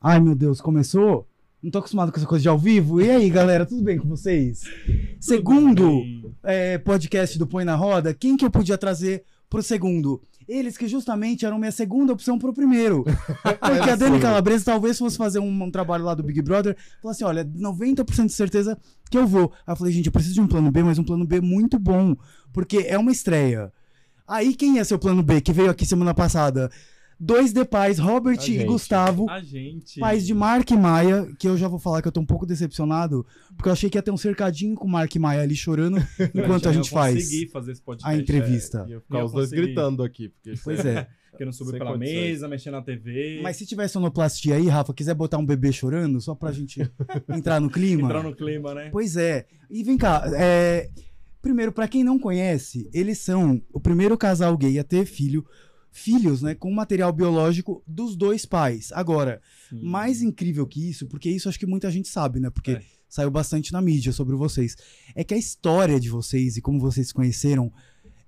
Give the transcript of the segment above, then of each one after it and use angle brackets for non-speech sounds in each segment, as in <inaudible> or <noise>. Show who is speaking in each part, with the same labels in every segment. Speaker 1: Ai, meu Deus, começou? Não tô acostumado com essa coisa de ao vivo. E aí, galera, tudo bem com vocês? Segundo é, podcast do Põe na Roda, quem que eu podia trazer pro segundo? Eles que justamente eram minha segunda opção pro primeiro. Porque a Dani Calabresa talvez fosse fazer um, um trabalho lá do Big Brother. Falou assim: olha, 90% de certeza que eu vou. Aí eu falei, gente, eu preciso de um plano B, mas um plano B muito bom. Porque é uma estreia. Aí quem é seu plano B que veio aqui semana passada? Dois Depais, Robert
Speaker 2: A
Speaker 1: e
Speaker 2: gente.
Speaker 1: Gustavo.
Speaker 2: A gente. <laughs>
Speaker 1: Pais de Mark Maia, que eu já vou falar que eu tô um pouco decepcionado, porque eu achei que ia ter um cercadinho com o Mark Maia ali
Speaker 2: <laughs>
Speaker 1: chorando enquanto a gente faz.
Speaker 2: consegui fazer esse podcast.
Speaker 1: a entrevista.
Speaker 2: é, e eu
Speaker 3: Ficar
Speaker 2: eu
Speaker 3: os dois
Speaker 2: consegui,
Speaker 3: gritando aqui. Porque <laughs>
Speaker 1: Pois
Speaker 2: <laughs>
Speaker 1: é.
Speaker 2: Porque não subiu
Speaker 3: Sem
Speaker 2: pela
Speaker 3: condições.
Speaker 2: mesa, mexendo na TV.
Speaker 1: Mas se tiver sonoplastia aí, Rafa, quiser botar um bebê chorando, só pra gente entrar no clima.
Speaker 2: entrar no clima, né?
Speaker 1: Pois é. E vem cá, é, primeiro, pra quem não conhece, eles são o primeiro casal gay a ter filho, filhos, né, com material biológico dos dois pais. Agora,
Speaker 2: Sim.
Speaker 1: Mais incrível que isso, porque isso acho que muita gente sabe, né? Porque
Speaker 2: É.
Speaker 1: saiu bastante na mídia sobre vocês. É que a história de vocês e como vocês se conheceram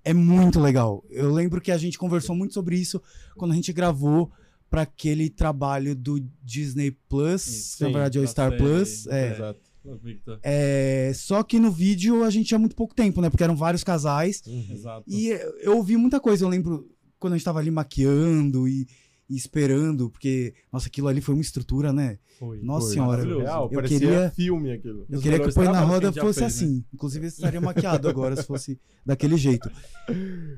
Speaker 1: é muito legal. Eu lembro que a gente conversou muito sobre isso quando a gente gravou para aquele trabalho do Disney Plus,
Speaker 2: Isso,
Speaker 1: que na
Speaker 2: sim,
Speaker 1: verdade é o
Speaker 2: da
Speaker 1: Star
Speaker 2: série,
Speaker 1: Plus. É.
Speaker 3: Exato.
Speaker 2: Victor.
Speaker 1: É, Só que no vídeo a gente tinha muito pouco tempo, né? Porque eram vários casais.
Speaker 2: Exato.
Speaker 1: E eu ouvi muita coisa, eu lembro quando a gente tava ali maquiando e, e esperando, porque, nossa, aquilo ali foi uma estrutura, né?
Speaker 2: Foi.
Speaker 1: Nossa
Speaker 3: Foi
Speaker 1: senhora,
Speaker 2: maravilhoso.
Speaker 3: Real,
Speaker 1: eu
Speaker 3: parecia
Speaker 1: queria-
Speaker 3: filme aquilo.
Speaker 1: eu
Speaker 2: Os
Speaker 1: queria que o
Speaker 2: melhores
Speaker 1: Põe na
Speaker 2: trabalhos que
Speaker 1: Roda
Speaker 2: a gente já
Speaker 1: fosse
Speaker 2: fez, né?
Speaker 1: assim. Inclusive, eu estaria maquiado agora se fosse daquele jeito.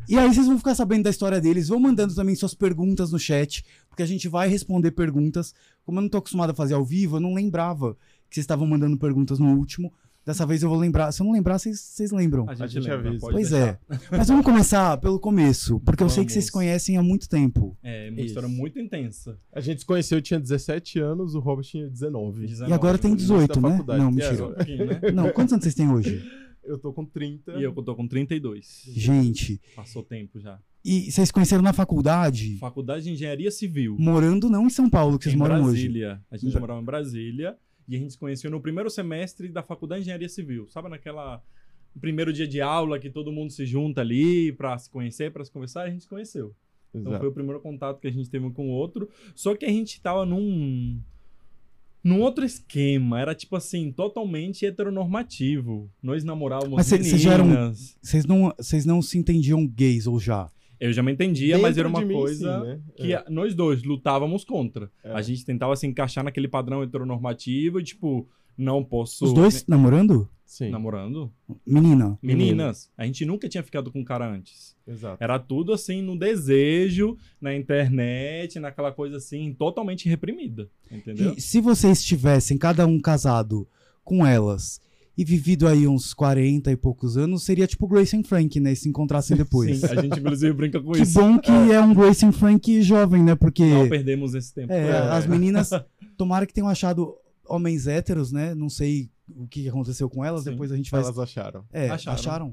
Speaker 1: E aí vocês vão ficar sabendo da história deles. Vão mandando também suas perguntas no chat, porque a gente vai responder perguntas. Como eu não tô acostumado a fazer ao vivo, eu não lembrava que vocês estavam mandando perguntas no último. Dessa vez eu vou lembrar. Se eu não lembrar, vocês, vocês lembram.
Speaker 2: A gente,
Speaker 3: A gente
Speaker 2: lembra,
Speaker 3: avisa.
Speaker 2: pode
Speaker 1: Pois
Speaker 2: deixar.
Speaker 1: é. Mas vamos começar pelo começo, porque eu sei que
Speaker 2: Vamos.
Speaker 1: vocês se conhecem há muito tempo.
Speaker 2: É, uma
Speaker 3: Isso.
Speaker 2: história muito intensa.
Speaker 3: A gente se conheceu, eu tinha 17 anos, o Robert tinha 19.
Speaker 2: 19,
Speaker 1: e agora tem
Speaker 2: né?
Speaker 3: no início da
Speaker 1: 18, né?
Speaker 3: faculdade.
Speaker 1: Não,
Speaker 3: É,
Speaker 2: É,
Speaker 1: mentira.
Speaker 2: só um pouquinho, né?
Speaker 1: Não, quantos anos vocês têm
Speaker 2: <laughs>
Speaker 1: hoje?
Speaker 3: Eu tô com 30.
Speaker 2: E eu tô com 32.
Speaker 1: Gente,
Speaker 2: Passou tempo já.
Speaker 1: e vocês se conheceram na faculdade?
Speaker 2: Faculdade de Engenharia Civil.
Speaker 1: Morando não em São Paulo, que vocês
Speaker 2: em
Speaker 1: moram hoje.
Speaker 2: Brasília. A gente
Speaker 1: Bra-
Speaker 2: morava em Brasília e a gente se conheceu no primeiro semestre da Faculdade de Engenharia Civil. Sabe naquela primeiro dia de aula que todo mundo se junta ali pra se conhecer, pra se conversar, a gente se conheceu. Então
Speaker 3: Exato.
Speaker 2: foi o primeiro contato que a gente teve um com o outro. Só que a gente tava num num outro esquema, era tipo assim, totalmente heteronormativo. Nós namorávamos
Speaker 1: Mas cê-
Speaker 2: meninas.
Speaker 1: cês já um eram- Vocês não, vocês não se entendiam gays ou já?
Speaker 2: Eu já me entendia, mas
Speaker 3: Dentro
Speaker 2: era uma
Speaker 3: de mim,
Speaker 2: coisa
Speaker 3: sim, né?
Speaker 2: que
Speaker 3: É.
Speaker 2: a- nós dois lutávamos contra.
Speaker 3: É.
Speaker 2: A gente tentava se encaixar naquele padrão heteronormativo, e, tipo, não posso.
Speaker 1: Os dois tá namorando?
Speaker 3: Sim,
Speaker 2: Namorando?
Speaker 1: Menina.
Speaker 2: Meninas.
Speaker 3: Meninas.
Speaker 2: A gente nunca tinha ficado com um cara antes.
Speaker 3: exato.
Speaker 2: Era tudo assim no desejo, na internet, naquela coisa assim, totalmente reprimida. Entendeu?
Speaker 1: E se vocês tivessem cada um casado com elas e vivido aí uns 40 e poucos anos, seria tipo Grace and Frank, né? E se
Speaker 2: <laughs>
Speaker 1: encontrassem depois.
Speaker 2: Sim, a gente inclusive brinca
Speaker 1: <laughs>
Speaker 2: com
Speaker 1: que
Speaker 2: isso.
Speaker 1: bom que é. um Grace and Frank jovem, né? Porque
Speaker 2: Não perdemos esse tempo.
Speaker 1: é,
Speaker 3: É.
Speaker 1: as meninas, tomara que tenham achado homens héteros, né? Não sei o que aconteceu com elas,
Speaker 2: Sim.
Speaker 1: depois a gente vai.
Speaker 3: Elas acharam.
Speaker 1: É, acharam.
Speaker 2: Acharam.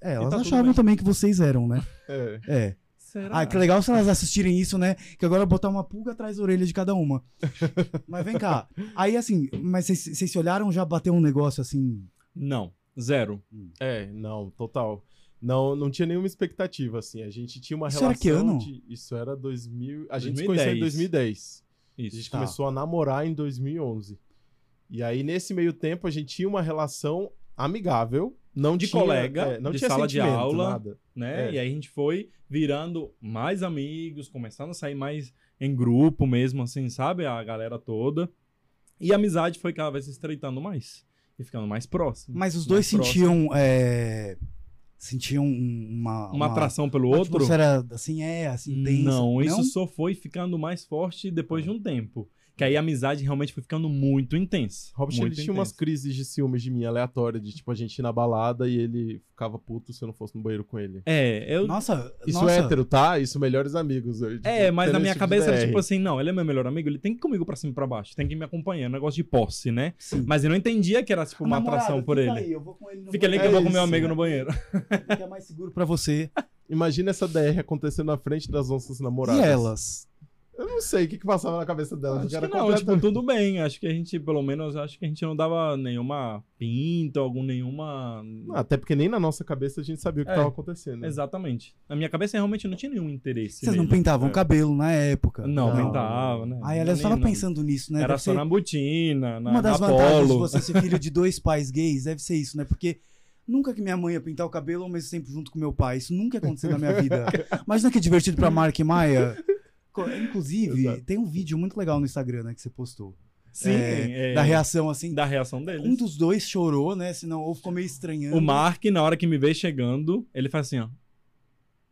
Speaker 1: É, é, elas
Speaker 2: tá tudo
Speaker 1: achavam
Speaker 2: bem.
Speaker 1: também que vocês eram, né?
Speaker 3: É.
Speaker 1: É.
Speaker 2: Será?
Speaker 1: Ah, que legal se elas assistirem isso, né? Que agora eu vou botar uma pulga atrás da orelha de cada
Speaker 2: <laughs>
Speaker 1: uma. mas vem cá. Aí, assim, mas vocês- vocês se olharam, já bateu um negócio assim.
Speaker 2: Não. Zero.
Speaker 3: É, não, total. Não, não tinha nenhuma expectativa, assim. A gente tinha uma
Speaker 1: Isso era
Speaker 3: relação
Speaker 1: que ano?
Speaker 3: de- Isso era 2000... A gente
Speaker 2: 2010.
Speaker 3: se conheceu em 2010. A
Speaker 2: Isso.
Speaker 3: gente
Speaker 1: Tá.
Speaker 3: começou a namorar em 2011. E aí, nesse meio tempo, a gente tinha uma relação amigável. Não
Speaker 2: De
Speaker 3: tinha-
Speaker 2: colega,
Speaker 3: é, não
Speaker 2: de
Speaker 3: tinha
Speaker 2: sala de
Speaker 3: sentimento,
Speaker 2: aula.
Speaker 3: nada.
Speaker 2: né?
Speaker 3: É.
Speaker 2: E aí a gente foi virando mais amigos, começando a sair mais em grupo mesmo, assim, sabe? A galera toda. E a amizade foi cada vez se estreitando mais e ficando mais próximo.
Speaker 1: Mas os dois
Speaker 2: Mais
Speaker 1: sentiam. é, sentiam um, uma.
Speaker 2: Uma atração pelo
Speaker 1: uma
Speaker 2: Um outro?
Speaker 1: atmosfera, assim, é, assim, densa.
Speaker 2: Não, isso só foi ficando mais forte depois
Speaker 1: Ah.
Speaker 2: de um tempo. Que aí a amizade realmente foi ficando muito intensa.
Speaker 3: Robert ele
Speaker 2: muito
Speaker 3: tinha umas
Speaker 2: intensa.
Speaker 3: crises de ciúmes de mim aleatória, de tipo, a gente ir na balada e ele ficava puto se eu não fosse no banheiro com ele.
Speaker 2: É, eu.
Speaker 1: Nossa,
Speaker 3: Isso
Speaker 1: nossa.
Speaker 3: é hétero, tá? Isso melhores amigos. eu, tipo,
Speaker 2: É, mas
Speaker 3: tendo
Speaker 2: na minha
Speaker 3: esse tipo de
Speaker 2: cabeça era
Speaker 3: DR.
Speaker 2: tipo assim, não, ele é meu melhor amigo, ele tem que ir comigo pra cima e pra baixo, tem que me acompanhar, é um negócio de posse, né?
Speaker 1: Sim.
Speaker 2: Mas eu não entendia que era tipo uma
Speaker 1: Namorada,
Speaker 2: atração por
Speaker 1: fica
Speaker 2: ele.
Speaker 1: aí, eu vou com ele no
Speaker 2: Fica ali que eu
Speaker 1: banheiro,
Speaker 2: vou com meu
Speaker 3: isso,
Speaker 2: amigo
Speaker 1: né?
Speaker 2: no banheiro.
Speaker 1: que é mais seguro pra você.
Speaker 3: Imagina essa DR acontecendo na frente das nossas
Speaker 1: E
Speaker 3: namoradas.
Speaker 1: elas?
Speaker 3: Eu não sei o que, que passava na cabeça dela.
Speaker 2: Acho
Speaker 3: era
Speaker 2: que não,
Speaker 3: completamente-
Speaker 2: tipo, tudo bem. Acho que a gente, pelo menos, acho que a gente não dava nenhuma pinta, algum, nenhuma.
Speaker 3: Ah, Até porque nem na nossa cabeça a gente sabia o que
Speaker 2: É.
Speaker 3: estava acontecendo.
Speaker 2: Exatamente. Na minha cabeça realmente não tinha nenhum interesse.
Speaker 1: Vocês não
Speaker 2: nele.
Speaker 1: pintavam
Speaker 2: É.
Speaker 1: cabelo na época.
Speaker 2: Não,
Speaker 3: Não.
Speaker 2: pintava, né?
Speaker 1: Aí ela é só
Speaker 2: Nem-
Speaker 1: tava pensando nisso, né?
Speaker 2: Era
Speaker 1: Deve
Speaker 2: só
Speaker 1: ser-
Speaker 2: na botina, na,
Speaker 1: Uma das
Speaker 2: Né, na
Speaker 1: vantagens de
Speaker 2: polo.
Speaker 1: você ser filho de dois pais gays deve ser isso, né? Porque nunca que minha mãe ia pintar o cabelo ao mesmo tempo junto com meu pai. Isso nunca aconteceu na minha
Speaker 2: <laughs>
Speaker 1: vida. Imagina que é divertido pra Mark Maia. Co- Inclusive,
Speaker 3: Exato.
Speaker 1: tem um vídeo muito legal no Instagram, né, que você postou.
Speaker 2: Sim, é,
Speaker 1: Da reação, assim.
Speaker 2: da reação deles.
Speaker 1: Um dos dois chorou, né? Senão, ou ficou meio estranhando.
Speaker 2: O Mark, na hora que me vê chegando, ele faz assim, ó.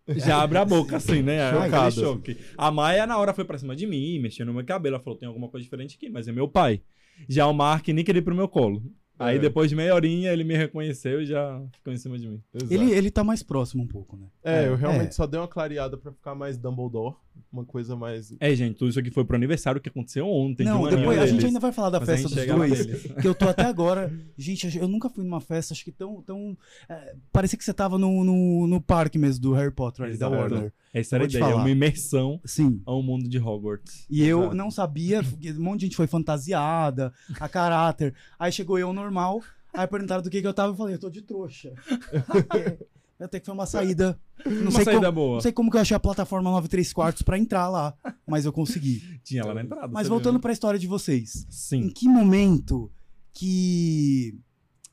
Speaker 2: Já abre a boca, assim, né? Aquele
Speaker 3: Chocado.
Speaker 2: choque. A Maia, na hora, foi pra cima de mim, mexendo no meu cabelo. Ela falou: tem alguma coisa diferente aqui, mas é meu pai. Já o Mark nem queria ir pro meu colo. Aí,
Speaker 3: É.
Speaker 2: depois de meia horinha, ele me reconheceu e já ficou em cima de mim.
Speaker 3: Exato.
Speaker 1: Ele, ele tá mais próximo um pouco, né?
Speaker 3: É, eu realmente
Speaker 1: É.
Speaker 3: só dei uma clareada pra ficar mais Dumbledore. Uma coisa mais.
Speaker 2: É, gente, tudo isso aqui foi pro aniversário que aconteceu ontem. de um
Speaker 1: Não,
Speaker 2: aninho
Speaker 1: depois a gente
Speaker 2: deles.
Speaker 1: ainda vai falar da
Speaker 2: Mas a
Speaker 1: festa
Speaker 2: gente
Speaker 1: dos
Speaker 2: chega lá
Speaker 1: dois.
Speaker 2: neles.
Speaker 1: que eu tô até agora. Gente, eu nunca fui numa festa, acho que tão. tão eh, parecia que você tava no, no, no parque mesmo do Harry Potter, ali, da
Speaker 2: Exato.
Speaker 1: Warner.
Speaker 2: Essa era a
Speaker 1: Vou te
Speaker 2: ideia,
Speaker 1: falar.
Speaker 2: uma imersão
Speaker 1: Sim.
Speaker 2: ao mundo de Hogwarts.
Speaker 1: E eu
Speaker 3: Exato.
Speaker 1: não sabia, porque um monte de gente foi fantasiada, a caráter. Aí chegou eu normal, aí perguntaram do que, que eu tava, eu falei, eu tô de trouxa. <laughs> Até que foi uma saída. Não,
Speaker 2: Uma
Speaker 1: sei
Speaker 2: saída
Speaker 1: como,
Speaker 2: boa.
Speaker 1: não sei como que eu achei a plataforma 93 quartos pra entrar lá, mas eu consegui.
Speaker 2: Tinha lá na entrada.
Speaker 1: Mas
Speaker 2: você viu,
Speaker 1: voltando
Speaker 2: né?
Speaker 1: pra história de vocês. Em
Speaker 2: Sim.
Speaker 1: que momento que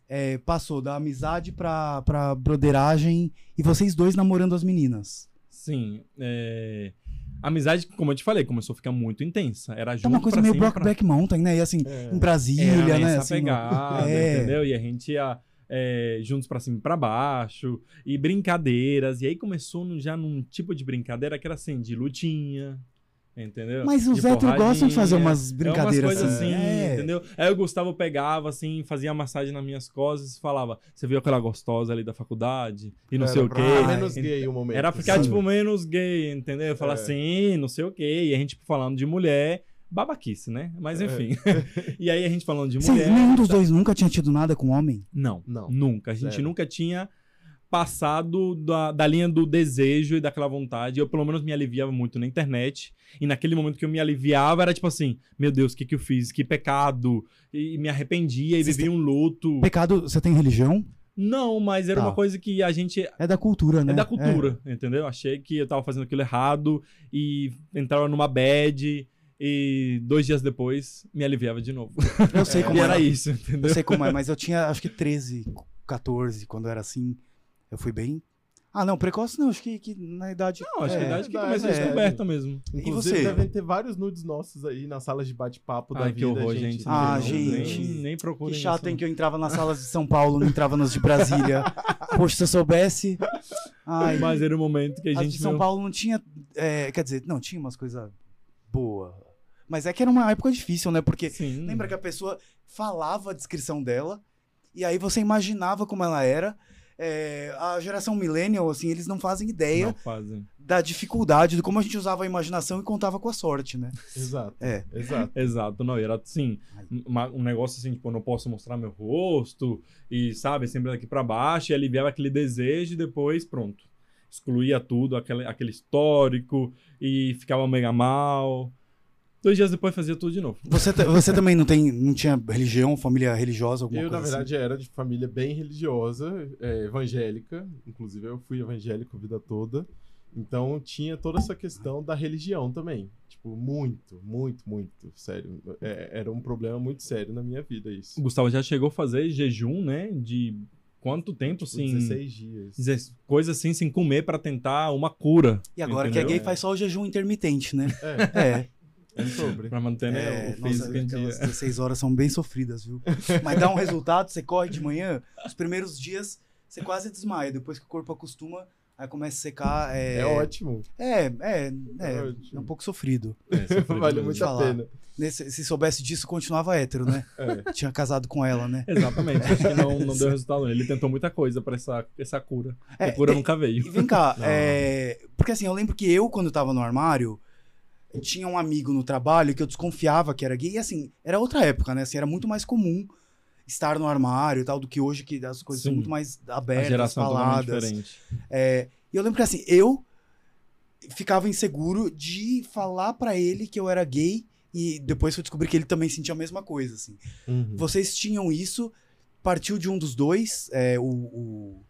Speaker 1: é, passou da amizade pra, pra broderagem e vocês dois namorando as meninas?
Speaker 2: Sim, é... a amizade, como eu te falei, começou a ficar muito intensa. Era
Speaker 1: Tá
Speaker 2: junto
Speaker 1: uma coisa
Speaker 2: pra
Speaker 1: meio
Speaker 2: cima e pra-
Speaker 1: Brockback Mountain, né? E assim,
Speaker 3: É.
Speaker 1: em
Speaker 2: Era
Speaker 1: Brasília, né?
Speaker 2: nessa
Speaker 1: Assim, no-
Speaker 2: pegada,
Speaker 1: É.
Speaker 2: entendeu? E a gente ia é, juntos pra cima e pra baixo, e brincadeiras. E aí começou num- já num tipo de brincadeira que era assim, de lutinha, entendeu?
Speaker 1: Mas os
Speaker 2: De
Speaker 1: héteros gostam de
Speaker 2: porradinha.
Speaker 1: fazer umas
Speaker 2: É umas
Speaker 1: brincadeiras
Speaker 2: coisas assim,
Speaker 1: É.
Speaker 2: entendeu? Aí o Gustavo pegava, assim, fazia massagem nas minhas costas e falava: Você viu aquela gostosa ali da faculdade? E não
Speaker 3: Era
Speaker 2: sei o
Speaker 3: pra
Speaker 2: quê.
Speaker 3: ficar menos
Speaker 2: Ent-
Speaker 3: gay o momento. assim.
Speaker 2: Era ficar,
Speaker 3: sabe?
Speaker 2: tipo, menos gay, entendeu? Falar
Speaker 3: É.
Speaker 2: assim, não sei o quê. E a gente tipo, falando de mulher, babaquice, né? Mas
Speaker 3: É.
Speaker 2: enfim. <laughs> e aí a gente falando de
Speaker 1: Sim, né?
Speaker 2: mulher. tá-
Speaker 1: nenhum dos dois nunca tinha tido nada com homem?
Speaker 2: Não,
Speaker 3: Não.
Speaker 2: nunca. A gente
Speaker 3: Zero.
Speaker 2: nunca tinha passado da, da linha do desejo e daquela vontade. Eu, pelo menos, me aliviava muito na internet. E naquele momento que eu me aliviava, era tipo assim: meu Deus, o que, que eu fiz? Que pecado. E, e me arrependia e
Speaker 1: Vocês
Speaker 2: vivia um luto.
Speaker 1: Pecado, você tem religião?
Speaker 2: Não, mas era
Speaker 1: Tá.
Speaker 2: uma coisa que a gente
Speaker 1: É da cultura, né?
Speaker 2: é da cultura, entendeu? Achei que eu tava fazendo aquilo errado e entrava numa bad e dois dias depois me aliviava de novo.
Speaker 1: É. Eu sei como
Speaker 2: <laughs> e
Speaker 1: era
Speaker 2: era isso, entendeu?
Speaker 1: Eu sei como é, mas eu tinha acho que 13, 14, quando eu era assim. Eu fui bem. Ah, não, precoce não, acho que, que na idade.
Speaker 2: Não, acho que a
Speaker 1: é.
Speaker 2: idade que
Speaker 3: é,
Speaker 2: começa a
Speaker 1: é,
Speaker 2: descoberta mesmo.
Speaker 1: você?
Speaker 3: Inclusive, devem ter vários nudes nossos aí nas salas de bate-papo da
Speaker 2: Ai,
Speaker 3: vida.
Speaker 2: que horror, gente.
Speaker 1: Ah,
Speaker 2: Não,
Speaker 1: gente.
Speaker 2: Nem, nem
Speaker 1: Que
Speaker 2: procurem
Speaker 1: chato,
Speaker 2: isso,
Speaker 1: hein, que eu entrava nas salas de São Paulo, não entrava nas de <laughs> Brasília. Poxa, se eu soubesse. <laughs> Ai,
Speaker 2: Mas era o momento que a
Speaker 1: as
Speaker 2: gente...
Speaker 1: de São
Speaker 2: viu-
Speaker 1: Paulo não tinha. é, quer dizer, não, tinha umas coisas boas. Mas é que era uma época difícil, né? Porque
Speaker 2: Sim.
Speaker 1: Lembra que a pessoa falava a descrição dela e aí você imaginava como ela era. É, a geração millennial, assim, eles não fazem ideia
Speaker 2: Não fazem.
Speaker 1: da dificuldade, de como a gente usava a imaginação e contava com a sorte, né?
Speaker 3: Exato.
Speaker 1: É.
Speaker 3: Exato.
Speaker 2: Exato, não, e era assim,
Speaker 1: Ai.
Speaker 2: uma- um negócio assim, tipo, eu não posso mostrar meu rosto, e sabe, sempre daqui pra baixo, e aliviava aquele desejo, e depois, pronto. Excluía tudo, aquele, aquele histórico, e ficava mega mal. Dois dias depois fazia tudo de novo.
Speaker 1: Você, ta- você também não tem, não tinha religião, família religiosa, alguma
Speaker 3: Eu, na
Speaker 1: coisa assim.
Speaker 3: verdade, era de família bem religiosa, é, evangélica. Inclusive, eu fui evangélico a vida toda. Então, tinha toda essa questão da religião também. Tipo, muito, muito, muito. Sério. É, era um problema muito sério na minha vida isso.
Speaker 2: O Gustavo já chegou a fazer jejum, né, de quanto tempo,
Speaker 3: Tipo,
Speaker 2: assim...
Speaker 3: 16 dias.
Speaker 2: deze- Coisa assim, sem comer pra tentar uma cura,
Speaker 1: assim? E agora que é
Speaker 2: Entendeu?
Speaker 1: gay faz só o jejum intermitente, né?
Speaker 3: É,
Speaker 1: É.
Speaker 3: é sobre.
Speaker 2: pra manter
Speaker 1: é,
Speaker 2: né, o
Speaker 1: nossa,
Speaker 2: físico em dia.
Speaker 1: aquelas 16 horas são bem sofridas, viu? Mas dá um resultado, você corre de manhã, os primeiros dias você quase desmaia, depois que o corpo acostuma, aí começa a secar.
Speaker 3: É, ótimo.
Speaker 1: É, é, é. É
Speaker 3: ótimo.
Speaker 1: um pouco sofrido.
Speaker 2: É,
Speaker 1: <laughs>
Speaker 2: sofrido
Speaker 3: Vale
Speaker 2: mesmo.
Speaker 3: muito a
Speaker 1: falar.
Speaker 3: pena.
Speaker 1: Nesse- se soubesse disso, continuava hétero, né?
Speaker 3: É.
Speaker 1: Tinha casado com ela, né?
Speaker 2: Exatamente, acho que não, não deu resultado. Ele tentou muita coisa pra essa, essa cura.
Speaker 1: É,
Speaker 2: a cura
Speaker 1: e-
Speaker 2: nunca veio.
Speaker 1: E vem
Speaker 2: <laughs>
Speaker 1: cá,
Speaker 3: Não.
Speaker 1: é, porque assim, eu lembro que eu, quando tava no armário, eu tinha um amigo no trabalho que eu desconfiava que era gay. E assim, era outra época, né? Assim, era muito mais comum estar no armário e tal do que hoje, que as coisas são
Speaker 2: Sim.
Speaker 1: muito mais
Speaker 2: A é
Speaker 1: abertas,
Speaker 2: geração é totalmente
Speaker 1: faladas.
Speaker 2: diferente.
Speaker 1: É, e eu lembro que assim, eu ficava inseguro de falar pra ele que eu era gay e depois eu descobri que ele também sentia a mesma coisa, assim.
Speaker 3: Uhum.
Speaker 1: Vocês tinham isso, partiu de um dos dois, é, o, o-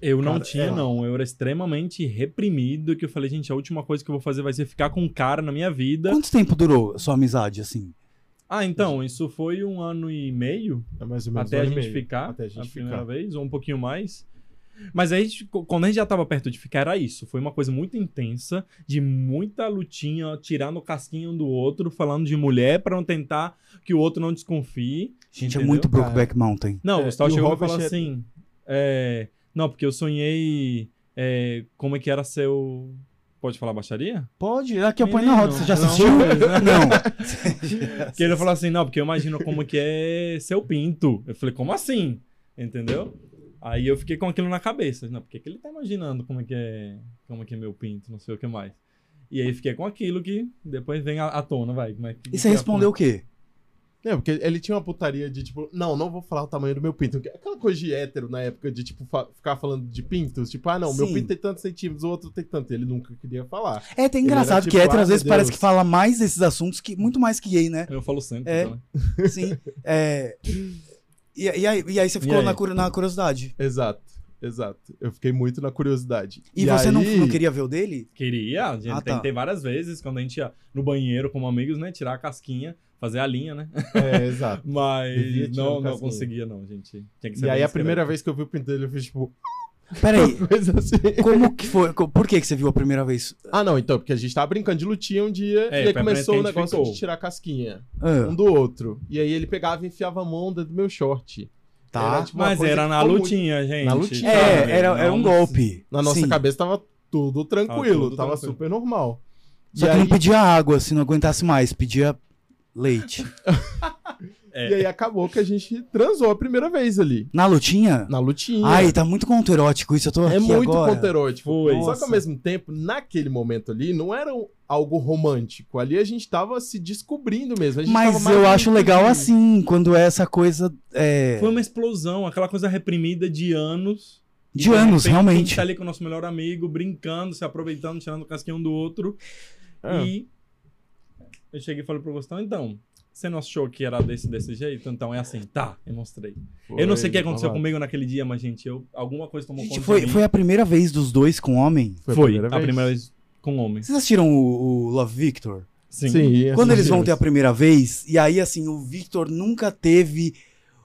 Speaker 2: Eu não
Speaker 3: Cara,
Speaker 2: tinha,
Speaker 3: é.
Speaker 2: não. Eu era extremamente reprimido, que eu falei, gente, a última coisa que eu vou fazer vai ser ficar com um cara na minha vida.
Speaker 1: Quanto tempo durou a sua amizade, assim?
Speaker 2: Ah, então, isso foi um ano e meio
Speaker 3: É mais ou menos
Speaker 2: até
Speaker 3: um
Speaker 2: a
Speaker 3: ano e
Speaker 2: gente
Speaker 3: meio.
Speaker 2: ficar
Speaker 3: Até a gente
Speaker 2: primeira
Speaker 3: ficar.
Speaker 2: vez, ou um pouquinho mais. Mas aí, tipo, quando a gente já tava perto de ficar, era isso. Foi uma coisa muito intensa, de muita lutinha, tirando o casquinho um do outro, falando de mulher pra não tentar que o outro não desconfie.
Speaker 1: Gente, é
Speaker 2: Entendeu,
Speaker 1: muito
Speaker 3: cara?
Speaker 1: Brokeback Mountain.
Speaker 2: Não,
Speaker 3: É,
Speaker 2: o Gustavo
Speaker 3: e o
Speaker 2: chegou e
Speaker 3: Robert
Speaker 2: falou
Speaker 3: é-
Speaker 2: assim: é, Não, porque eu sonhei. é, como é que era seu. Pode falar baixaria?
Speaker 1: Pode, aqui eu ponho na roda. Você já
Speaker 2: Não.
Speaker 1: assistiu? <laughs> Não.
Speaker 3: <laughs>
Speaker 2: Que ele falou assim, não, porque eu imagino como que é seu pinto. Eu falei, como assim? Entendeu? Aí eu fiquei com aquilo na cabeça. Não, porque que ele tá imaginando como é que é, como é que é meu pinto, não sei o que mais. E aí fiquei com aquilo que depois vem à- à tona, vai. Como é que,
Speaker 1: E você respondeu o quê?
Speaker 3: É, porque ele tinha uma putaria de tipo, não, não vou falar o tamanho do meu pinto. Aquela coisa de hétero na época de tipo fa- ficar falando de pintos, tipo, ah, não, meu
Speaker 1: Sim.
Speaker 3: pinto tem tantos centímetros, o outro tem tanto. Ele nunca queria falar.
Speaker 1: É, tem
Speaker 3: Ele era
Speaker 1: engraçado
Speaker 3: tipo,
Speaker 1: que hétero
Speaker 3: ah,
Speaker 1: às vezes
Speaker 3: meu
Speaker 1: parece que
Speaker 3: Deus.
Speaker 1: fala mais desses assuntos, que muito mais que gay, né?
Speaker 2: Eu falo sempre.
Speaker 1: É.
Speaker 2: então.
Speaker 1: Sim. é, e, e aí, e aí você ficou
Speaker 2: E aí?
Speaker 1: Na, curi- na curiosidade.
Speaker 3: Exato, exato. Eu fiquei muito na curiosidade.
Speaker 1: E, você não,
Speaker 3: aí-
Speaker 1: não queria ver o dele?
Speaker 2: Queria, a gente
Speaker 1: Ah, tá.
Speaker 2: tentei várias vezes, quando a gente ia no banheiro como amigos, né? Tirar a casquinha, fazer a linha, né? <laughs>
Speaker 3: É, exato. Devia
Speaker 2: Mas
Speaker 3: tirar
Speaker 2: não,
Speaker 3: a
Speaker 2: não
Speaker 3: casquinha.
Speaker 2: conseguia, não, gente. Tinha que ser
Speaker 3: E aí
Speaker 2: bem
Speaker 3: a primeira
Speaker 2: discreto.
Speaker 3: vez que eu vi o pinto dele, eu fiz tipo, <laughs>
Speaker 1: Peraí,
Speaker 3: coisa assim.
Speaker 1: como que foi? Co- Por que, que você viu a primeira vez?
Speaker 3: Ah, não, então, porque a gente tava brincando de lutinha um dia
Speaker 2: É,
Speaker 3: e aí
Speaker 2: foi a
Speaker 3: começou
Speaker 2: primeira
Speaker 3: o
Speaker 2: que a gente
Speaker 3: negócio
Speaker 2: ficou.
Speaker 3: de tirar a casquinha
Speaker 1: Ah,
Speaker 3: um do outro. E aí ele pegava e enfiava a mão dentro do meu short.
Speaker 1: tá.
Speaker 3: Era, tipo, uma
Speaker 2: Mas
Speaker 3: coisa
Speaker 2: era
Speaker 3: que
Speaker 2: na
Speaker 3: ficou muito-
Speaker 2: lutinha, gente.
Speaker 3: Na lutinha.
Speaker 1: É,
Speaker 2: sabe?
Speaker 1: era, era um
Speaker 2: Não-
Speaker 1: golpe.
Speaker 3: Na nossa
Speaker 1: Sim.
Speaker 3: cabeça tava tudo
Speaker 2: Tava
Speaker 3: tranquilo,
Speaker 2: tudo
Speaker 3: tava
Speaker 2: tranquilo.
Speaker 3: super normal.
Speaker 1: Só
Speaker 3: e,
Speaker 1: que
Speaker 3: aí,
Speaker 1: não pedia água, se não aguentasse mais, pedia leite.
Speaker 3: e aí acabou que a gente transou a primeira vez ali,
Speaker 1: Na lutinha?
Speaker 3: na lutinha.
Speaker 1: Ai, tá muito contoerótico isso, eu tô aqui
Speaker 3: é muito
Speaker 1: agora.
Speaker 3: conterótico.
Speaker 2: Foi.
Speaker 3: Só que
Speaker 1: Nossa.
Speaker 3: ao mesmo tempo, naquele momento ali, não era um- algo romântico. Ali a gente tava se descobrindo mesmo. a gente tava
Speaker 1: Mas
Speaker 3: mais
Speaker 1: eu
Speaker 3: um-
Speaker 1: acho legal assim, quando é essa coisa é,
Speaker 2: Foi uma explosão, aquela coisa reprimida de anos. E,
Speaker 1: de anos,
Speaker 2: repente, A
Speaker 1: realmente.
Speaker 2: gente tá ali com o nosso melhor amigo, brincando, se aproveitando, tirando o casquinho um do outro.
Speaker 3: É.
Speaker 2: E eu cheguei e falei pro Gostão, então, você não achou que era desse, desse jeito? Então é assim, tá, eu mostrei. eu não sei o que
Speaker 3: Foi,
Speaker 2: aconteceu
Speaker 3: babado.
Speaker 2: comigo naquele dia, mas, gente, eu, alguma coisa tomou
Speaker 1: Gente,
Speaker 2: conta de
Speaker 1: foi,
Speaker 2: mim.
Speaker 1: foi a primeira vez dos dois com homem?
Speaker 3: Foi a
Speaker 2: Foi,
Speaker 3: primeira vez.
Speaker 2: com um homens.
Speaker 1: Vocês assistiram o, o Love Victor?
Speaker 2: Sim.
Speaker 3: Sim,
Speaker 1: Quando eles vão ter a
Speaker 3: assistimos.
Speaker 1: primeira vez, e aí, assim, o Victor nunca teve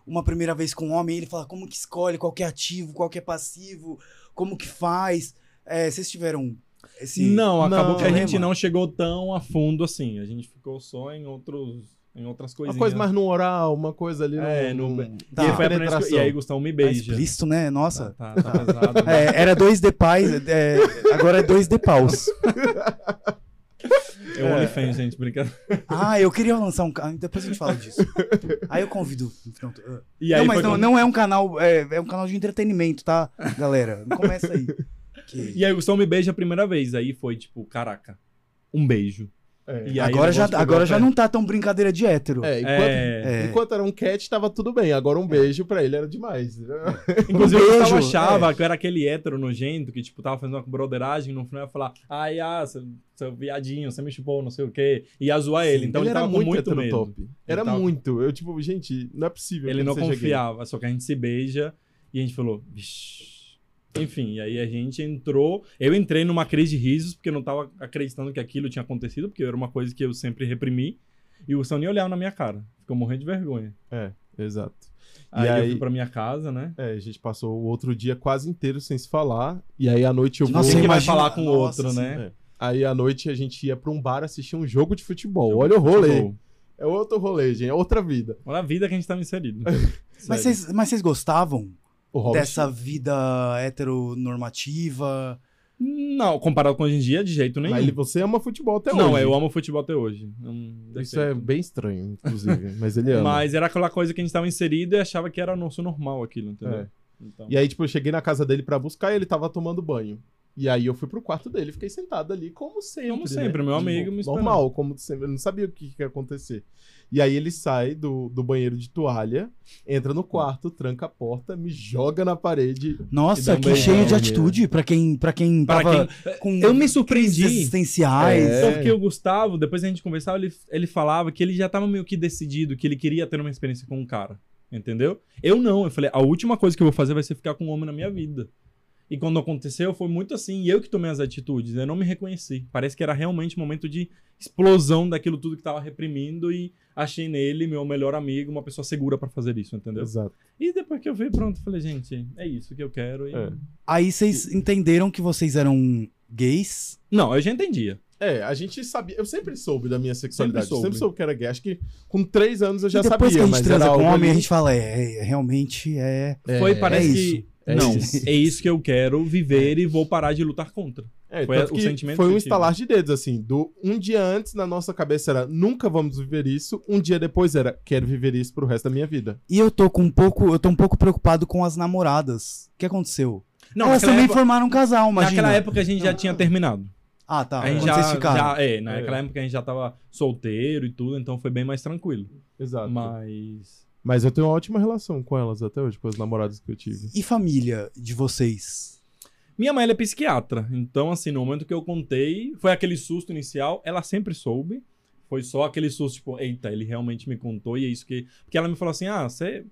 Speaker 1: uma primeira vez com um homem, ele fala como que escolhe, qual que é ativo, qual que é passivo, como que faz. É, vocês tiveram esse...
Speaker 2: Não, acabou
Speaker 3: Não,
Speaker 2: que a
Speaker 1: né,
Speaker 2: gente
Speaker 1: mano?
Speaker 2: não chegou tão a fundo assim. A gente ficou só em outros em outras coisinhas.
Speaker 3: Uma coisa mais no oral, uma coisa ali
Speaker 2: É,
Speaker 3: no...
Speaker 2: no-
Speaker 3: no-
Speaker 1: Tá,
Speaker 2: e, aí foi a primeira
Speaker 3: penetração.
Speaker 2: vez que- e aí Gustavo me
Speaker 1: tá
Speaker 2: beija.
Speaker 1: explícito, né? Nossa.
Speaker 2: Tá, tá pesado. <laughs> né?
Speaker 1: É, era dois de pais, é, agora é dois de paus.
Speaker 2: Eu É OnlyFans, gente, brincadeira.
Speaker 1: Ah, eu queria lançar um canal, depois a gente fala disso. Aí eu convido. Então, ah.
Speaker 2: <laughs> E
Speaker 1: não,
Speaker 2: aí
Speaker 1: mas
Speaker 2: foi
Speaker 1: não,
Speaker 2: quando-
Speaker 1: não é um canal, é, é um canal de entretenimento, tá, galera? Não começa aí. Que-
Speaker 2: E aí o Gustavo me beija a primeira vez. Aí foi tipo, caraca, um beijo.
Speaker 3: É.
Speaker 2: E aí
Speaker 1: agora
Speaker 2: o
Speaker 1: já,
Speaker 2: negócio pegou
Speaker 1: agora
Speaker 2: a
Speaker 1: já
Speaker 2: pé.
Speaker 1: não tá tão brincadeira de hétero.
Speaker 3: É, enquanto,
Speaker 2: É,
Speaker 1: É.
Speaker 3: enquanto era um cat, tava tudo bem. Agora um beijo pra ele era demais. <laughs>
Speaker 2: Inclusive,
Speaker 1: Um
Speaker 2: o Gustavo
Speaker 1: beijo,
Speaker 2: achava que eu era aquele hétero nojento que, tipo, tava fazendo uma broderagem no final ia falar, ai, ah, seu, seu viadinho, você me chupou, não sei o quê. E ia zoar ele. Então ele,
Speaker 3: era
Speaker 2: tava com muito medo.
Speaker 3: heterotop. Era
Speaker 2: tava-
Speaker 3: muito. Eu, tipo, gente, não é possível.
Speaker 2: Ele
Speaker 3: que
Speaker 2: não
Speaker 3: seja gay.
Speaker 2: confiava, só que a gente se beija e a gente falou, "Vixe". enfim, e aí a gente entrou. Eu entrei numa crise de risos, porque eu não tava acreditando que aquilo tinha acontecido, porque era uma coisa que eu sempre reprimi. E o Gustavo nem olhava na minha cara, ficou morrendo de vergonha.
Speaker 3: É, Exato.
Speaker 2: Aí,
Speaker 3: e
Speaker 2: eu
Speaker 3: aí,
Speaker 2: fui pra minha casa, né?
Speaker 3: é, a gente passou o outro dia quase inteiro sem se falar. E aí, à noite, eu
Speaker 1: Nossa,
Speaker 2: Quem
Speaker 3: vou...
Speaker 2: que vai
Speaker 1: imagina-
Speaker 2: falar com o
Speaker 1: nossa,
Speaker 2: outro,
Speaker 1: sim.
Speaker 2: né?
Speaker 3: Aí, à noite, a gente ia pra um bar assistir um jogo de futebol.
Speaker 2: Jogo
Speaker 3: Olha o rolê.
Speaker 2: Futebol.
Speaker 3: É outro rolê, gente. É outra vida.
Speaker 2: Tipo, Olha a vida que a gente tava
Speaker 3: <laughs>
Speaker 2: inserido.
Speaker 1: Mas
Speaker 2: Sério.
Speaker 1: vocês, mas vocês gostavam
Speaker 3: O Robert...
Speaker 1: dessa vida heteronormativa?
Speaker 2: Não, comparado com hoje em dia, de jeito nenhum.
Speaker 3: Mas ele- você ama futebol até
Speaker 2: não, é
Speaker 3: hoje.
Speaker 2: eu amo futebol até hoje. É um
Speaker 3: Isso
Speaker 2: defeito.
Speaker 3: é bem estranho, inclusive.
Speaker 2: <laughs>
Speaker 3: mas ele ama.
Speaker 2: Mas era aquela coisa que a gente tava inserido e achava que era nosso normal aquilo, entendeu?
Speaker 3: É.
Speaker 2: Então...
Speaker 3: E aí, tipo, eu cheguei na casa dele pra buscar e ele tava tomando banho. E aí eu fui pro quarto dele, fiquei sentado ali, como sempre. né?
Speaker 2: Como sempre, meu amigo me esperando.
Speaker 3: Normal, como sempre. Eu não sabia o que, que ia acontecer. E aí ele sai do, do banheiro de toalha, entra no quarto, tranca a porta, me joga na parede. E
Speaker 1: Nossa,
Speaker 3: dá um
Speaker 1: que
Speaker 3: beijão,
Speaker 1: cheio de
Speaker 3: né?
Speaker 1: atitude pra quem, pra quem
Speaker 2: Pra
Speaker 1: tava
Speaker 2: quem...
Speaker 1: com
Speaker 2: Eu me
Speaker 1: crises
Speaker 2: surpreendi.
Speaker 1: existenciais.
Speaker 3: É.
Speaker 2: Só porque o Gustavo, depois a gente conversava, ele, ele falava que ele já tava meio que decidido, que ele queria ter uma experiência com um cara. Entendeu? Eu não. Eu falei, a última coisa que eu vou fazer vai ser ficar com um homem na minha vida. E quando aconteceu, foi muito assim. E eu que tomei as atitudes. né? Eu não me reconheci. Parece que era realmente um momento de explosão daquilo tudo que tava reprimindo. E achei nele, meu melhor amigo, uma pessoa segura pra fazer isso, entendeu?
Speaker 3: Exato.
Speaker 2: E depois que eu vi, pronto, eu falei, gente, é isso que eu quero. e-
Speaker 3: É.
Speaker 1: Aí vocês entenderam que vocês eram gays.
Speaker 2: Não, eu já entendia.
Speaker 3: É, a gente sabia. Eu sempre soube da minha sexualidade.
Speaker 2: Sempre
Speaker 3: Sempre
Speaker 2: soube.
Speaker 3: soube, que era gay. Acho que com três anos eu já
Speaker 1: e depois
Speaker 3: sabia,
Speaker 1: que a gente
Speaker 3: mas
Speaker 1: transa
Speaker 3: era
Speaker 1: com
Speaker 3: algo
Speaker 1: homem,
Speaker 3: ali-
Speaker 1: a gente fala, é, é, realmente é.
Speaker 3: É,
Speaker 2: Foi, parece
Speaker 1: é
Speaker 2: que.
Speaker 1: isso. É.
Speaker 3: é
Speaker 2: não,
Speaker 3: isso.
Speaker 2: é isso que eu quero viver e vou parar de lutar contra.
Speaker 3: É,
Speaker 2: Foi
Speaker 3: tanto
Speaker 2: o
Speaker 3: que
Speaker 2: sentimento
Speaker 3: foi
Speaker 2: que eu
Speaker 3: um
Speaker 2: tive.
Speaker 3: estalar de dedos, assim. Do um dia antes, na nossa cabeça era nunca vamos viver isso. Um dia depois era quero viver isso pro resto da minha vida.
Speaker 1: <laughs> E eu tô com um pouco, eu tô um pouco preocupado com as namoradas. O que aconteceu?
Speaker 2: Não,
Speaker 1: Elas
Speaker 2: naquela,
Speaker 1: também
Speaker 2: época,
Speaker 1: formaram um casal, imagina.
Speaker 2: naquela época a gente já tinha terminado.
Speaker 1: Ah, tá.
Speaker 2: a gente
Speaker 1: quando
Speaker 2: já,
Speaker 1: vocês ficaram.
Speaker 2: já- é, naquela época a gente já tava solteiro e tudo, então foi bem mais tranquilo.
Speaker 3: Exato. Mas...
Speaker 2: Mas.
Speaker 3: eu tenho uma ótima relação com elas até hoje, com as namoradas que eu tive.
Speaker 1: E família de vocês?
Speaker 2: Minha mãe ela é psiquiatra, então, assim, no momento que eu contei, foi aquele susto inicial, ela sempre soube. Foi só aquele susto, tipo, eita, ele realmente me contou e é isso que. Porque ela me falou assim: ah, você.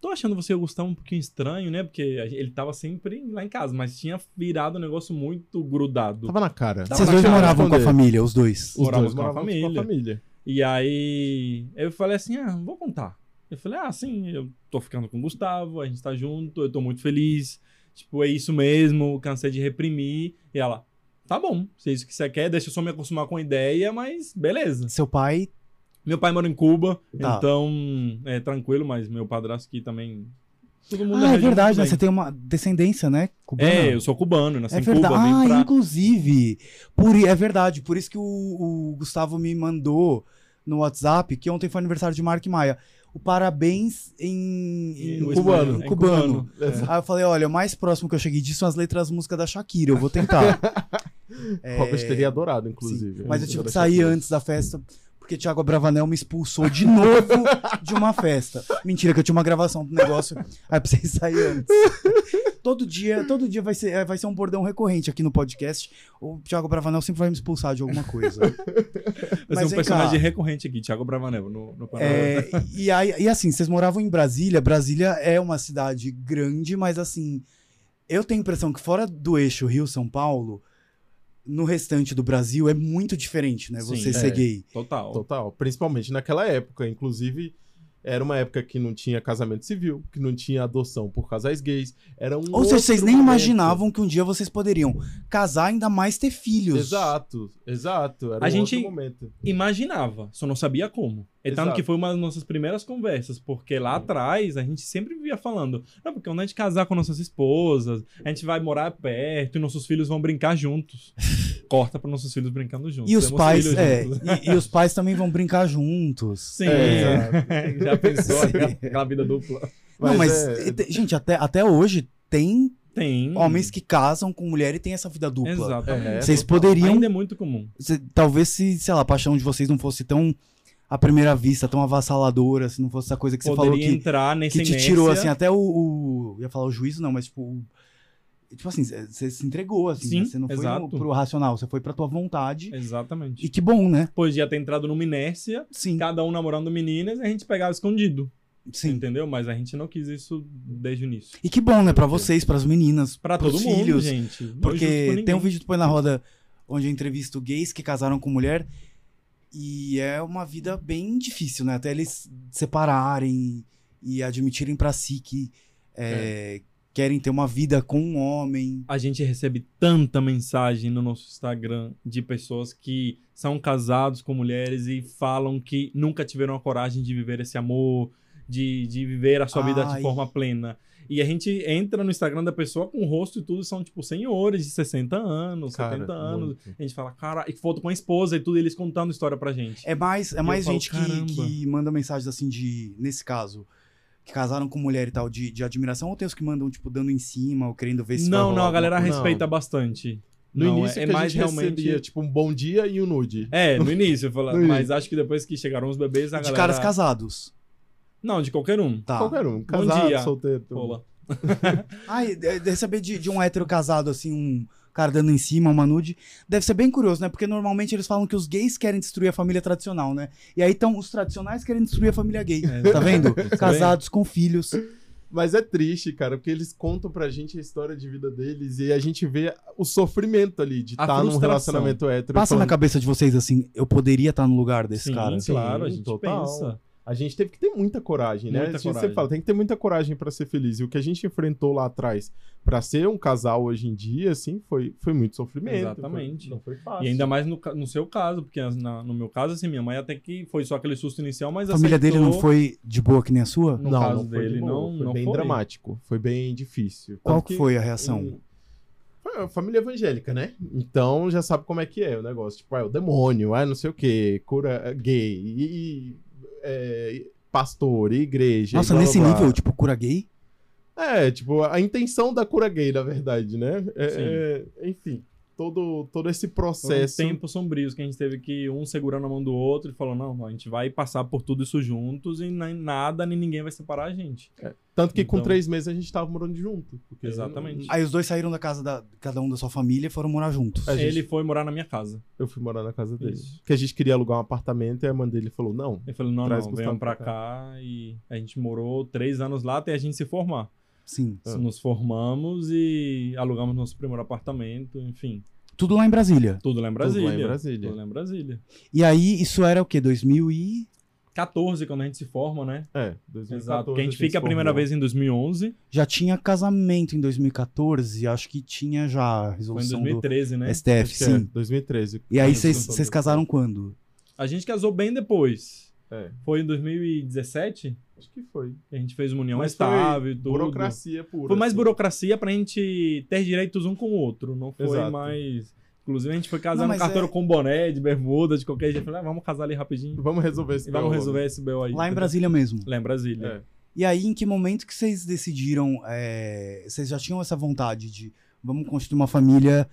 Speaker 2: Tô achando você e o Gustavo um pouquinho estranho, né? Porque a- ele tava sempre lá em casa, mas tinha virado um negócio muito grudado.
Speaker 3: Tava na cara.
Speaker 2: Dá
Speaker 1: vocês
Speaker 2: pra
Speaker 1: dois
Speaker 2: te
Speaker 1: moravam com a
Speaker 3: responder.
Speaker 1: família, os dois.
Speaker 3: Os
Speaker 2: Morava
Speaker 3: dois
Speaker 2: com a
Speaker 3: moravam com a
Speaker 2: família.
Speaker 3: família.
Speaker 2: E aí eu falei assim: ah, vou contar. Eu falei, ah, sim, eu tô ficando com o Gustavo, a gente tá junto, eu tô muito feliz. Tipo, é isso mesmo, cansei de reprimir. E ela, tá bom, se é isso que você quer, deixa eu só me acostumar com a ideia, mas beleza.
Speaker 1: Seu pai
Speaker 2: Meu pai mora em Cuba,
Speaker 1: Tá.
Speaker 2: então é tranquilo, mas meu padrasto aqui também. Todo mundo da
Speaker 1: Ah, é
Speaker 2: região
Speaker 1: verdade, né?
Speaker 2: também.
Speaker 1: Você tem uma descendência, né? Cubana.
Speaker 2: É, eu sou cubano, nasci
Speaker 1: É
Speaker 2: em Cuba,
Speaker 1: verdade.
Speaker 2: vim
Speaker 1: Ah,
Speaker 2: pra.
Speaker 1: inclusive. Por, i- é verdade. Por isso que o, o Gustavo me mandou no WhatsApp que ontem foi aniversário de Mark Maia. O parabéns em, em
Speaker 2: o
Speaker 3: cubano,
Speaker 1: em
Speaker 2: em
Speaker 1: cubano.
Speaker 3: É.
Speaker 1: Aí eu falei, olha, o mais próximo que eu cheguei disso são as letras músicas da Shakira. Eu vou tentar. É,
Speaker 3: Robert teria adorado,
Speaker 1: sim.
Speaker 3: inclusive.
Speaker 1: Mas eu
Speaker 2: É,
Speaker 1: tive
Speaker 3: Ele
Speaker 1: que
Speaker 3: adora
Speaker 1: sair
Speaker 3: Shakira.
Speaker 1: antes da festa. Porque Thiago Bravanel me expulsou de novo de uma festa. Mentira, que eu tinha uma gravação do negócio. Aí eu precisei sair antes. Todo dia, todo dia vai ser, é, vai ser um bordão recorrente aqui no podcast. O Thiago Bravanel sempre vai me expulsar de alguma coisa.
Speaker 2: <laughs> Vai
Speaker 1: Mas
Speaker 2: ser um
Speaker 1: vem
Speaker 2: personagem
Speaker 1: cá.
Speaker 2: recorrente aqui, Thiago Bravanel, no, no Paraná.
Speaker 1: É, e, aí, e assim, vocês moravam em Brasília. Brasília é uma cidade grande, mas assim, eu tenho a impressão que fora do eixo Rio-São Paulo, no restante do Brasil é muito diferente, né?
Speaker 2: Sim,
Speaker 1: Você
Speaker 2: é.
Speaker 1: ser gay.
Speaker 2: Total.
Speaker 3: Total. Principalmente naquela época. Inclusive, era uma época que não tinha casamento civil, que não tinha adoção por casais gays. Era um.
Speaker 1: Ou seja, vocês
Speaker 3: outro
Speaker 1: nem
Speaker 3: momento.
Speaker 1: imaginavam que um dia vocês poderiam casar ainda mais ter filhos.
Speaker 3: Exato, exato. Era
Speaker 2: A
Speaker 3: um
Speaker 2: gente-
Speaker 3: outro momento.
Speaker 2: imaginava, só não sabia como. É tanto
Speaker 3: Exato.
Speaker 2: que foi uma das nossas primeiras conversas, porque lá atrás a gente sempre vivia falando, não, porque quando a gente casar com nossas esposas, a gente vai morar perto e nossos filhos vão brincar juntos. Corta para nossos filhos brincando juntos.
Speaker 1: E os
Speaker 2: Temos
Speaker 1: pais,
Speaker 2: filhos
Speaker 1: é,
Speaker 2: juntos.
Speaker 1: e, e os pais também vão brincar juntos.
Speaker 2: Sim,
Speaker 3: É,
Speaker 2: já pensou
Speaker 1: <laughs> Sim.
Speaker 2: aquela aquela vida dupla?
Speaker 1: Não, mas,
Speaker 3: é-
Speaker 1: eh, te- gente, até, até hoje tem
Speaker 2: Tem.
Speaker 1: homens que casam com mulher e tem essa vida dupla.
Speaker 3: É,
Speaker 2: Exatamente.
Speaker 1: Vocês
Speaker 3: total.
Speaker 1: poderiam
Speaker 2: Ainda é muito comum.
Speaker 1: se- talvez se, sei lá, a paixão de vocês não fosse tão à primeira vista, tão avassaladora, se não fosse essa coisa que você
Speaker 2: Poderia
Speaker 1: falou que,
Speaker 2: entrar nesse
Speaker 1: que te tirou assim até o, o- ia falar o juízo não, mas tipo, o- tipo assim, você se entregou assim,
Speaker 2: Sim,
Speaker 1: né? você não foi
Speaker 2: exato.
Speaker 1: no, pro racional, você foi pra tua vontade.
Speaker 2: Exatamente.
Speaker 1: assim, E que bom, né?
Speaker 2: Podia ter entrado numa inércia,
Speaker 1: Sim,
Speaker 2: cada um namorando meninas, e a gente pegava escondido.
Speaker 1: sim.
Speaker 2: Entendeu? Mas a gente não quis isso desde o início.
Speaker 1: E que bom, né, Pra vocês, pras meninas,
Speaker 2: Pra
Speaker 1: pros
Speaker 2: todo mundo,
Speaker 1: filhos,
Speaker 2: gente. Não é justo com
Speaker 1: porque tem um
Speaker 2: ninguém.
Speaker 1: vídeo do Põe na Roda onde eu entrevisto gays que casaram com mulher e é uma vida bem difícil, né? Até eles separarem e admitirem pra si que é, querem ter uma vida com um homem.
Speaker 2: A gente recebe tanta mensagem no nosso Instagram de pessoas que são casados com mulheres e falam que nunca tiveram a coragem de viver esse amor, de, de viver a sua vida
Speaker 1: Ai.
Speaker 2: de forma plena. E a gente entra no Instagram da pessoa com o rosto e tudo, são tipo senhores de 60 anos,
Speaker 3: Cara,
Speaker 2: 70 anos.
Speaker 3: muito.
Speaker 2: A gente fala, cara, e foto com a esposa e tudo, e eles contando história pra gente.
Speaker 1: É mais, é
Speaker 2: eu
Speaker 1: mais
Speaker 2: falo,
Speaker 1: gente que,
Speaker 2: "Caramba."
Speaker 1: que manda mensagens assim de, nesse caso, que casaram com mulher e tal, de, de admiração, ou tem os que mandam, tipo, dando em cima ou querendo ver se vai
Speaker 2: Não,
Speaker 1: rolar
Speaker 2: não, a galera
Speaker 1: alguma
Speaker 3: coisa.
Speaker 2: respeita bastante.
Speaker 3: No
Speaker 2: Não,
Speaker 3: início,
Speaker 2: é,
Speaker 3: é,
Speaker 2: é
Speaker 3: que
Speaker 2: mais
Speaker 3: a gente
Speaker 2: realmente.
Speaker 3: recebia, tipo, um bom dia e um nude.
Speaker 2: É, no início, eu falo,
Speaker 3: <laughs> No início.
Speaker 2: mas acho que depois que chegaram os bebês, a
Speaker 1: coisa.
Speaker 2: galera.
Speaker 1: De caras casados.
Speaker 2: Não, de qualquer um.
Speaker 1: Tá.
Speaker 3: Qualquer um, casado,
Speaker 2: dia.
Speaker 3: solteiro. todo mundo.
Speaker 2: Rola.
Speaker 1: Ah, e de- de receber de, de um hétero casado, assim, um cara dando em cima, uma nude, deve ser bem curioso, né? Porque normalmente eles falam que os gays querem destruir a família tradicional, né? E aí então os tradicionais querem destruir a família gay. Tá vendo? Casados com filhos.
Speaker 3: Mas é triste, cara, porque eles contam pra gente a história de vida deles e a gente vê o sofrimento ali de
Speaker 2: A
Speaker 3: estar num
Speaker 2: frustração.
Speaker 3: relacionamento hétero. e
Speaker 1: Passa na
Speaker 3: falando,
Speaker 1: cabeça de vocês assim, eu poderia estar no lugar desse
Speaker 2: Sim,
Speaker 1: cara.
Speaker 2: claro, a
Speaker 3: Sim,
Speaker 2: gente
Speaker 3: total.
Speaker 2: pensa.
Speaker 3: A gente teve que ter muita coragem, né?
Speaker 2: Muita
Speaker 3: a gente
Speaker 2: coragem.
Speaker 3: sempre fala, tem que ter muita coragem pra ser feliz. E o que a gente enfrentou lá atrás pra ser um casal hoje em dia, assim, foi, foi muito sofrimento.
Speaker 2: Exatamente.
Speaker 3: Foi- não foi fácil.
Speaker 2: E ainda mais no, ca- no seu caso, porque as- na- no meu caso, assim, minha mãe até que foi só aquele susto inicial, mas
Speaker 1: A família dele não
Speaker 2: aceitou.
Speaker 1: foi de boa que nem a sua?
Speaker 2: no
Speaker 3: não,
Speaker 2: caso
Speaker 3: não foi de
Speaker 2: dele,
Speaker 3: boa,
Speaker 2: não-
Speaker 3: foi
Speaker 2: não
Speaker 3: bem
Speaker 2: foi.
Speaker 3: dramático, foi bem difícil.
Speaker 1: Qual
Speaker 3: Tanto
Speaker 1: que foi a reação?
Speaker 3: Hum, foi a família evangélica, né? Então já sabe como é que é o negócio. Tipo, ah, o demônio, ah, não sei o quê, cura ah, gay, e, e, é, e pastor, e igreja. e
Speaker 1: Nossa,
Speaker 3: blá, blá,
Speaker 1: nesse
Speaker 3: blá.
Speaker 1: nível, tipo, cura gay?
Speaker 3: É, tipo, a intenção da cura gay, na verdade, né? É, é, enfim, todo, todo esse
Speaker 2: Foram
Speaker 3: processo.
Speaker 2: tempos um sombrios que a gente teve que um segurando a mão do outro e falou: não, a gente vai passar por tudo isso juntos e nem nada nem ninguém vai separar a gente.
Speaker 3: Tanto que com
Speaker 2: Então-
Speaker 3: três meses a gente tava morando junto. porque
Speaker 2: Exatamente.
Speaker 1: Aí os dois saíram da casa da cada um da sua família e foram morar juntos.
Speaker 3: A gente-
Speaker 2: Ele foi morar na minha casa.
Speaker 3: Eu fui morar na casa dele.
Speaker 2: Isso.
Speaker 3: Porque a gente queria alugar um apartamento e a mãe dele falou: não,
Speaker 2: Ele falou: não,
Speaker 3: Traz
Speaker 2: não,
Speaker 3: Gustavo
Speaker 2: venham pra
Speaker 3: pra
Speaker 2: cá. E a gente morou três anos lá até a gente se formar. Assim,
Speaker 1: Sim.
Speaker 3: Ah.
Speaker 2: Nos formamos e alugamos nosso primeiro apartamento, enfim.
Speaker 1: Tudo lá em Brasília.
Speaker 2: Tudo lá em Brasília.
Speaker 3: em Brasília.
Speaker 2: Tudo lá em Brasília.
Speaker 1: E aí isso era o quê? 2000 e
Speaker 2: 14, quando a gente se forma, né?
Speaker 3: é,
Speaker 2: Exato.
Speaker 3: 2014.
Speaker 2: Porque a gente
Speaker 3: se
Speaker 2: fica a primeira
Speaker 3: formou.
Speaker 2: vez em 2011,
Speaker 1: já tinha casamento em 2014, acho que tinha já a
Speaker 2: foi em
Speaker 1: resolução do
Speaker 2: 2013, né?
Speaker 1: STF,
Speaker 3: Acho que é,
Speaker 1: sim.
Speaker 3: 2013.
Speaker 1: E aí
Speaker 2: Mas
Speaker 1: vocês
Speaker 2: não tô
Speaker 1: vocês
Speaker 2: vendo.
Speaker 1: casaram quando?
Speaker 2: A gente casou bem depois.
Speaker 3: É.
Speaker 2: Foi em 2017
Speaker 3: Acho que foi.
Speaker 2: que a gente fez uma união
Speaker 3: Mas foi
Speaker 2: estável e tudo.
Speaker 3: Burocracia pura.
Speaker 2: Foi mais
Speaker 3: assim.
Speaker 2: burocracia pra gente ter direitos um com o outro. Não foi
Speaker 3: Exato.
Speaker 2: mais. Inclusive, a gente foi
Speaker 1: Não,
Speaker 2: casar no
Speaker 1: mas
Speaker 2: cartório
Speaker 1: é-
Speaker 2: com boné, de bermuda, de qualquer jeito. Falei, ah, vamos casar ali rapidinho.
Speaker 3: Vamos resolver esse
Speaker 2: E vamos
Speaker 3: BO.
Speaker 2: resolver esse BO aí.
Speaker 1: Lá em
Speaker 2: entendeu?
Speaker 1: Brasília mesmo.
Speaker 2: Lá em Brasília.
Speaker 3: né? É.
Speaker 1: E aí, em que momento que vocês decidiram? é, vocês já tinham essa vontade de vamos construir uma família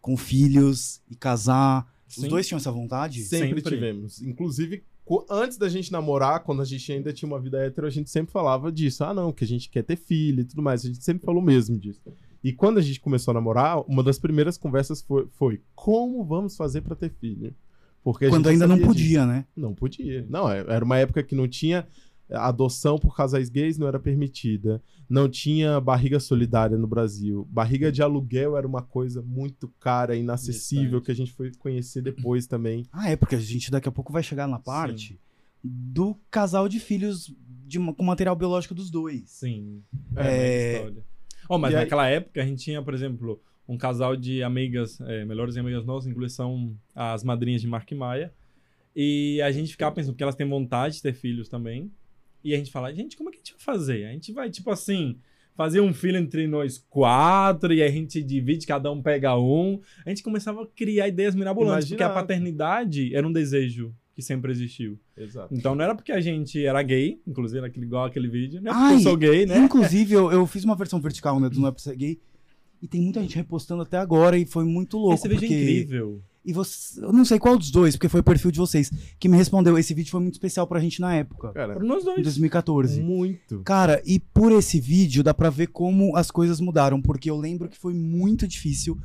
Speaker 1: com filhos e casar? Os
Speaker 2: Sim.
Speaker 1: dois tinham essa vontade?
Speaker 3: Sempre,
Speaker 2: Sempre.
Speaker 3: tivemos. Inclusive, co- antes da gente namorar, quando a gente ainda tinha uma vida hétero, a gente sempre falava disso. Ah, não, que a gente quer ter filho e tudo mais. A gente sempre falou mesmo disso. E quando a gente começou a namorar, uma das primeiras conversas foi, foi, como vamos fazer pra ter filho? Porque a
Speaker 1: Quando
Speaker 3: gente
Speaker 1: ainda não
Speaker 3: sabia disso.
Speaker 1: podia, né?
Speaker 3: Não podia. Não, é- era uma época que não tinha adoção por casais gays, não era permitida. Não tinha barriga solidária no Brasil. Barriga de aluguel era uma coisa muito cara, inacessível,
Speaker 2: Distante.
Speaker 3: que a gente foi conhecer depois também.
Speaker 1: Ah, é porque a gente daqui a pouco vai chegar na parte do casal de filhos de ma- com material biológico dos dois.
Speaker 2: Sim.
Speaker 1: É.
Speaker 2: É, é... história. Oh, mas
Speaker 3: E aí-
Speaker 2: naquela época a gente tinha, por exemplo, um casal de amigas, é, melhores amigas nossas, inclusive são as madrinhas de Mark Maia. E a gente ficava pensando, porque elas têm vontade de ter filhos também. E a gente fala, gente, como é que a gente vai fazer? A gente vai, tipo assim, fazer um filho entre nós quatro, e a gente divide, cada um pega um. A gente começava a criar ideias mirabolantes, porque a
Speaker 3: Imaginar.
Speaker 2: paternidade era um desejo que sempre existiu.
Speaker 3: Exato.
Speaker 2: Então não era porque a gente era gay, inclusive era aquele, igual aquele vídeo, né?
Speaker 1: Ai,
Speaker 2: Porque eu sou gay, né?
Speaker 1: Inclusive, eu, eu fiz uma versão vertical né, do Não é Pra Ser Gay. E tem muita gente repostando até agora e foi muito louco.
Speaker 2: Esse vídeo
Speaker 1: porque...
Speaker 2: é incrível.
Speaker 1: E você. Eu não sei qual dos dois, porque foi o perfil de vocês, que me respondeu. Esse vídeo foi muito especial pra gente na época,
Speaker 3: Cara,
Speaker 2: Para nós
Speaker 1: em
Speaker 2: dois. Hum.
Speaker 1: 2014.
Speaker 3: muito.
Speaker 1: Cara, e por esse vídeo dá pra ver como as coisas mudaram, porque eu lembro que foi muito difícil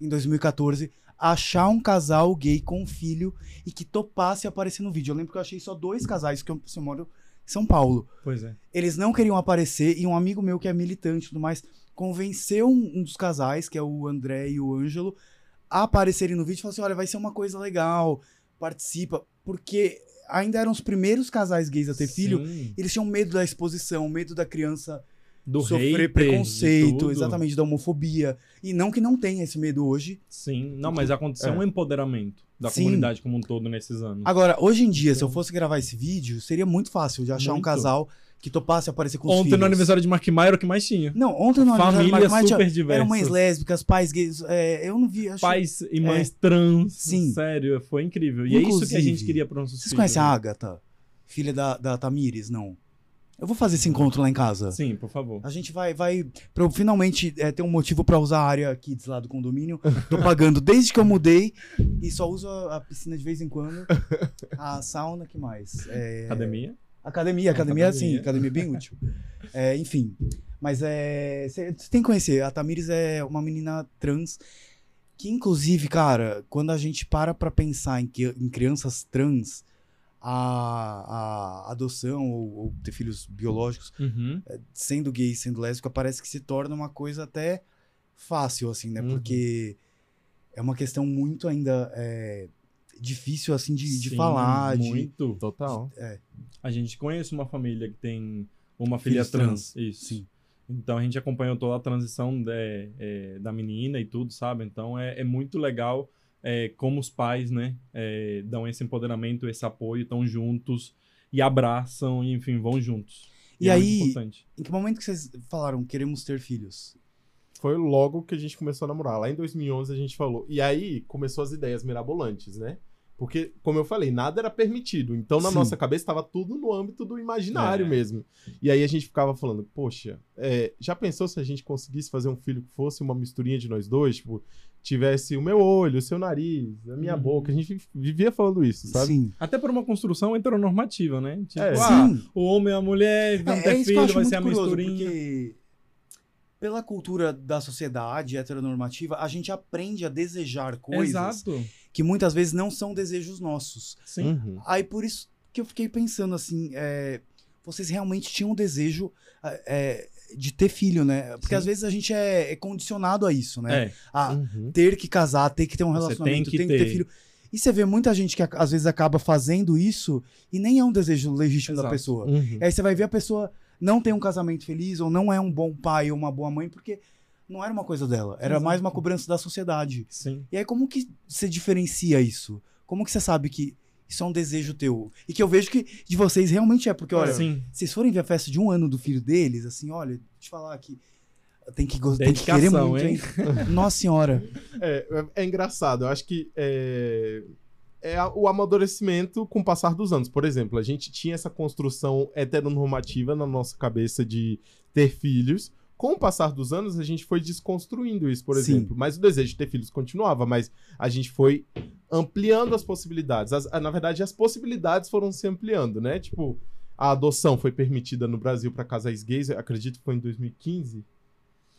Speaker 1: em 2014 achar um casal gay com um filho e que topasse aparecer no vídeo. Eu lembro que eu achei só dois casais, que eu, assim, eu moro em São Paulo.
Speaker 2: Pois é.
Speaker 1: Eles não queriam aparecer e um amigo meu que é militante e tudo mais convenceu um, um dos casais, que é o André e o Ângelo, a aparecerem no vídeo e falou assim: olha, vai ser uma coisa legal, participa. Porque ainda eram os primeiros casais gays a ter filho. Eles tinham medo da exposição, medo da criança
Speaker 2: do
Speaker 1: sofrer
Speaker 2: hater, de
Speaker 1: preconceito,
Speaker 2: tudo.
Speaker 1: exatamente, da homofobia. E não que não tenha esse medo hoje.
Speaker 2: Sim. Não, mas aconteceu
Speaker 3: É.
Speaker 2: um empoderamento da
Speaker 1: Sim.
Speaker 2: comunidade como um todo nesses anos.
Speaker 1: Agora, hoje em dia, se eu fosse gravar esse vídeo, seria muito fácil de achar um
Speaker 2: Muito.
Speaker 1: casal que topasse aparecer com os
Speaker 2: Ontem
Speaker 1: filhos.
Speaker 2: no aniversário de Mark Maia era o que mais tinha.
Speaker 1: Não, ontem no aniversário
Speaker 2: Famílias
Speaker 1: Marco Maia tinha-
Speaker 2: super
Speaker 1: Eram
Speaker 2: diversas.
Speaker 1: mães lésbicas, pais gays. é, eu não vi. Acho...
Speaker 2: Pais e mães trans.
Speaker 1: É. Sim.
Speaker 2: Sério, foi incrível. E é isso que a
Speaker 1: Inclusive,
Speaker 2: gente queria para nossos né?
Speaker 1: Vocês
Speaker 2: filhos.
Speaker 1: conhecem a Agatha? Filha da, da Tamires, não? Eu vou fazer esse encontro lá em casa.
Speaker 2: Sim, por favor.
Speaker 1: A gente vai, vai pra eu finalmente é, ter um motivo pra usar a área kids lá do condomínio. Tô pagando desde que eu mudei e só uso a, a piscina de vez em
Speaker 2: <laughs>
Speaker 1: quando. A sauna, que mais? É,
Speaker 2: Academia?
Speaker 1: Academia, academia,
Speaker 2: Academia.
Speaker 1: sim, academia é bem útil.
Speaker 2: <laughs>
Speaker 1: É, enfim, mas é. Você tem que conhecer. A Tamires é uma menina trans que, inclusive, cara, quando a gente para pra pensar em, que, em crianças trans, a, a adoção ou, ou ter filhos biológicos,
Speaker 2: Uhum.
Speaker 1: sendo gay, sendo lésbica, parece que se torna uma coisa até fácil, assim, né?
Speaker 3: Uhum.
Speaker 1: Porque é uma questão muito ainda é, difícil, assim, de, de
Speaker 2: Sim,
Speaker 1: falar, de,
Speaker 2: Muito.
Speaker 3: Total.
Speaker 2: A gente conhece uma família que tem uma filha
Speaker 1: Filhos
Speaker 2: trans.
Speaker 1: trans.
Speaker 2: Isso.
Speaker 1: Sim.
Speaker 2: Então a gente acompanhou toda a transição de- é, da menina e tudo, sabe? Então é, é muito legal é, como os pais, né, é, dão esse empoderamento, esse apoio, estão juntos e abraçam, e, enfim, vão juntos.
Speaker 1: E
Speaker 2: é muito
Speaker 1: aí-
Speaker 2: importante.
Speaker 1: Em que momento que vocês falaram queremos ter filhos?
Speaker 3: Foi logo que a gente começou a namorar. Lá em 2011 a gente falou. E aí começou as ideias mirabolantes, né? Porque, como eu falei, nada era permitido. Então, na
Speaker 1: Sim.
Speaker 3: nossa cabeça, estava tudo no âmbito do imaginário
Speaker 2: É.
Speaker 3: mesmo. E aí a gente ficava falando, poxa, é, já pensou se a gente conseguisse fazer um filho que fosse uma misturinha de nós dois? Tipo, tivesse o meu olho, o seu nariz, a minha
Speaker 2: Uhum.
Speaker 3: boca. A gente vivia falando isso, sabe?
Speaker 1: Sim.
Speaker 2: Até por uma construção heteronormativa, né? Tipo,
Speaker 3: É.
Speaker 2: ah,
Speaker 1: Sim. Ah,
Speaker 2: o homem é a mulher, vão ter filho, vai ser a misturinha.
Speaker 1: porque pela cultura da sociedade heteronormativa, a gente aprende a desejar coisas
Speaker 2: Exato.
Speaker 1: que muitas vezes não são desejos nossos.
Speaker 2: Sim.
Speaker 3: Uhum.
Speaker 1: Aí por isso que eu fiquei pensando assim, é, vocês realmente tinham o desejo é, de ter filho, né? Porque
Speaker 2: Sim.
Speaker 1: às vezes a gente é, é condicionado a isso, né?
Speaker 2: É,
Speaker 1: A
Speaker 3: Uhum.
Speaker 1: ter que casar, ter que ter um
Speaker 2: Você
Speaker 1: relacionamento,
Speaker 2: tem
Speaker 1: tem
Speaker 2: que
Speaker 1: que, ter...
Speaker 2: ter.
Speaker 1: filho. E você vê muita gente que a- às vezes acaba fazendo isso e nem é um desejo legítimo
Speaker 2: Exato.
Speaker 1: da pessoa.
Speaker 3: Uhum.
Speaker 1: E Aí você vai ver a pessoa não tem um casamento feliz ou não é um bom pai ou uma boa mãe porque não era uma coisa dela, era
Speaker 2: Exato.
Speaker 1: mais uma cobrança da sociedade.
Speaker 2: sim.
Speaker 1: E aí como que você diferencia isso? Como que você sabe que isso é um desejo teu? E que eu vejo que de vocês realmente é, porque olha, se
Speaker 2: sim.
Speaker 1: vocês forem ver a festa de um ano do filho deles, assim, olha, deixa eu te falar que tem que, go- tem que
Speaker 2: Dedicação,
Speaker 1: querer muito,
Speaker 2: hein?
Speaker 1: hein? Nossa senhora.
Speaker 3: É, é- é engraçado. Eu acho que é, é a- o amadurecimento com o passar dos anos. Por exemplo, a gente tinha essa construção heteronormativa na nossa cabeça de ter filhos. Com o passar dos anos, a gente foi desconstruindo isso, por
Speaker 1: Sim.
Speaker 3: exemplo. Mas o desejo de ter filhos continuava, mas a gente foi ampliando as possibilidades. As- a- na verdade, as possibilidades foram se ampliando, né? Tipo, a adoção foi permitida no Brasil para casais gays, eu acredito que foi em 2015.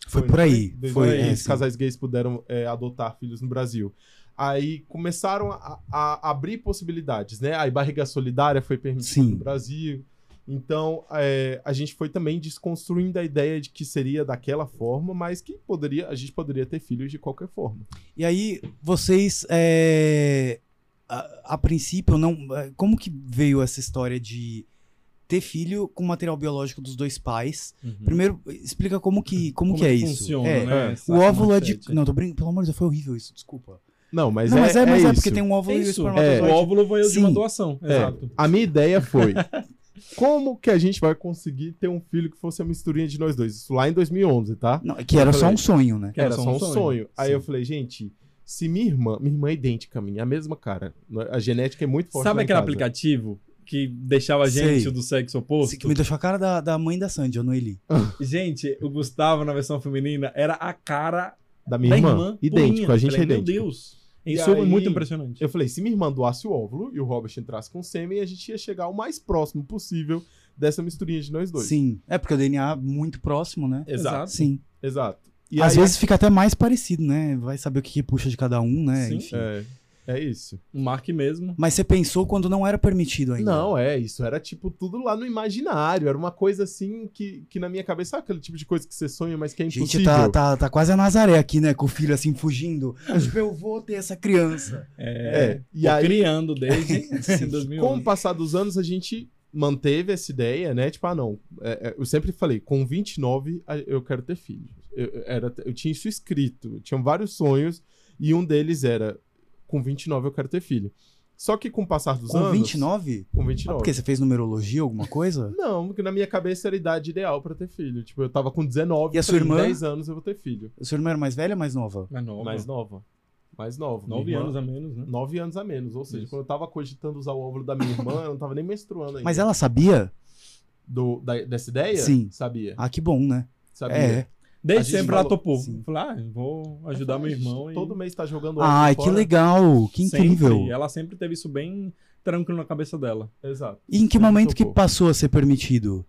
Speaker 1: Foi
Speaker 3: não
Speaker 1: por aí.
Speaker 3: Dois
Speaker 1: Foi,
Speaker 3: gays,
Speaker 1: é, sim.
Speaker 3: casais gays puderam é, adotar filhos no Brasil. Aí começaram a, a abrir possibilidades, né? Aí barriga solidária foi permitida
Speaker 1: Sim.
Speaker 3: no Brasil. Então, é, a gente foi também desconstruindo a ideia de que seria daquela forma, mas que poderia, a gente poderia ter filhos de qualquer forma.
Speaker 1: E aí, vocês, é, a, a princípio, não, é, como que veio essa história de ter filho com material biológico dos dois pais?
Speaker 2: Uhum.
Speaker 1: Primeiro, explica como que, como que é isso.
Speaker 2: Funciona,
Speaker 1: É,
Speaker 2: né?
Speaker 1: O óvulo é de... Não, tô brincando. Pelo amor de Deus, foi horrível isso, desculpa.
Speaker 3: Não, mas
Speaker 1: não,
Speaker 3: é,
Speaker 1: mas é, mas é, porque
Speaker 3: isso.
Speaker 1: tem um óvulo e o
Speaker 2: Isso. É,
Speaker 1: espermatozoide.
Speaker 2: O óvulo veio de uma
Speaker 1: Sim.
Speaker 2: doação,
Speaker 3: É.
Speaker 2: exato.
Speaker 3: A minha ideia
Speaker 1: <laughs>
Speaker 3: foi: como que a gente vai conseguir ter um filho que fosse a misturinha de nós dois? Isso lá em 2011, tá?
Speaker 1: Não, que era só um sonho, né?
Speaker 2: Que era só um
Speaker 3: sonho.
Speaker 2: sonho.
Speaker 3: Aí
Speaker 2: Sim.
Speaker 3: eu falei, gente, se minha irmã, minha irmã é idêntica a mim, é a mesma cara. A genética é muito forte.
Speaker 2: Sabe
Speaker 3: lá em
Speaker 2: aquele
Speaker 3: casa.
Speaker 2: aplicativo que deixava a gente
Speaker 1: Sei.
Speaker 2: do
Speaker 1: Isso
Speaker 2: sexo oposto?
Speaker 1: que me deixou a cara da, da mãe da Sandy, a Noeli.
Speaker 2: Gente, o Gustavo na versão feminina era a cara
Speaker 3: Da minha
Speaker 2: da
Speaker 3: irmã.
Speaker 2: irmã.
Speaker 3: idêntico,
Speaker 2: purinha.
Speaker 3: a gente é
Speaker 2: Falei,
Speaker 3: idêntico.
Speaker 2: Meu Deus.
Speaker 3: E
Speaker 2: Isso é
Speaker 3: aí-
Speaker 2: muito impressionante.
Speaker 3: Eu falei, se minha irmã doasse o óvulo e o Robert entrasse com o sêmen, a gente ia chegar o mais próximo possível dessa misturinha de nós dois.
Speaker 1: Sim. É porque o DNA é muito próximo, né?
Speaker 2: Exato.
Speaker 1: Sim.
Speaker 3: Exato. E
Speaker 1: E Às
Speaker 3: aí-
Speaker 1: vezes fica até mais parecido, né? Vai saber o que, que puxa de cada um, né?
Speaker 2: Sim.
Speaker 1: Enfim.
Speaker 3: É, é isso.
Speaker 2: O Mark mesmo.
Speaker 1: Mas você pensou quando não era permitido ainda.
Speaker 3: Não, é isso. Era tipo tudo lá no imaginário. Era uma coisa assim que, que na minha cabeça, sabe aquele tipo de coisa que você sonha, mas que é impossível?
Speaker 1: Gente, tá, tá, tá quase a Nazaré aqui, né? Com o filho assim
Speaker 3: <laughs>
Speaker 1: fugindo. Tipo, eu vou ter essa criança.
Speaker 2: É.
Speaker 3: É.
Speaker 2: E
Speaker 3: E aí,
Speaker 2: criando desde 2011.
Speaker 3: Com o passar dos anos, a gente manteve essa ideia, né? Tipo, ah, não. é, é, eu sempre falei, com 29 a- eu quero ter filho. Eu, eu era, eu tinha isso escrito, eu tinha vários sonhos, e um deles era, com 29 eu quero ter filho. Só que com o passar dos
Speaker 1: Com
Speaker 3: anos.
Speaker 1: 29?
Speaker 3: Com
Speaker 1: Ah,
Speaker 3: 29.
Speaker 1: porque você fez numerologia, alguma
Speaker 3: <laughs>
Speaker 1: coisa?
Speaker 3: Não, porque na minha cabeça era a idade ideal pra ter filho. Tipo, eu tava com 19,
Speaker 1: E a sua
Speaker 3: falei, em
Speaker 1: irmã?
Speaker 3: 10 anos eu vou ter filho.
Speaker 1: O seu irmão era mais velha ou mais nova?
Speaker 2: Mas nova.
Speaker 3: Mais nova. Mais nova.
Speaker 2: Nove
Speaker 3: Minha irmã,
Speaker 2: anos a menos, né?
Speaker 3: Nove anos a menos. Ou seja,
Speaker 2: Isso.
Speaker 3: quando eu tava cogitando usar o óvulo da minha irmã, eu não tava nem menstruando ainda.
Speaker 1: Mas ela sabia?
Speaker 3: do- da- dessa ideia?
Speaker 1: Sim.
Speaker 3: Sabia.
Speaker 1: Ah, que bom, né?
Speaker 3: Sabia.
Speaker 1: É.
Speaker 3: A
Speaker 2: Desde
Speaker 3: gente
Speaker 2: sempre ela
Speaker 3: falou-
Speaker 2: topou.
Speaker 1: Sim.
Speaker 2: Falei, ah, eu vou ajudar meu irmão. e
Speaker 3: Todo mês tá jogando álcool
Speaker 1: Ai, Ah, que
Speaker 3: fora. é.
Speaker 1: legal, que
Speaker 2: sempre.
Speaker 1: incrível.
Speaker 2: Ela sempre teve isso bem tranquilo na cabeça dela.
Speaker 3: Exato.
Speaker 1: E em que
Speaker 3: Sempre
Speaker 1: momento que
Speaker 3: topou.
Speaker 1: passou a ser permitido?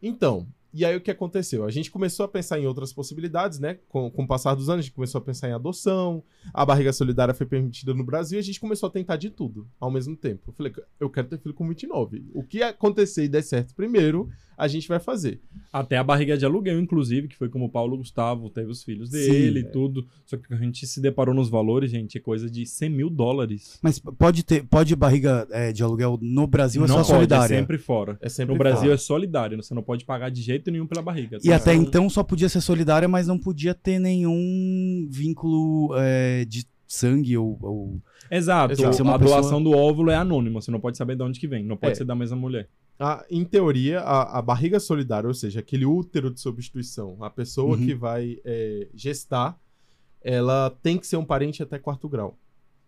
Speaker 3: Então, e aí o que aconteceu? A gente começou a pensar em outras possibilidades, né? Com, com o passar dos anos, a gente começou a pensar em adoção, a barriga solidária foi permitida no Brasil e a gente começou a tentar de tudo ao mesmo tempo. Eu falei, eu quero ter filho com 29. O que acontecer e der certo primeiro, a gente vai fazer.
Speaker 2: Até a barriga de aluguel, inclusive, que foi como o Paulo Gustavo teve os filhos
Speaker 1: Sim.
Speaker 2: dele e tudo. Só que a gente se deparou nos valores, gente, é coisa de 100 mil dólares.
Speaker 1: Mas pode ter, pode barriga é, de aluguel no Brasil ou
Speaker 2: não
Speaker 1: só
Speaker 2: pode,
Speaker 1: solidária?
Speaker 2: é sempre fora.
Speaker 3: É sempre
Speaker 2: No Brasil
Speaker 3: fora.
Speaker 2: é solidário, você não pode pagar de jeito nenhum pela barriga.
Speaker 1: E até
Speaker 2: Então,
Speaker 1: então só podia ser solidária, mas não podia ter nenhum vínculo é, de sangue ou, ou-
Speaker 2: Exato,
Speaker 3: Exato.
Speaker 1: Ser
Speaker 2: a
Speaker 1: uma pessoa-
Speaker 2: doação do óvulo é anônima, você não pode saber de onde que vem, não pode
Speaker 3: É.
Speaker 2: ser da mesma mulher.
Speaker 3: A- em teoria, a, a barriga solidária, ou seja, aquele útero de substituição, a pessoa
Speaker 1: Uhum.
Speaker 3: que vai é, gestar, ela tem que ser um parente até quarto grau.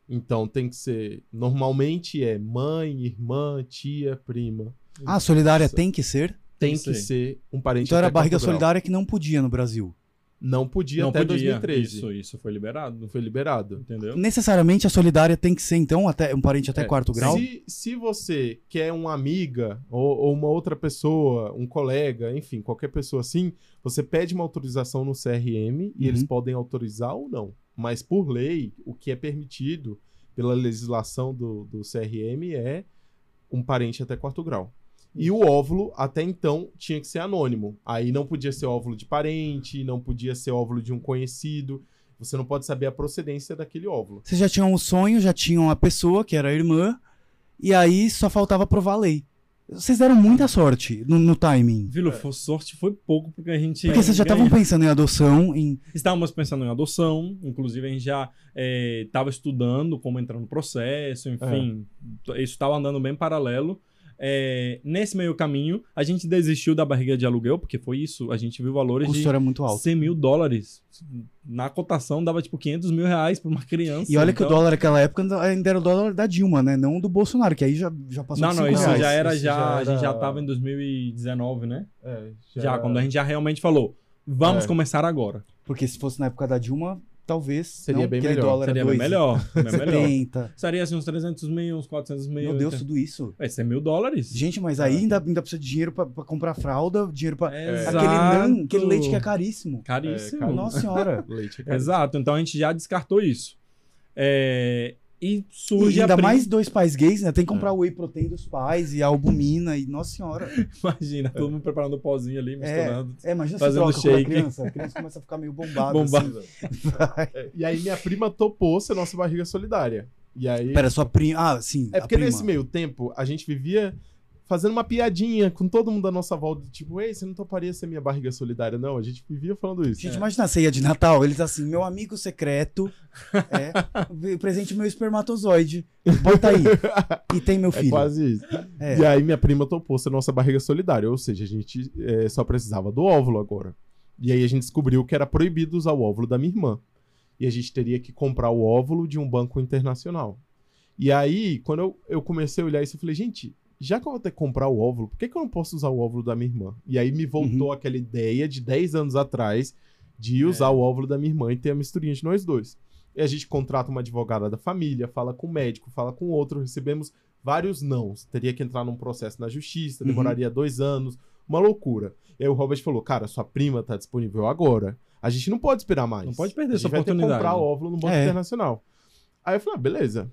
Speaker 3: Então tem que ser. Normalmente é mãe, irmã, tia, prima.
Speaker 1: Ah, solidária
Speaker 3: Nossa.
Speaker 1: tem que ser?
Speaker 3: Tem
Speaker 2: Isso
Speaker 3: que
Speaker 2: aí.
Speaker 3: ser um parente
Speaker 1: Então era
Speaker 3: até
Speaker 1: barriga
Speaker 3: quarto grau.
Speaker 1: solidária que não podia no Brasil.
Speaker 3: Não podia
Speaker 2: não
Speaker 3: até
Speaker 2: podia.
Speaker 3: 2013.
Speaker 2: Isso, isso foi liberado,
Speaker 3: Não foi liberado.
Speaker 2: entendeu?
Speaker 1: Necessariamente a solidária tem que ser, então, até um parente até
Speaker 3: É,
Speaker 1: quarto grau?
Speaker 3: Se, se você quer uma amiga ou, ou uma outra pessoa, um colega, enfim, qualquer pessoa assim, você pede uma autorização no CRM e
Speaker 1: Uhum.
Speaker 3: eles podem autorizar ou não. Mas por lei, o que é permitido pela legislação do, do CRM é um parente até quarto grau. E o óvulo, até então, tinha que ser anônimo. Aí não podia ser óvulo de parente, não podia ser óvulo de um conhecido. Você não pode saber a procedência daquele óvulo.
Speaker 1: Vocês já tinham um sonho, já tinham a pessoa, que era a irmã, e aí só faltava provar a lei. Vocês deram muita sorte no, no timing.
Speaker 2: Vilo, foi- sorte foi pouco, porque a gente.
Speaker 1: Porque vocês já estavam pensando em adoção, em
Speaker 2: Estávamos pensando em adoção, inclusive a gente já estava estudando como entrar no processo,
Speaker 1: É.
Speaker 2: enfim, t- isso estava andando bem paralelo. É, nesse meio caminho, a gente desistiu da barriga de aluguel, porque foi isso, a gente viu valores
Speaker 1: custo era muito
Speaker 2: de
Speaker 1: alto.
Speaker 2: 100 mil dólares. Na cotação dava tipo 500 mil reais para uma criança.
Speaker 1: E olha que o
Speaker 2: então-
Speaker 1: dólar naquela época ainda era o dólar da Dilma, né? Não do Bolsonaro, que aí já, já passou
Speaker 2: Não,
Speaker 1: de
Speaker 2: não,
Speaker 1: cinco
Speaker 2: isso
Speaker 1: reais.
Speaker 2: já é- era,
Speaker 3: Isso
Speaker 2: já,
Speaker 3: já
Speaker 2: a gente já
Speaker 3: era-
Speaker 2: estava em 2019, né?
Speaker 3: É,
Speaker 2: Já, quando a gente já realmente falou, vamos
Speaker 3: É.
Speaker 2: começar agora.
Speaker 1: Porque se fosse na época da Dilma, talvez.
Speaker 3: Seria
Speaker 1: não,
Speaker 3: bem
Speaker 1: aquele
Speaker 3: melhor.
Speaker 1: dólar era
Speaker 2: Seria bem
Speaker 1: dois,
Speaker 2: melhor,
Speaker 1: <laughs>
Speaker 2: bem melhor.
Speaker 1: 70.
Speaker 2: Seria assim uns 300 mil, uns 400 mil.
Speaker 1: Meu Deus,
Speaker 2: então-
Speaker 1: tudo isso.
Speaker 2: É 100 mil dólares.
Speaker 1: Gente, mas aí ainda, ainda precisa de dinheiro pra, pra comprar fralda, dinheiro pra.
Speaker 2: Exato.
Speaker 1: É. Aquele, nan, aquele leite que é caríssimo.
Speaker 2: caríssimo.
Speaker 3: É, caríssimo.
Speaker 1: Nossa
Speaker 2: <laughs>
Speaker 1: senhora.
Speaker 3: Leite, é cara.
Speaker 2: Exato, então a gente já descartou isso. É, E surge
Speaker 1: E
Speaker 2: a É.
Speaker 1: ainda
Speaker 2: prim-
Speaker 1: mais dois pais gays, né? Tem que comprar whey protein dos pais e a albumina e nossa senhora.
Speaker 2: <laughs> Imagina, todo mundo preparando o pozinho ali, misturando.
Speaker 1: É, imagina se
Speaker 2: Fazendo
Speaker 1: troca com a
Speaker 2: shake.
Speaker 1: criança. A criança começa a ficar
Speaker 2: <laughs>
Speaker 1: meio bombada.
Speaker 2: Bombada.
Speaker 1: assim.
Speaker 3: É, E aí minha prima topou ser nossa barriga solidária. E aí.
Speaker 1: Pera, sua prima. Ah, sim.
Speaker 3: é
Speaker 1: a
Speaker 3: porque
Speaker 1: prima.
Speaker 3: nesse meio tempo a gente vivia fazendo uma piadinha com todo mundo à nossa volta. Tipo, ei, você não toparia ser minha barriga solidária, não? A gente vivia falando isso. É.
Speaker 1: Gente, imagina a ceia de Natal. Eles assim, meu amigo secreto, é, presente meu espermatozoide. Bota tá
Speaker 3: <laughs>
Speaker 1: aí. E tem meu
Speaker 3: É
Speaker 1: filho.
Speaker 3: quase isso.
Speaker 1: É.
Speaker 3: E aí minha prima topou ser nossa barriga solidária. Ou seja, a gente é, só precisava do óvulo agora. E aí a gente descobriu que era proibido usar o óvulo da minha irmã. E a gente teria que comprar o óvulo de um banco internacional. E aí, quando eu, eu comecei a olhar isso, eu falei, gente, já que eu vou ter que comprar o óvulo, por que, que eu não posso usar o óvulo da minha irmã? E aí me voltou aquela ideia de 10 anos atrás de usar o óvulo da minha irmã e ter a misturinha de nós dois. E a gente contrata uma advogada da família, fala com o médico, fala com outro, recebemos vários nãos. Teria que entrar num processo na justiça,
Speaker 1: Uhum.
Speaker 3: demoraria dois anos, uma loucura. E aí o Robert falou, cara, sua prima tá disponível agora. A gente não pode esperar mais.
Speaker 2: Não pode perder
Speaker 3: a
Speaker 2: essa
Speaker 3: gente vai ter que
Speaker 2: oportunidade.
Speaker 3: comprar óvulo no Banco
Speaker 1: É.
Speaker 3: Internacional. Aí eu falei, ah, beleza.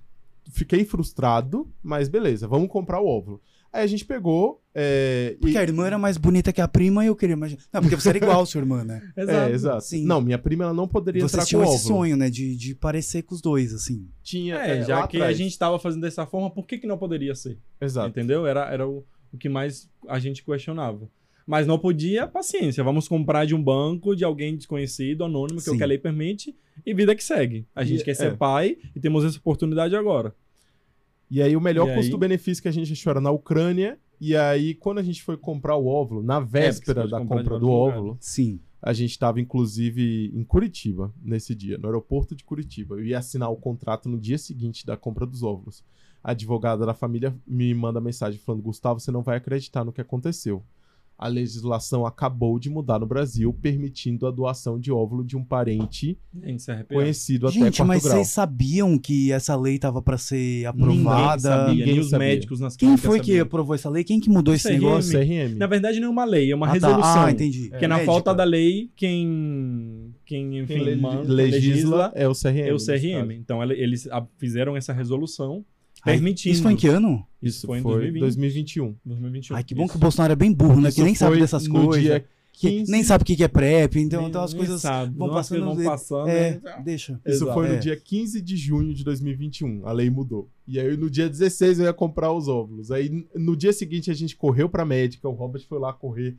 Speaker 3: Fiquei frustrado, mas beleza, vamos comprar o óvulo. Aí a gente pegou. É,
Speaker 1: Porque
Speaker 3: e-
Speaker 1: a irmã era mais bonita que a prima e eu queria imaginar. Não, porque você era igual, sua irmã, né?
Speaker 3: É, exato.
Speaker 1: Sim.
Speaker 3: Não, minha prima ela não poderia
Speaker 1: Vocês
Speaker 3: entrar
Speaker 1: tinham
Speaker 3: com
Speaker 1: esse
Speaker 3: óvulo.
Speaker 1: sonho, né? De, de parecer com os dois, assim.
Speaker 3: Tinha,
Speaker 2: É,
Speaker 3: é,
Speaker 2: já
Speaker 3: lá
Speaker 2: que a
Speaker 3: atrás.
Speaker 2: gente estava fazendo dessa forma, por que, que não poderia ser?
Speaker 3: Exato.
Speaker 2: Entendeu? Era, era o, o que mais a gente questionava. Mas não podia, paciência. Vamos comprar de um banco, de alguém desconhecido, anônimo, que é o
Speaker 1: Sim.
Speaker 2: que a lei permite, e vida que segue. A gente
Speaker 3: E-
Speaker 2: quer ser
Speaker 3: é.
Speaker 2: pai e temos essa oportunidade agora.
Speaker 3: E aí o melhor
Speaker 2: E aí?
Speaker 3: custo-benefício que a gente achou era na Ucrânia. E aí, quando a gente foi comprar o óvulo,
Speaker 2: É,
Speaker 3: na véspera
Speaker 2: pode
Speaker 3: da
Speaker 2: comprar de né?
Speaker 3: compra
Speaker 2: vários
Speaker 3: do
Speaker 2: lugares.
Speaker 3: óvulo,
Speaker 1: Sim.
Speaker 3: a gente estava inclusive em Curitiba nesse dia, no aeroporto de Curitiba. Eu ia assinar o contrato no dia seguinte da compra dos óvulos. A advogada da família me manda mensagem falando: Gustavo, você não vai acreditar no que aconteceu. a legislação acabou de mudar no Brasil, permitindo a doação de óvulo de um parente
Speaker 2: Gente, se arrepia.
Speaker 3: conhecido até
Speaker 1: Gente,
Speaker 3: quarto
Speaker 1: mas
Speaker 3: grau.
Speaker 1: vocês sabiam que essa lei tava pra ser
Speaker 2: Ninguém
Speaker 1: aprovada?
Speaker 2: sabia, nem
Speaker 3: ninguém
Speaker 2: os
Speaker 3: sabia.
Speaker 2: médicos nas
Speaker 1: Quem
Speaker 2: clínicas
Speaker 1: foi que
Speaker 2: sabiam.
Speaker 1: aprovou essa lei? Quem que mudou esse
Speaker 2: Isso aí,
Speaker 1: negócio?
Speaker 2: amigo.
Speaker 3: CRM.
Speaker 2: Na verdade, não é uma lei, é uma
Speaker 1: Ah, tá.
Speaker 2: resolução.
Speaker 1: Ah, entendi.
Speaker 3: é
Speaker 1: tipo,
Speaker 2: Que na
Speaker 1: Médico.
Speaker 2: falta da lei, quem, quem enfim,
Speaker 3: Quem le-
Speaker 2: manda-
Speaker 3: legisla é o CRM.
Speaker 2: é o
Speaker 3: nesse
Speaker 2: CRM.
Speaker 3: caso.
Speaker 2: Então, ela- eles a- fizeram essa resolução
Speaker 1: Ai,
Speaker 2: permitindo.
Speaker 1: Isso foi em que ano?
Speaker 3: Isso
Speaker 2: foi
Speaker 3: foi
Speaker 2: em
Speaker 3: em
Speaker 2: 2020.
Speaker 3: 2021.
Speaker 2: 2021.
Speaker 1: Ai, que bom
Speaker 2: Isso.
Speaker 1: que o Bolsonaro é bem burro, né? Que
Speaker 3: Isso
Speaker 1: nem sabe
Speaker 3: foi
Speaker 1: dessas
Speaker 3: no
Speaker 1: coisas.
Speaker 3: dia
Speaker 1: que
Speaker 3: 15.
Speaker 1: nem sabe o que que é PrEP, então,
Speaker 2: Nem-
Speaker 1: então as
Speaker 2: nem
Speaker 1: coisas
Speaker 2: sabe.
Speaker 1: vão
Speaker 2: Não, as
Speaker 1: passando,
Speaker 2: coisas Vão
Speaker 1: é-
Speaker 2: passando
Speaker 1: é,
Speaker 2: né?
Speaker 1: deixa.
Speaker 3: Isso
Speaker 2: Exato.
Speaker 3: foi no
Speaker 1: É.
Speaker 3: dia 15 de junho de 2021. A lei mudou. E aí, no dia 16, eu ia comprar os óvulos. Aí, n- no dia seguinte, a gente correu pra médica. O Robert foi lá correr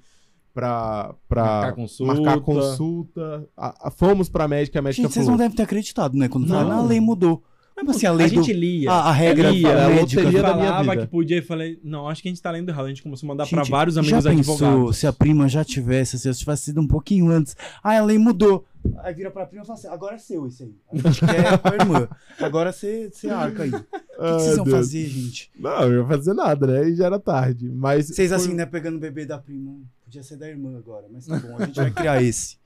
Speaker 3: pra, pra
Speaker 2: Marcar consulta.
Speaker 3: marcar consulta. A- a- fomos pra médica, a médica
Speaker 1: Gente, vocês
Speaker 3: falou.
Speaker 1: não devem ter acreditado, né? Quando falaram,
Speaker 2: Não.
Speaker 1: "Ah, a lei mudou. Como assim a lei
Speaker 2: a
Speaker 1: do...
Speaker 2: gente lia.
Speaker 1: A, a regra
Speaker 2: lia,
Speaker 3: a
Speaker 1: médica.
Speaker 3: loteria da minha
Speaker 2: falava
Speaker 3: vida.
Speaker 2: que podia e falei, não, acho que a gente tá lendo errado. A gente começou a mandar pra
Speaker 1: Gente,
Speaker 2: vários amigos
Speaker 1: já pensou
Speaker 2: advogados.
Speaker 1: se a prima já tivesse, se eu tivesse sido um pouquinho antes. Ah, a lei mudou. Aí vira pra prima e fala assim, agora é seu isso aí. A gente
Speaker 2: <laughs>
Speaker 1: quer com a irmã. Agora você você arca aí. O que, que
Speaker 3: "Ai,
Speaker 1: vocês iam
Speaker 3: "Ah, Deus."
Speaker 1: fazer, gente?
Speaker 3: Não, eu não ia fazer nada, né? E já era tarde. Mas
Speaker 1: Vocês
Speaker 3: foi-
Speaker 1: assim, né, pegando o bebê da prima. Podia ser da irmã agora, mas tá bom, a gente vai criar esse.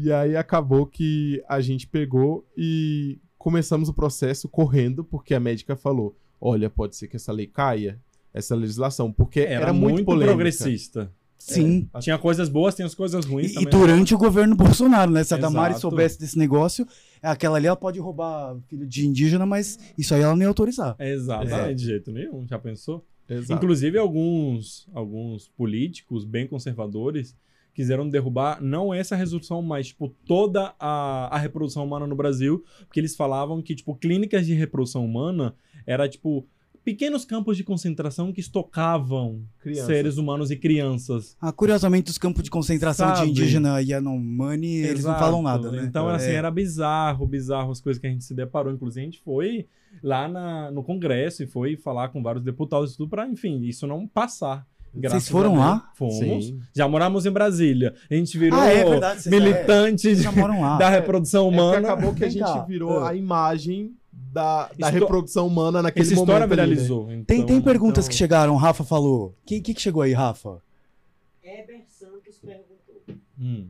Speaker 3: E aí acabou que a gente pegou e começamos o processo correndo, porque a médica falou: olha, pode ser que essa lei caia, essa legislação, porque era, muito, polêmica.
Speaker 2: progressista.
Speaker 1: Sim.
Speaker 3: É.
Speaker 2: Tinha coisas boas, tinha as coisas ruins
Speaker 1: E, e
Speaker 2: também. né?
Speaker 1: durante o governo Bolsonaro, né? Se a Damares
Speaker 2: Exato.
Speaker 1: soubesse desse negócio, aquela ali ela pode roubar filho de indígena, mas isso aí ela não ia autorizar.
Speaker 2: Exatamente,
Speaker 3: Exato.
Speaker 2: de jeito nenhum, já pensou?
Speaker 3: Exato.
Speaker 2: Inclusive, alguns, alguns políticos bem conservadores quiseram derrubar não essa resolução, mas tipo, toda a, a reprodução humana no Brasil, porque eles falavam que tipo, clínicas de reprodução humana era tipo pequenos campos de concentração que estocavam
Speaker 3: Crianças.
Speaker 2: seres humanos e crianças.
Speaker 1: Ah, curiosamente, os campos de concentração
Speaker 2: Sabe.
Speaker 1: de indígena e Yanomami, eles não
Speaker 2: Exato.
Speaker 1: falam nada, né?
Speaker 2: Então, assim,
Speaker 1: É.
Speaker 2: era bizarro, bizarro as coisas que a gente se deparou. Inclusive, a gente foi lá na- no Congresso e foi falar com vários deputados e tudo pra, enfim, isso não passar. Graças
Speaker 1: Vocês foram
Speaker 2: a Deus,
Speaker 1: lá?
Speaker 2: Fomos.
Speaker 3: Sim. É
Speaker 2: Já moramos em Brasília. A gente virou
Speaker 1: Ah, é verdade, É. vocês-
Speaker 2: militante
Speaker 1: Vocês já moram lá.
Speaker 2: <laughs> da
Speaker 1: É
Speaker 2: reprodução
Speaker 3: Humana,
Speaker 2: humana.
Speaker 3: acabou que a
Speaker 1: Vem
Speaker 3: gente
Speaker 1: cá.
Speaker 3: virou
Speaker 1: Ah.
Speaker 3: a imagem da, da
Speaker 2: É. Isso to-
Speaker 3: reprodução humana naquele
Speaker 2: Essa história
Speaker 3: momento. ali, né?
Speaker 2: viralizou.
Speaker 1: Tem,
Speaker 2: então-
Speaker 1: tem perguntas
Speaker 3: então-
Speaker 1: que chegaram, o Rafa falou. Quem que, que chegou aí, Rafa?
Speaker 4: Heber Santos perguntou:
Speaker 2: Hum.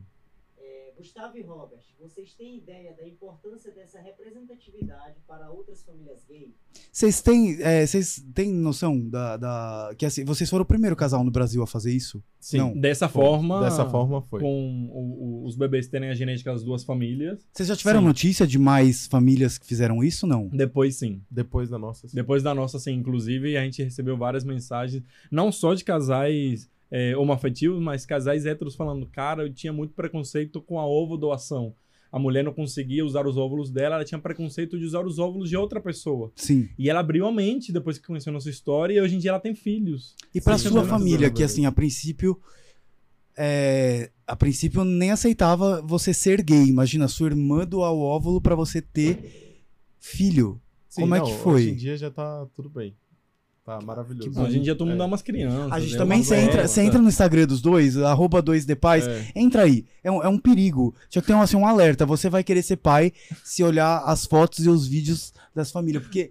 Speaker 4: é, Gustavo e Robert, vocês têm ideia da importância dessa representatividade para outras famílias gay?
Speaker 1: Vocês têm, é, vocês têm noção da, da- que assim, vocês foram o primeiro casal no Brasil a fazer isso?
Speaker 3: Sim.
Speaker 1: Não.
Speaker 2: Dessa forma.
Speaker 3: Dessa forma foi.
Speaker 2: Ah. Com o- o- os bebês terem a genética das duas famílias.
Speaker 1: Vocês já tiveram
Speaker 2: Sim.
Speaker 1: notícia de mais famílias que fizeram isso, não?
Speaker 2: Depois, sim.
Speaker 3: Depois da nossa.
Speaker 2: Depois da nossa, assim, inclusive, a gente recebeu várias mensagens, não só de casais é, homoafetivos, mas casais héteros falando, cara, eu tinha muito preconceito com a ovo doação. A mulher não conseguia usar os óvulos dela, ela tinha preconceito de usar os óvulos de outra pessoa.
Speaker 1: Sim.
Speaker 2: E ela abriu a mente depois que conheceu a nossa história e hoje em dia ela tem filhos.
Speaker 1: E pra
Speaker 2: Sim,
Speaker 1: sua
Speaker 2: sim.
Speaker 1: família, que
Speaker 3: Sim.
Speaker 1: assim, a princípio. é, a princípio nem aceitava você ser gay. Imagina, sua irmã doar o óvulo pra você ter filho.
Speaker 3: Sim,
Speaker 1: como é
Speaker 3: não,
Speaker 1: que foi?
Speaker 3: Hoje em dia já tá tudo bem. Tá maravilhoso.
Speaker 1: bom.
Speaker 2: Tipo, hoje em dia todo mundo
Speaker 3: É.
Speaker 2: dá umas crianças.
Speaker 1: A gente
Speaker 2: né?
Speaker 1: também,
Speaker 2: Umas
Speaker 1: você entra,
Speaker 2: novas,
Speaker 1: você entra no Instagram dos dois, arroba 2dpais,
Speaker 3: É.
Speaker 1: Entra aí, é um, é um perigo. Só que tem um, assim, um alerta: você vai querer ser pai se olhar as fotos e os vídeos das famílias, porque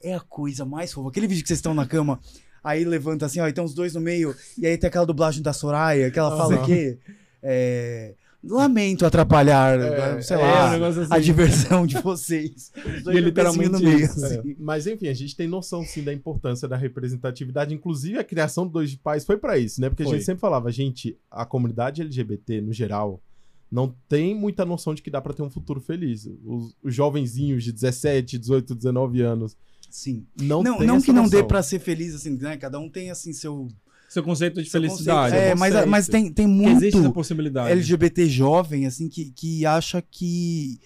Speaker 1: é a coisa mais fofa. Aquele vídeo que vocês estão na cama, aí levanta assim, ó, e tem os dois no meio, e aí tem aquela dublagem da Soraya, que ela fala
Speaker 3: Aham.
Speaker 1: que. é, Lamento atrapalhar, né,
Speaker 3: É,
Speaker 1: sei
Speaker 2: É, um
Speaker 1: lá,
Speaker 2: negócio assim.
Speaker 1: a diversão de vocês. Os dois
Speaker 2: E é literalmente
Speaker 1: no meio,
Speaker 2: isso,
Speaker 1: assim.
Speaker 3: É, Mas enfim, a gente tem noção sim da importância da representatividade. Inclusive, a criação do Dois de Pais foi pra isso, né? Porque a
Speaker 2: Foi.
Speaker 3: gente sempre falava, gente, a comunidade LGBT no geral não tem muita noção de que dá pra ter um futuro feliz. Os, os jovenzinhos de 17, 18, 19 anos
Speaker 1: Sim.
Speaker 3: não
Speaker 1: Não,
Speaker 3: tem
Speaker 1: não
Speaker 3: essa
Speaker 1: que não dê
Speaker 3: noção.
Speaker 1: pra ser feliz, assim, né? Cada um tem, assim, seu.
Speaker 2: Seu conceito de
Speaker 1: seu
Speaker 2: felicidade.
Speaker 1: conceito. É,
Speaker 3: eu
Speaker 1: mas,
Speaker 3: conceito.
Speaker 1: mas tem, tem
Speaker 2: Que
Speaker 1: muito.
Speaker 2: existe essa possibilidade.
Speaker 1: LGBT jovem, assim, que, que acha que.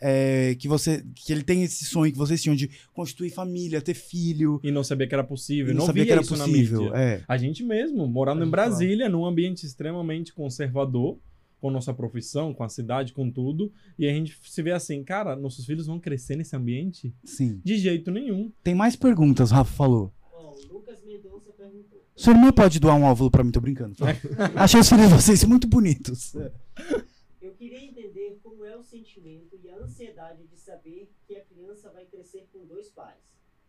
Speaker 1: é, que você que ele tem esse sonho que vocês tinham de constituir família, ter filho,
Speaker 2: E não sabia que era possível.
Speaker 1: e
Speaker 2: Não,
Speaker 1: não sabia que era
Speaker 2: isso na mídia.
Speaker 1: possível. É.
Speaker 2: A gente mesmo, morando
Speaker 3: A
Speaker 2: em
Speaker 3: gente
Speaker 2: Brasília, num ambiente extremamente conservador, com nossa profissão, com a cidade, com tudo, e a gente se vê assim, cara, nossos filhos vão crescer nesse ambiente?
Speaker 1: Sim.
Speaker 2: De jeito nenhum.
Speaker 1: Tem mais perguntas, Rafa falou.
Speaker 4: Ó, o Lucas Mendonça perguntou.
Speaker 1: Sua irmã pode doar um óvulo pra mim, tô
Speaker 2: <laughs>
Speaker 1: brincando. Achei os filhos de vocês muito bonitos.
Speaker 4: Eu queria entender como é o sentimento e a ansiedade de saber que a criança vai crescer com dois pais.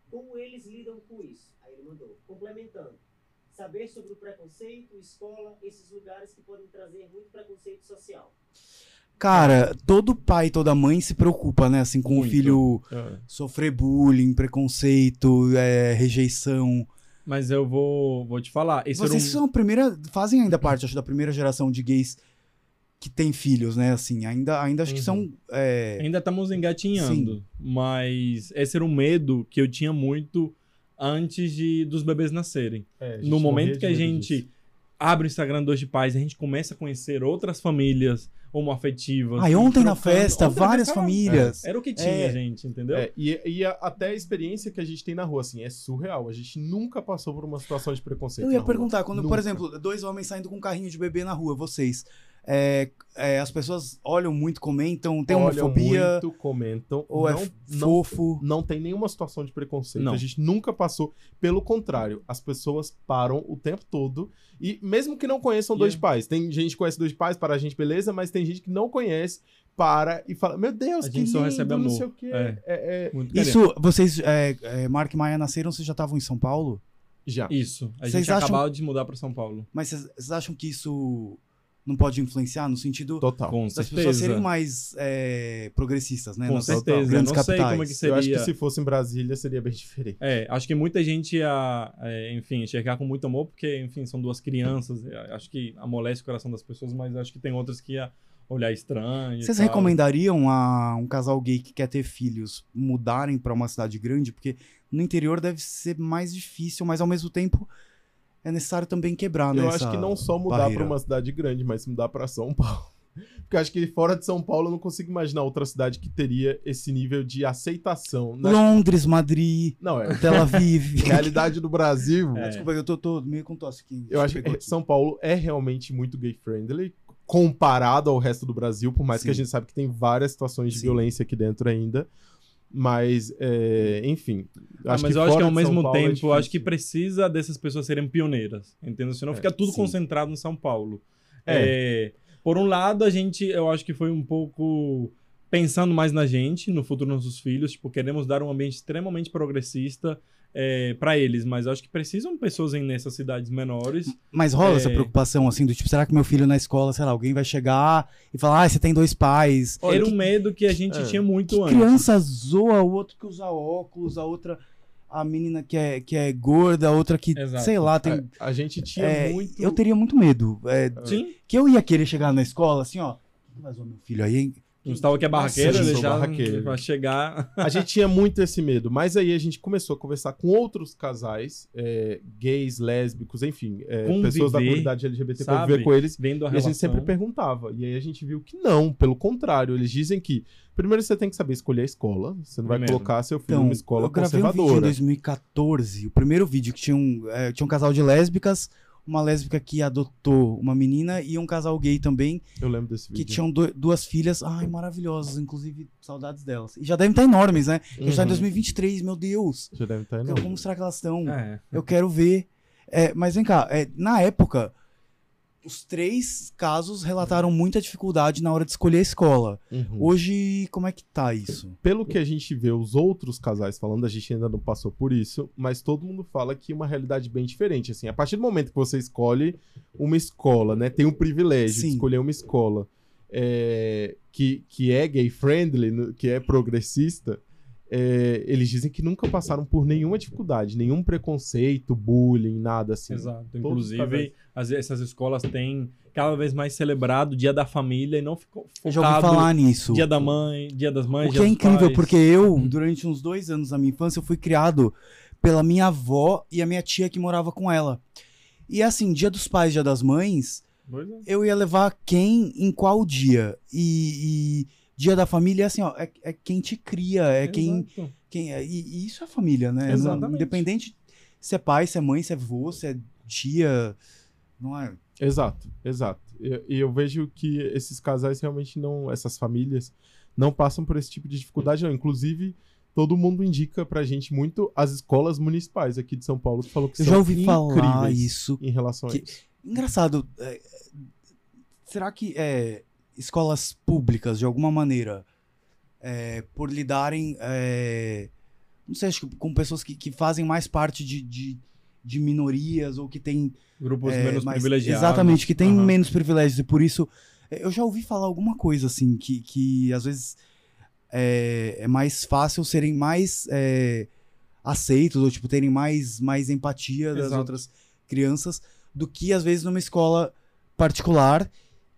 Speaker 4: Como eles lidam com isso? Aí ele mandou, complementando. Saber sobre o preconceito, escola, esses lugares que podem trazer muito preconceito social.
Speaker 1: Cara, todo pai, toda mãe se preocupa, né? Assim, com o
Speaker 2: Muito.
Speaker 1: filho
Speaker 3: Ah,
Speaker 1: sofrer bullying, preconceito, é, rejeição.
Speaker 2: Mas eu vou, vou te falar. Esse era um...
Speaker 1: Vocês são a primeira. Fazem ainda parte, acho, da primeira geração de gays que tem filhos, né? Assim, ainda, ainda acho que
Speaker 3: Uhum.
Speaker 1: são. é,
Speaker 2: Ainda estamos engatinhando, mas esse era um medo que eu tinha muito antes de dos bebês nascerem.
Speaker 3: é, a gente
Speaker 2: no
Speaker 3: morria
Speaker 2: momento
Speaker 3: de
Speaker 2: que a
Speaker 3: medo
Speaker 2: gente
Speaker 3: disso.
Speaker 2: abre o Instagram dois de pais, a gente começa a conhecer outras famílias homoafetivas.
Speaker 1: Aí
Speaker 2: e
Speaker 1: ontem na
Speaker 2: trocando-
Speaker 1: festa,
Speaker 2: ontem na
Speaker 1: várias
Speaker 2: festa,
Speaker 1: famílias.
Speaker 2: Era o que tinha,
Speaker 1: É.
Speaker 2: gente, entendeu?
Speaker 3: É, e, e a- até a experiência que a gente tem na rua, assim, é surreal. A gente nunca passou por uma situação de preconceito.
Speaker 1: Eu ia
Speaker 3: na rua.
Speaker 1: perguntar, quando, por
Speaker 3: é. Nunca.
Speaker 1: exemplo, dois homens saindo com um carrinho de bebê na rua, vocês. é, é, as pessoas olham muito, comentam, tem
Speaker 3: Olham
Speaker 1: homofobia,
Speaker 3: Muito, comentam.
Speaker 1: ou é
Speaker 3: não,
Speaker 1: f-
Speaker 3: não
Speaker 1: fofo.
Speaker 3: não tem nenhuma situação de preconceito.
Speaker 2: Não.
Speaker 3: A gente nunca passou. Pelo contrário, as pessoas param o tempo todo. E mesmo que não conheçam dois
Speaker 2: Yeah.
Speaker 3: pais, tem gente que conhece dois pais, para a gente, beleza, mas tem gente que não conhece, para e fala: Meu Deus,
Speaker 2: A
Speaker 3: que
Speaker 2: gente
Speaker 3: lindo,
Speaker 2: só recebe
Speaker 3: não
Speaker 2: amor.
Speaker 3: sei o quê.
Speaker 2: É.
Speaker 3: É, é,
Speaker 2: Muito carinho.
Speaker 1: Isso, vocês, é, é, Mark e Maia nasceram, vocês já estavam em São Paulo?
Speaker 3: Já.
Speaker 2: Isso. A
Speaker 1: Vocês
Speaker 2: gente
Speaker 1: acham-
Speaker 2: acabava de mudar para São Paulo.
Speaker 1: Mas vocês vocês acham que isso não pode influenciar no sentido
Speaker 3: Total.
Speaker 2: Com
Speaker 1: das pessoas
Speaker 2: certeza.
Speaker 1: serem mais é, progressistas, né?
Speaker 2: Com
Speaker 1: nas
Speaker 2: certeza.
Speaker 1: Grandes
Speaker 2: Não sei
Speaker 1: capitais.
Speaker 2: como é que
Speaker 3: Eu acho que
Speaker 2: seria.
Speaker 3: se fosse em Brasília seria bem diferente.
Speaker 2: É, acho que muita gente ia, é, enfim, enxergar com muito amor, porque, enfim, são duas crianças. é, Acho que amolece o coração das pessoas, mas acho que tem outras que ia olhar estranho. e
Speaker 1: Vocês
Speaker 2: tal.
Speaker 1: recomendariam a um casal gay que quer ter filhos mudarem pra uma cidade grande? Porque no interior deve ser mais difícil, mas ao mesmo tempo é necessário também
Speaker 2: Tá
Speaker 1: quebrar, né?
Speaker 3: eu acho
Speaker 1: essa-
Speaker 3: que não só mudar
Speaker 1: barreira.
Speaker 3: para uma cidade grande, mas mudar para São Paulo. <laughs> Porque eu acho que fora de São Paulo eu não consigo imaginar outra cidade que teria esse nível de aceitação. né?
Speaker 1: Londres, Madrid,
Speaker 3: Não, é.
Speaker 1: Tel Aviv.
Speaker 3: <laughs> Realidade do Brasil.
Speaker 2: É.
Speaker 1: <laughs> Desculpa, eu tô, tô meio com tosse aqui.
Speaker 3: Eu acho que
Speaker 1: Pegou
Speaker 3: é,
Speaker 1: aqui.
Speaker 3: São Paulo é realmente muito gay friendly comparado ao resto do Brasil, por mais que a
Speaker 1: Sim.
Speaker 3: gente sabe que tem várias situações de
Speaker 1: Sim.
Speaker 3: violência aqui dentro ainda. Mas, é, enfim.
Speaker 2: Ah, mas eu acho que
Speaker 3: fora
Speaker 2: ao
Speaker 3: de São
Speaker 2: mesmo
Speaker 3: Paulo é
Speaker 2: tempo, eu acho que
Speaker 3: difícil.
Speaker 2: precisa dessas pessoas serem pioneiras, entendeu? Senão
Speaker 3: É,
Speaker 2: fica tudo
Speaker 1: sim.
Speaker 2: concentrado em São Paulo. É, por um lado, a gente, eu acho que foi um pouco pensando mais na gente, no futuro dos nossos filhos, tipo, queremos dar um ambiente extremamente progressista é, para eles, mas eu acho que precisam pessoas em nessas cidades menores.
Speaker 1: Mas rola
Speaker 2: É.
Speaker 1: essa preocupação, assim, do tipo, será que meu filho na escola, sei lá, alguém vai chegar e falar, ah, você tem dois pais.
Speaker 2: Era
Speaker 1: que,
Speaker 2: um medo que a gente
Speaker 3: é.
Speaker 2: tinha muito
Speaker 1: que
Speaker 2: antes.
Speaker 1: criança zoa o outro que usa óculos, a outra, a menina que é, que é gorda, a outra que,
Speaker 2: Exato.
Speaker 1: sei lá, tem...
Speaker 3: É, a gente tinha
Speaker 1: é,
Speaker 3: muito.
Speaker 1: Eu teria muito medo. é,
Speaker 2: Sim,
Speaker 1: que eu ia querer chegar na escola, assim, ó, "Quem vai zoar meu filho aí, hein?
Speaker 2: não estava que é barraqueiro,
Speaker 3: Nossa, eu sou
Speaker 2: deixar
Speaker 3: barraqueiro.
Speaker 2: pra chegar.
Speaker 3: A gente tinha muito esse medo, mas aí a gente começou a conversar com outros casais, é, gays, lésbicos, enfim, é,
Speaker 2: Conviver,
Speaker 3: pessoas da comunidade LGBT
Speaker 2: sabe?
Speaker 3: conviver com eles.
Speaker 2: Vendo a
Speaker 3: E a
Speaker 2: relação.
Speaker 3: gente sempre perguntava. E aí a gente viu que não, pelo contrário. Eles dizem que, primeiro, você tem que saber escolher a escola. Você não vai
Speaker 2: Primeiro.
Speaker 3: colocar seu filho
Speaker 1: Então,
Speaker 3: numa escola
Speaker 1: eu gravei um vídeo em
Speaker 3: conservadora.
Speaker 1: 2014, o primeiro vídeo que tinha um, é, tinha um casal de lésbicas, uma lésbica que adotou uma menina e um casal gay também,
Speaker 3: Eu lembro desse
Speaker 1: que
Speaker 3: vídeo.
Speaker 1: tinham do- duas filhas, ai, maravilhosas, inclusive saudades delas. E já devem estar enormes, né? Porque Já está em
Speaker 3: Uhum. É
Speaker 1: 2023, meu Deus.
Speaker 3: Já deve tá estar
Speaker 1: Cara, Como
Speaker 3: enorme.
Speaker 1: será que elas estão?
Speaker 2: É.
Speaker 1: Eu quero ver. É, mas vem cá, é, na época, os três casos relataram muita dificuldade na hora de escolher a escola.
Speaker 3: Uhum.
Speaker 1: Hoje, como é que tá isso?
Speaker 3: Pelo que a gente vê os outros casais falando, a gente ainda não passou por isso, mas todo mundo fala que é uma realidade bem diferente. Assim, a partir do momento que você escolhe uma escola, né? Tem o privilégio
Speaker 1: Sim.
Speaker 3: de escolher uma escola é, que, que é gay friendly, no- que é progressista. é, eles dizem que nunca passaram por nenhuma dificuldade, nenhum preconceito, bullying, nada assim.
Speaker 2: Exato.
Speaker 3: Todos os
Speaker 2: Inclusive,
Speaker 3: casais.
Speaker 2: as- essas escolas têm cada vez mais celebrado o Dia da Família e não ficou
Speaker 1: Eu já ouvi
Speaker 2: focado
Speaker 1: falar nisso.
Speaker 2: Dia da Mãe, Dia das Mães,
Speaker 1: O que
Speaker 2: Dia
Speaker 1: é
Speaker 2: dos
Speaker 1: incrível,
Speaker 2: Pais.
Speaker 1: porque eu, durante uns dois anos da minha infância, eu fui criado pela minha avó e a minha tia que morava com ela. E assim, dia dos pais, dia das mães,
Speaker 2: Pois é.
Speaker 1: eu ia levar quem em qual dia. E, e dia da família é assim, ó, é, é quem te cria, é quem.
Speaker 2: Exato.
Speaker 1: quem é, e, e isso é família, né? Não-
Speaker 2: Exatamente.
Speaker 1: Independente se é pai, se é mãe, se é vô, se é tia. Não é.
Speaker 3: Exato, exato. E eu, eu vejo que esses casais realmente não, essas famílias não passam por esse tipo de dificuldade, não. Inclusive, todo mundo indica pra gente muito as escolas municipais aqui de São Paulo que falou que
Speaker 1: Eu
Speaker 3: são
Speaker 1: já ouvi falar
Speaker 3: incríveis
Speaker 1: isso.
Speaker 3: em relação
Speaker 1: que-
Speaker 3: a isso.
Speaker 1: Engraçado. é, é, será que é, escolas públicas, de alguma maneira, é, por lidarem. é, não sei, acho que com pessoas que, que fazem mais parte de, de de minorias ou que tem
Speaker 2: Grupos
Speaker 1: é,
Speaker 2: menos
Speaker 1: mais-
Speaker 2: privilegiados.
Speaker 1: Exatamente, que tem
Speaker 2: Aham.
Speaker 1: menos privilégios e por isso é, eu já ouvi falar alguma coisa assim que, que às vezes é, é mais fácil serem mais é, aceitos ou tipo terem mais mais empatia das
Speaker 2: Exato.
Speaker 1: outras crianças do que às vezes numa escola particular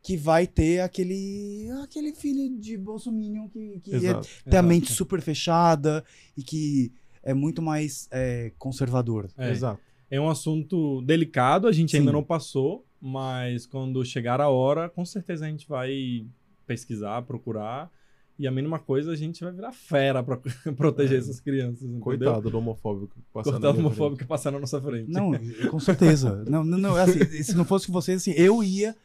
Speaker 1: que vai ter aquele aquele filho de bolsominion que, que é,
Speaker 3: Exato.
Speaker 1: tem a
Speaker 2: Exato.
Speaker 1: mente super fechada e que é muito mais é, conservador.
Speaker 2: É.
Speaker 3: Exato.
Speaker 2: É um assunto delicado, a gente ainda
Speaker 1: Sim.
Speaker 2: não passou, mas quando chegar a hora, com certeza a gente vai pesquisar, procurar. E a mínima coisa, a gente vai virar fera pra <laughs> proteger
Speaker 3: É.
Speaker 2: essas crianças, entendeu?
Speaker 3: Coitado do homofóbico. que passa na
Speaker 2: Coitado
Speaker 3: minha
Speaker 2: homofóbico que passar na nossa frente.
Speaker 1: Não, com certeza. não, não, não, assim, se não fosse com vocês, assim, eu ia.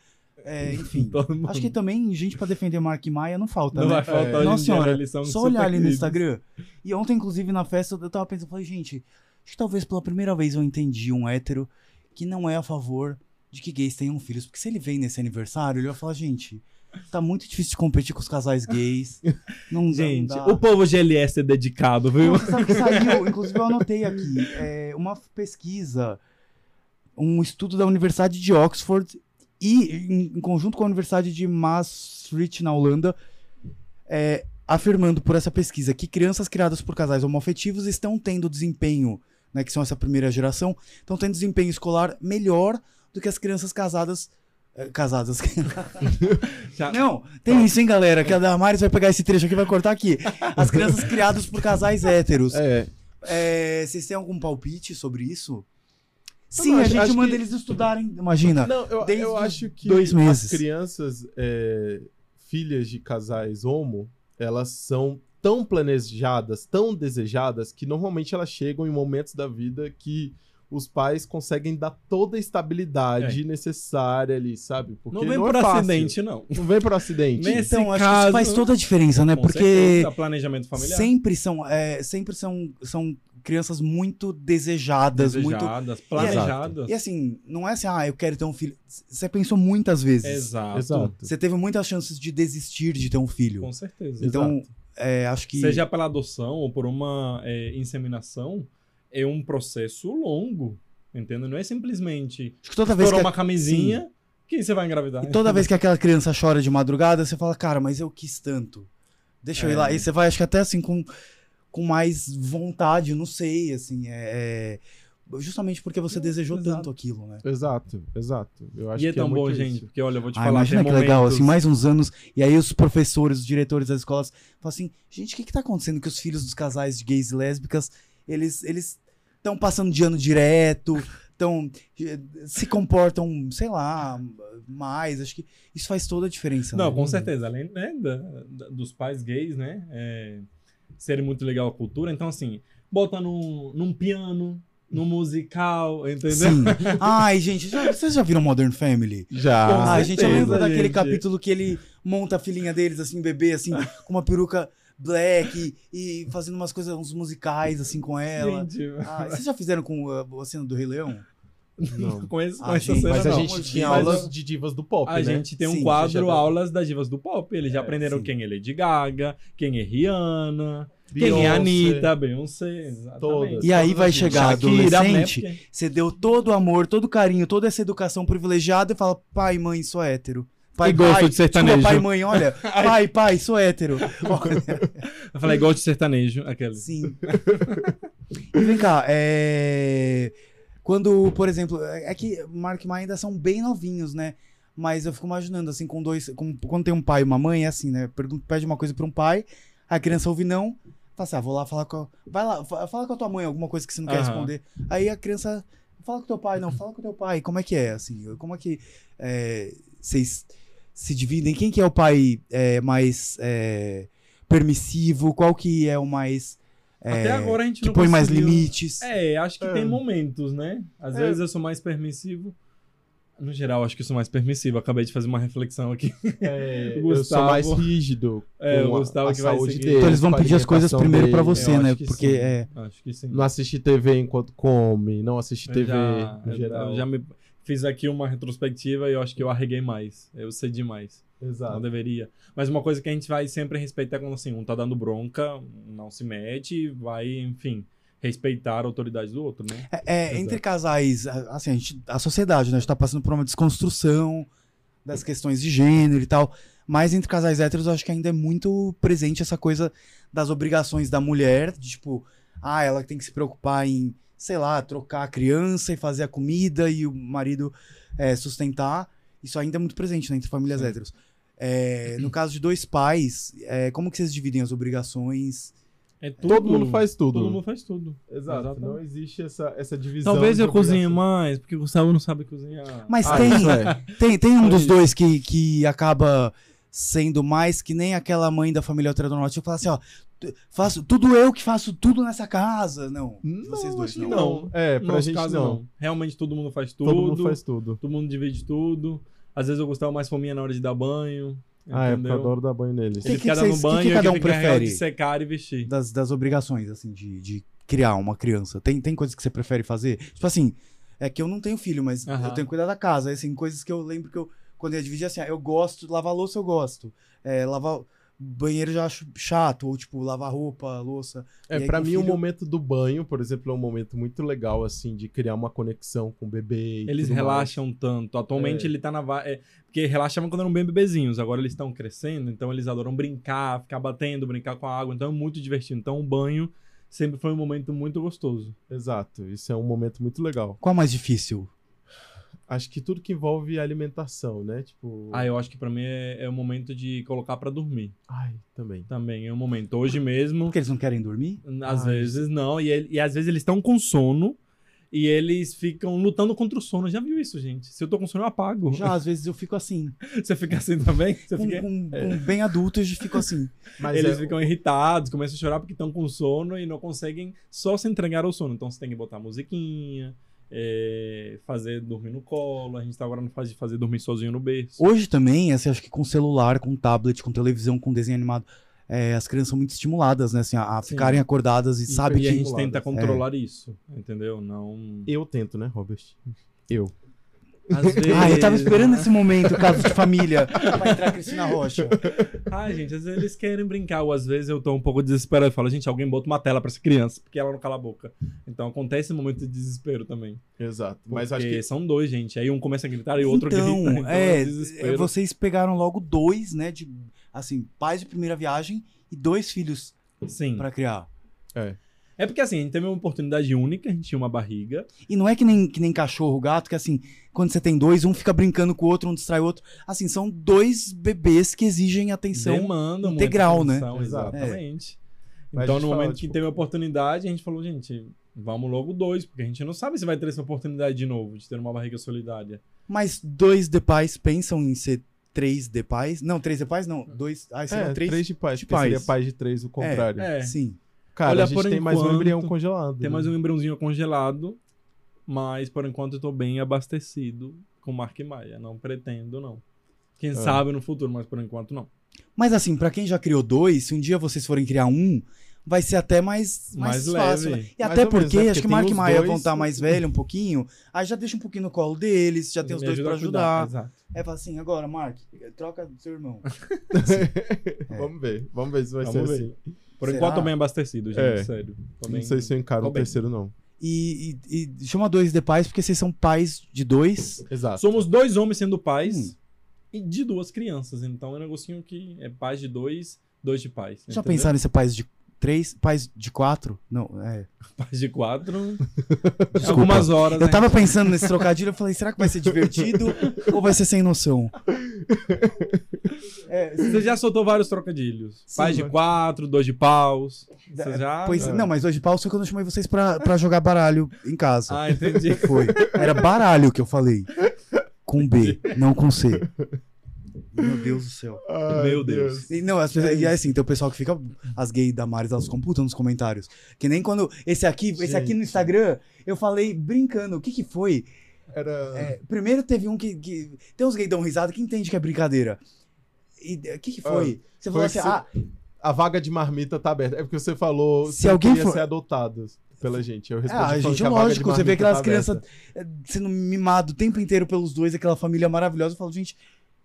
Speaker 1: é, enfim.
Speaker 2: <laughs> Todo mundo.
Speaker 1: Acho que também gente pra defender Mark Maia não falta,
Speaker 2: não
Speaker 1: né?
Speaker 2: vai faltar hoje em
Speaker 1: Nossa
Speaker 2: dia na
Speaker 1: senhora,
Speaker 2: eleição que
Speaker 1: Só
Speaker 2: você
Speaker 1: olhar
Speaker 2: tá
Speaker 1: ali no
Speaker 2: querido.
Speaker 1: Instagram. E ontem, inclusive, na festa, eu tava pensando, falei, gente, acho que talvez pela primeira vez eu entendi um hétero que não é a favor de que gays tenham filhos. Porque se ele vem nesse aniversário, ele vai falar, gente, tá muito difícil de competir com os casais gays. Não,
Speaker 2: Gente,
Speaker 1: não dá.
Speaker 2: o povo GLS é dedicado, viu?
Speaker 1: Não, você sabe que saiu, inclusive eu anotei aqui, é, uma pesquisa, um estudo da Universidade de Oxford e em, em conjunto com a Universidade de Maastricht na Holanda, é, afirmando por essa pesquisa que crianças criadas por casais homoafetivos estão tendo desempenho, né, que são essa primeira geração, estão tendo desempenho escolar melhor do que as crianças casadas eh, casadas. <laughs>
Speaker 2: Já-
Speaker 1: Não, tem isso, hein, galera? Que a Damares vai pegar esse trecho aqui e vai cortar aqui. As crianças criadas por casais héteros.
Speaker 3: É,
Speaker 1: É, vocês têm algum palpite sobre isso?
Speaker 3: Eu
Speaker 1: Sim,
Speaker 3: não,
Speaker 1: a
Speaker 3: acho-
Speaker 1: gente
Speaker 3: acho
Speaker 1: manda
Speaker 3: que-
Speaker 1: eles estudarem, imagina.
Speaker 3: Não, eu,
Speaker 1: Desde
Speaker 3: eu
Speaker 1: os
Speaker 3: acho que
Speaker 1: dois meses.
Speaker 3: as crianças é, filhas de casais homo, elas são tão planejadas, tão desejadas, que normalmente elas chegam em momentos da vida que os pais conseguem dar toda a estabilidade necessária ali, sabe? Porque
Speaker 2: É. não vem por
Speaker 3: é fácil.
Speaker 2: acidente, não.
Speaker 3: Não vem por acidente.
Speaker 2: Nem- nesse
Speaker 1: então, acho que isso
Speaker 2: caso-
Speaker 1: faz toda a diferença, né?
Speaker 2: Com
Speaker 1: Porque
Speaker 2: certeza, planejamento familiar.
Speaker 1: sempre são, é, sempre são, são crianças muito desejadas, muito.
Speaker 2: desejadas, planejadas.
Speaker 1: E assim, não é assim, ah, eu quero ter um filho. C- Você pensou muitas vezes.
Speaker 2: Exato.
Speaker 3: Exato.
Speaker 1: Você teve muitas chances de desistir de ter um filho.
Speaker 2: Com certeza.
Speaker 1: Então, é, acho que.
Speaker 2: Seja pela adoção ou por uma é, inseminação, é um processo longo, entende? Não é simplesmente
Speaker 1: acho que toda vez
Speaker 2: por
Speaker 1: que a
Speaker 2: uma camisinha que você vai engravidar.
Speaker 1: E toda vez que aquela criança chora de madrugada, você fala, cara, mas eu quis tanto. Deixa eu ir
Speaker 2: É.
Speaker 1: lá. E você vai, acho que até assim, com, com mais vontade, não sei, assim, é. é, Justamente porque você
Speaker 2: Não,
Speaker 1: desejou
Speaker 2: exato.
Speaker 1: tanto aquilo, né?
Speaker 3: Exato, exato. Eu
Speaker 2: <laughs>
Speaker 3: acho
Speaker 2: E é
Speaker 3: que
Speaker 2: tão bom,
Speaker 3: muito
Speaker 2: gente,
Speaker 3: isso.
Speaker 2: porque olha, eu vou te
Speaker 1: Ah,
Speaker 2: falar,
Speaker 1: imagina
Speaker 2: tem
Speaker 1: que legal,
Speaker 2: momentos-
Speaker 1: assim, mais uns anos, e aí os professores, os diretores das escolas falam assim, gente, o que que tá acontecendo que os filhos dos casais de gays e lésbicas, eles eles estão passando de ano direto, tão, eh, se comportam, sei lá, mais, acho que isso faz toda a diferença.
Speaker 2: Não,
Speaker 1: né?
Speaker 2: com certeza. Além né, da- da- dos pais gays, né? É, serem muito legal a cultura. Então, assim, bota num, num piano, num musical, entendeu?
Speaker 1: Sim.
Speaker 2: <laughs>
Speaker 1: Ai, gente, já- vocês já viram Modern Family?
Speaker 3: Já.
Speaker 1: Ai,
Speaker 2: certeza,
Speaker 1: gente, eu lembro daquele
Speaker 2: Ah, gente. é
Speaker 1: capítulo que ele monta a filhinha deles, assim, bebê, assim, com uma peruca black e fazendo umas coisas, uns musicais, assim, com ela.
Speaker 2: Gente,
Speaker 1: Ai, vocês já fizeram com uh, a, a cena do Rei Leão?
Speaker 2: não <laughs>
Speaker 3: Não.
Speaker 2: conheço,
Speaker 1: Ah,
Speaker 2: conheço
Speaker 1: gente,
Speaker 2: essa cena,
Speaker 3: Mas a
Speaker 2: não.
Speaker 3: gente tinha
Speaker 2: Mas
Speaker 3: aulas
Speaker 2: eu-
Speaker 3: de divas do pop,
Speaker 2: A
Speaker 3: né?
Speaker 2: gente tem um
Speaker 1: Sim,
Speaker 3: já
Speaker 2: quadro
Speaker 3: tá-
Speaker 2: aulas das divas do pop. Eles já aprenderam
Speaker 1: sim.
Speaker 2: quem é Lady Gaga, quem é Rihanna, quem é
Speaker 3: Beyoncé.
Speaker 2: Anitta, Beyoncé, exatamente.
Speaker 3: Todas.
Speaker 1: E aí
Speaker 3: Todas
Speaker 1: vai
Speaker 3: as
Speaker 1: chegar
Speaker 2: Shakira, né?
Speaker 1: adolescente, você deu todo o amor, todo o carinho, toda essa educação privilegiada e fala, pai, mãe, sou hétero. Pai,
Speaker 2: E gosto
Speaker 1: pai,
Speaker 2: de sertanejo.
Speaker 1: desculpa, pai, mãe,
Speaker 2: <laughs>
Speaker 1: olha, pai, pai, sou hétero. Olha,
Speaker 2: Eu falei, gosto de sertanejo, aqueles.
Speaker 1: Sim. e vem cá, é... quando, por exemplo, é é que Mark e Maia ainda são bem novinhos, né? Mas eu fico imaginando, assim, com dois. com- quando tem um pai e uma mãe, é assim, né? Pergun- Pede uma coisa pra um pai, a criança ouve não, fala assim, ah, vou lá falar com. a- Vai lá, fa- fala com a tua mãe alguma coisa que você não quer
Speaker 2: Aham.
Speaker 1: responder. Aí a criança. Fala com teu pai, não, fala com teu pai. Como é que é, assim? Como é que é, vocês se dividem? Quem que é o pai é, mais é, permissivo? Qual que é o mais... é,
Speaker 2: Até agora a gente
Speaker 1: Que
Speaker 2: não
Speaker 1: põe mais
Speaker 2: conseguiu-
Speaker 1: limites?
Speaker 2: É, acho que
Speaker 3: É.
Speaker 2: tem momentos, né? Às
Speaker 3: É.
Speaker 2: vezes eu sou mais permissivo. No geral, acho que eu sou mais permissivo. Acabei de fazer uma reflexão aqui. <laughs>
Speaker 3: É,
Speaker 2: O
Speaker 3: eu sou mais
Speaker 2: Gustavo.
Speaker 3: rígido.
Speaker 2: É, o
Speaker 3: com a-
Speaker 2: Gustavo
Speaker 3: a
Speaker 2: que vai
Speaker 3: saúde
Speaker 2: seguir.
Speaker 3: dele,
Speaker 1: Então eles vão
Speaker 3: com a
Speaker 1: pedir as coisas
Speaker 3: alimentação
Speaker 1: primeiro pra
Speaker 3: dele.
Speaker 1: você,
Speaker 2: Eu acho
Speaker 1: né?
Speaker 2: que
Speaker 1: Porque
Speaker 2: sim.
Speaker 1: é.
Speaker 2: Acho que sim.
Speaker 3: Não assistir TV enquanto come, não assistir
Speaker 2: Eu
Speaker 3: TV
Speaker 2: já,
Speaker 3: no geral.
Speaker 2: eu já me fiz aqui uma retrospectiva e eu acho que eu arreguei mais. Eu cedi mais. Não
Speaker 3: Exato.
Speaker 2: deveria. Mas uma coisa que a gente vai sempre respeitar é quando assim, um tá dando bronca, um não se mete, vai, enfim, respeitar a autoridade do outro, né?
Speaker 1: É,
Speaker 2: Exato.
Speaker 1: entre casais, a- assim, a, gente- a sociedade, né? A gente tá passando por uma desconstrução das questões de gênero e tal. Mas entre casais héteros, eu acho que ainda é muito presente essa coisa das obrigações da mulher. de, tipo, ah, ela tem que se preocupar em, sei lá, trocar a criança e fazer a comida e o marido é, sustentar. Isso ainda é muito presente né, entre famílias héteros. É, no caso de dois pais, é, como que vocês dividem as obrigações?
Speaker 2: É
Speaker 3: Todo mundo faz tudo.
Speaker 2: Todo mundo faz tudo.
Speaker 3: Exato.
Speaker 2: Exatamente.
Speaker 3: Não existe essa, essa divisão.
Speaker 2: Talvez
Speaker 3: de
Speaker 2: eu cozinhe
Speaker 3: obrigação.
Speaker 2: mais, porque o Gustavo não sabe cozinhar.
Speaker 1: Mas
Speaker 3: Ah,
Speaker 1: tem,
Speaker 3: isso é.
Speaker 1: Tem, tem um dos dois que, que acaba sendo mais que nem aquela mãe da família heteronormativa que fala assim, ó, "Tu- faço tudo eu que faço tudo nessa casa. Não,
Speaker 3: Não,
Speaker 1: vocês dois
Speaker 3: acho que
Speaker 1: não.
Speaker 3: não. É,
Speaker 2: No
Speaker 3: pra
Speaker 2: nosso
Speaker 3: gente
Speaker 2: caso,
Speaker 3: não.
Speaker 2: Realmente todo mundo faz tudo.
Speaker 3: Todo mundo faz tudo.
Speaker 2: Todo mundo divide tudo. Às vezes eu gostava mais fominha na hora de dar banho.
Speaker 3: Ah, é porque eu
Speaker 2: entendeu?
Speaker 3: adoro dar banho neles.
Speaker 1: Que-
Speaker 2: Ele
Speaker 1: que
Speaker 2: fica dando
Speaker 1: vocês- que
Speaker 2: banho
Speaker 1: que
Speaker 2: e
Speaker 1: cada
Speaker 2: eu
Speaker 1: um
Speaker 2: fico encarregado
Speaker 1: prefere?
Speaker 2: de secar e vestir.
Speaker 1: Das, das obrigações, assim, de, de criar uma criança. Tem, tem coisas que você prefere fazer? Tipo assim, é que eu não tenho filho, mas
Speaker 2: Aham.
Speaker 1: eu tenho que cuidar da casa. Assim, coisas que eu lembro que eu, quando eu ia dividir, assim, ah, eu gosto, de lavar louça eu gosto. É, lavar banheiro eu já acho chato, ou tipo, lavar roupa, louça. E
Speaker 3: É,
Speaker 1: aí
Speaker 3: pra
Speaker 1: com o
Speaker 3: mim, o
Speaker 1: filho-
Speaker 3: momento do banho, por exemplo, é um momento muito legal, assim, de criar uma conexão com o bebê. e
Speaker 2: Eles
Speaker 3: tudo mais.
Speaker 2: relaxam tanto. Atualmente
Speaker 3: É.
Speaker 2: ele tá na. va- é, porque relaxavam quando eram bem bebezinhos. Agora eles estão crescendo, então eles adoram brincar, ficar batendo, brincar com a água. Então é muito divertido. Então o banho sempre foi um momento muito gostoso.
Speaker 3: Exato, isso é um momento muito legal.
Speaker 1: Qual é mais difícil?
Speaker 3: Acho que tudo que envolve alimentação, né? Tipo.
Speaker 2: Ah, eu acho que pra mim é, é o momento de colocar pra dormir.
Speaker 3: Ai, também.
Speaker 2: Também é um momento. Hoje mesmo,
Speaker 1: Porque Um eles não querem dormir?
Speaker 2: às
Speaker 3: Ai.
Speaker 2: vezes não. E, ele- e às vezes eles estão com sono. E eles ficam lutando contra o sono. Já viu isso, gente? Se eu tô com sono, eu apago.
Speaker 1: Já, às vezes eu fico assim. <laughs>
Speaker 2: <laughs> Você fica assim também? Você
Speaker 1: com,
Speaker 2: fica...
Speaker 1: com- com bem adultos e ficam assim.
Speaker 3: Mas
Speaker 2: Eles
Speaker 3: é-
Speaker 2: ficam irritados, começam a chorar porque estão com sono e não conseguem só se entregar ao sono. Então você tem que botar musiquinha, é, fazer dormir no colo. A gente tá agora na fase de fazer dormir sozinho no berço.
Speaker 1: Hoje também, assim, acho que com celular, com tablet, com televisão, com desenho animado, é, as crianças são muito estimuladas, né? Assim, a, a
Speaker 2: Sim.
Speaker 1: ficarem acordadas e,
Speaker 3: E
Speaker 1: sabe
Speaker 2: e a
Speaker 1: que. Ah,
Speaker 2: gente tenta controlar isso, entendeu? Não.
Speaker 3: Eu tento, né, Robert? Eu.
Speaker 2: Às vezes...
Speaker 1: Ah, eu tava esperando esse momento, caso de família, <laughs> pra entrar a Cristina Rocha.
Speaker 2: Ah, gente, às vezes eles querem brincar, ou às vezes eu tô um pouco desesperado e falo, gente, alguém bota uma tela pra essa criança, porque ela não cala a boca. Então acontece esse momento de desespero também.
Speaker 3: Exato.
Speaker 2: Porque
Speaker 3: Mas acho que.
Speaker 2: são dois, gente. Aí um começa a gritar e o outro
Speaker 1: então,
Speaker 2: grita. Então
Speaker 1: é,
Speaker 2: um desespero.
Speaker 1: é, vocês pegaram logo dois, né? De, assim, pais de primeira viagem e dois filhos
Speaker 2: Sim.
Speaker 1: pra criar.
Speaker 2: É porque assim, a gente teve uma oportunidade única, a gente tinha uma barriga.
Speaker 1: E não é que nem, que nem cachorro, gato, que assim, quando você tem dois, um fica brincando com o outro, um distrai o outro. Assim, são dois bebês que exigem atenção.
Speaker 2: demanda muita
Speaker 1: integral, né?
Speaker 2: atenção,
Speaker 3: Exato. É.
Speaker 2: Exatamente.
Speaker 3: Mas a
Speaker 2: Então,
Speaker 3: gente
Speaker 2: no
Speaker 3: fala,
Speaker 2: momento que
Speaker 3: tipo-
Speaker 2: teve a oportunidade, a gente falou, gente, vamos logo dois, porque a gente não sabe se vai ter essa oportunidade de novo, de ter uma barriga solidária.
Speaker 1: Mas dois de pais pensam em ser três de pais? Não, três de pais não. Dois. Ah, seriam
Speaker 3: É,
Speaker 1: três.
Speaker 3: três, de pais,
Speaker 1: de
Speaker 3: porque seria
Speaker 1: pais.
Speaker 3: pais de três, o contrário.
Speaker 2: É,
Speaker 1: Sim.
Speaker 3: Cara,
Speaker 2: Olha,
Speaker 3: a gente
Speaker 2: por
Speaker 3: tem mais um
Speaker 2: enquanto,
Speaker 3: embrião congelado.
Speaker 2: tem
Speaker 3: né?
Speaker 2: mais um embriãozinho congelado, mas por enquanto eu tô bem abastecido com Mark Maia. Não pretendo, não.
Speaker 3: Ah.
Speaker 2: Quem sabe no futuro, mas por enquanto não.
Speaker 1: Mas assim, pra quem já criou dois, se um dia vocês forem criar um, vai ser até mais, mais,
Speaker 2: Mais
Speaker 1: fácil.
Speaker 2: leve.
Speaker 1: né? E
Speaker 3: Mais
Speaker 1: até
Speaker 3: ou menos,
Speaker 1: porque,
Speaker 3: né?
Speaker 1: acho
Speaker 3: Porque
Speaker 1: que
Speaker 3: tem
Speaker 1: Mark e
Speaker 3: os
Speaker 1: Maia vão
Speaker 3: dois-
Speaker 1: estar mais velho um pouquinho, aí já deixa um pouquinho no colo deles, já tem os
Speaker 2: Me
Speaker 1: dois
Speaker 2: ajuda
Speaker 1: pra
Speaker 2: a cuidar,
Speaker 1: ajudar.
Speaker 2: Exato.
Speaker 3: né?
Speaker 1: É, fala assim, agora, Mark, troca do seu irmão. um-
Speaker 3: <laughs> É. Vamos ver. Vamos ver se vai
Speaker 2: Vamos
Speaker 3: ser
Speaker 2: ver.
Speaker 3: assim.
Speaker 2: Por
Speaker 1: Será?
Speaker 2: enquanto, tô bem abastecido, gente,
Speaker 3: É.
Speaker 2: sério. Tô
Speaker 3: Não
Speaker 2: bem-
Speaker 3: sei se eu encaro
Speaker 2: Tô
Speaker 3: um
Speaker 2: bem.
Speaker 3: terceiro, não.
Speaker 1: E, e- e chama dois de pais, porque vocês são pais de dois.
Speaker 3: Exato.
Speaker 2: Somos dois homens sendo
Speaker 3: Hum.
Speaker 2: pais e de duas crianças. Então é um negocinho que é pais de dois, dois de pais.
Speaker 1: Já
Speaker 2: entendeu?
Speaker 1: pensaram em ser pais de três? Pais de quatro? Não, é.
Speaker 2: <laughs> Pais de
Speaker 3: <laughs>
Speaker 2: quatro.
Speaker 1: Desculpa.
Speaker 2: algumas horas.
Speaker 1: Eu
Speaker 2: né?
Speaker 1: tava pensando nesse trocadilho, eu falei, será que vai ser
Speaker 2: <laughs>
Speaker 1: divertido ou vai ser sem noção? É,
Speaker 2: Você já soltou vários trocadilhos.
Speaker 1: Sim,
Speaker 2: pais de
Speaker 1: mas-
Speaker 2: quatro, dois de paus. Você já.
Speaker 1: pois,
Speaker 2: Ah.
Speaker 1: não, mas hoje pau foi quando eu chamei vocês pra, pra jogar baralho em casa.
Speaker 2: Ah, entendi.
Speaker 1: Foi. Era baralho que eu falei. Com B, não com C. Meu Deus do céu.
Speaker 3: Ai,
Speaker 2: Meu Deus.
Speaker 1: E, não, as pessoas, e é assim, tem o pessoal que fica. As gays da Maris, elas computam nos comentários. Que nem quando. Esse aqui, esse aqui no
Speaker 2: Gente.
Speaker 1: Instagram, eu falei brincando. O que que foi?
Speaker 3: Era.
Speaker 1: É, primeiro teve um que, que- Tem uns gays que dão risada que entende que é brincadeira. E é, o que, que foi? você falou
Speaker 3: foi
Speaker 1: assim:
Speaker 3: que você-
Speaker 1: ah,
Speaker 3: A vaga de marmita tá aberta. É porque você falou
Speaker 1: Se
Speaker 3: se
Speaker 1: alguém
Speaker 3: alguém queria
Speaker 1: for-
Speaker 3: ser adotado pela gente. Eu respondi
Speaker 1: Ah,
Speaker 3: falando
Speaker 1: gente,
Speaker 3: que a vaga de
Speaker 1: lógico, você vê
Speaker 3: marmita
Speaker 1: aquelas
Speaker 3: tá
Speaker 1: crianças-
Speaker 3: aberta.
Speaker 1: sendo mimado o tempo inteiro pelos dois, aquela família maravilhosa. Eu falo, gente,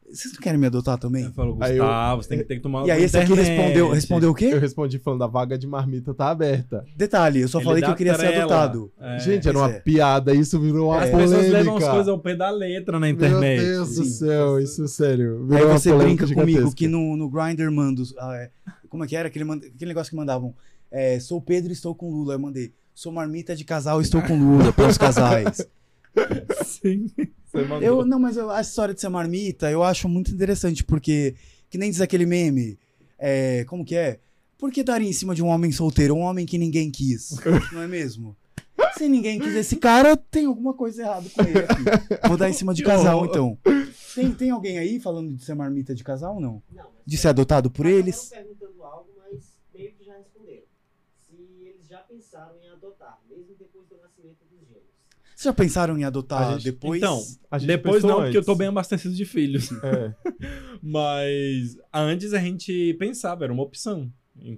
Speaker 1: Vocês não querem me adotar também?
Speaker 2: Ele falou,
Speaker 3: Aí eu-
Speaker 2: Gustavo, você tem que, tem que tomar
Speaker 1: E aí esse aqui
Speaker 2: É, internet.
Speaker 1: respondeu, respondeu o quê?
Speaker 3: Eu respondi falando, a vaga de marmita tá aberta.
Speaker 1: Detalhe, eu só
Speaker 2: Ele
Speaker 1: falei que
Speaker 2: dá
Speaker 1: eu queria ser
Speaker 2: trela.
Speaker 1: adotado.
Speaker 2: É.
Speaker 3: Gente, era
Speaker 1: pois
Speaker 3: uma
Speaker 1: é.
Speaker 3: piada, isso virou uma
Speaker 2: As
Speaker 3: polêmica.
Speaker 2: pessoas levam as coisas ao pé da letra na internet.
Speaker 3: Meu Deus do
Speaker 1: Sim.
Speaker 3: céu, isso é sério.
Speaker 1: Aí
Speaker 3: virou uma
Speaker 1: você
Speaker 3: polêmica
Speaker 1: brinca comigo
Speaker 3: gigantesca.
Speaker 1: que no, no Grindr manda. os- ah, é, como é que era? Aquele, mand- aquele negócio que mandavam. É, sou Pedro estou com Lula. Eu mandei. Sou marmita de casal, estou com Lula, para os
Speaker 3: <laughs>
Speaker 1: casais.
Speaker 2: Sim. Você mandou.
Speaker 1: Eu, não, mas eu- a história de ser marmita eu acho muito interessante, porque. Que nem diz aquele meme. é, como que é? Por que daria em cima de um homem solteiro, um homem que ninguém
Speaker 3: <laughs>
Speaker 1: quis? Não é mesmo? Se ninguém quis esse cara, tem alguma coisa errada com ele aqui. Vou dar em
Speaker 3: <laughs>
Speaker 1: cima de casal, então. Tem, tem alguém aí falando de ser marmita de casal ou não?
Speaker 4: Não, mas
Speaker 1: de ser adotado por
Speaker 4: Acabaram
Speaker 1: eles.
Speaker 4: um perguntando algo, mas meio que já responderam. Se eles já pensaram em adotar, mesmo depois do nascimento dos gêmeos.
Speaker 1: Vocês já pensaram em adotar
Speaker 3: A gente-
Speaker 1: depois?
Speaker 2: Então,
Speaker 3: A gente
Speaker 2: Depois
Speaker 3: pensou
Speaker 2: não, porque eu tô
Speaker 3: antes.
Speaker 2: bem abastecido de filhos.
Speaker 3: É,
Speaker 2: Mas antes a gente pensava, era uma opção.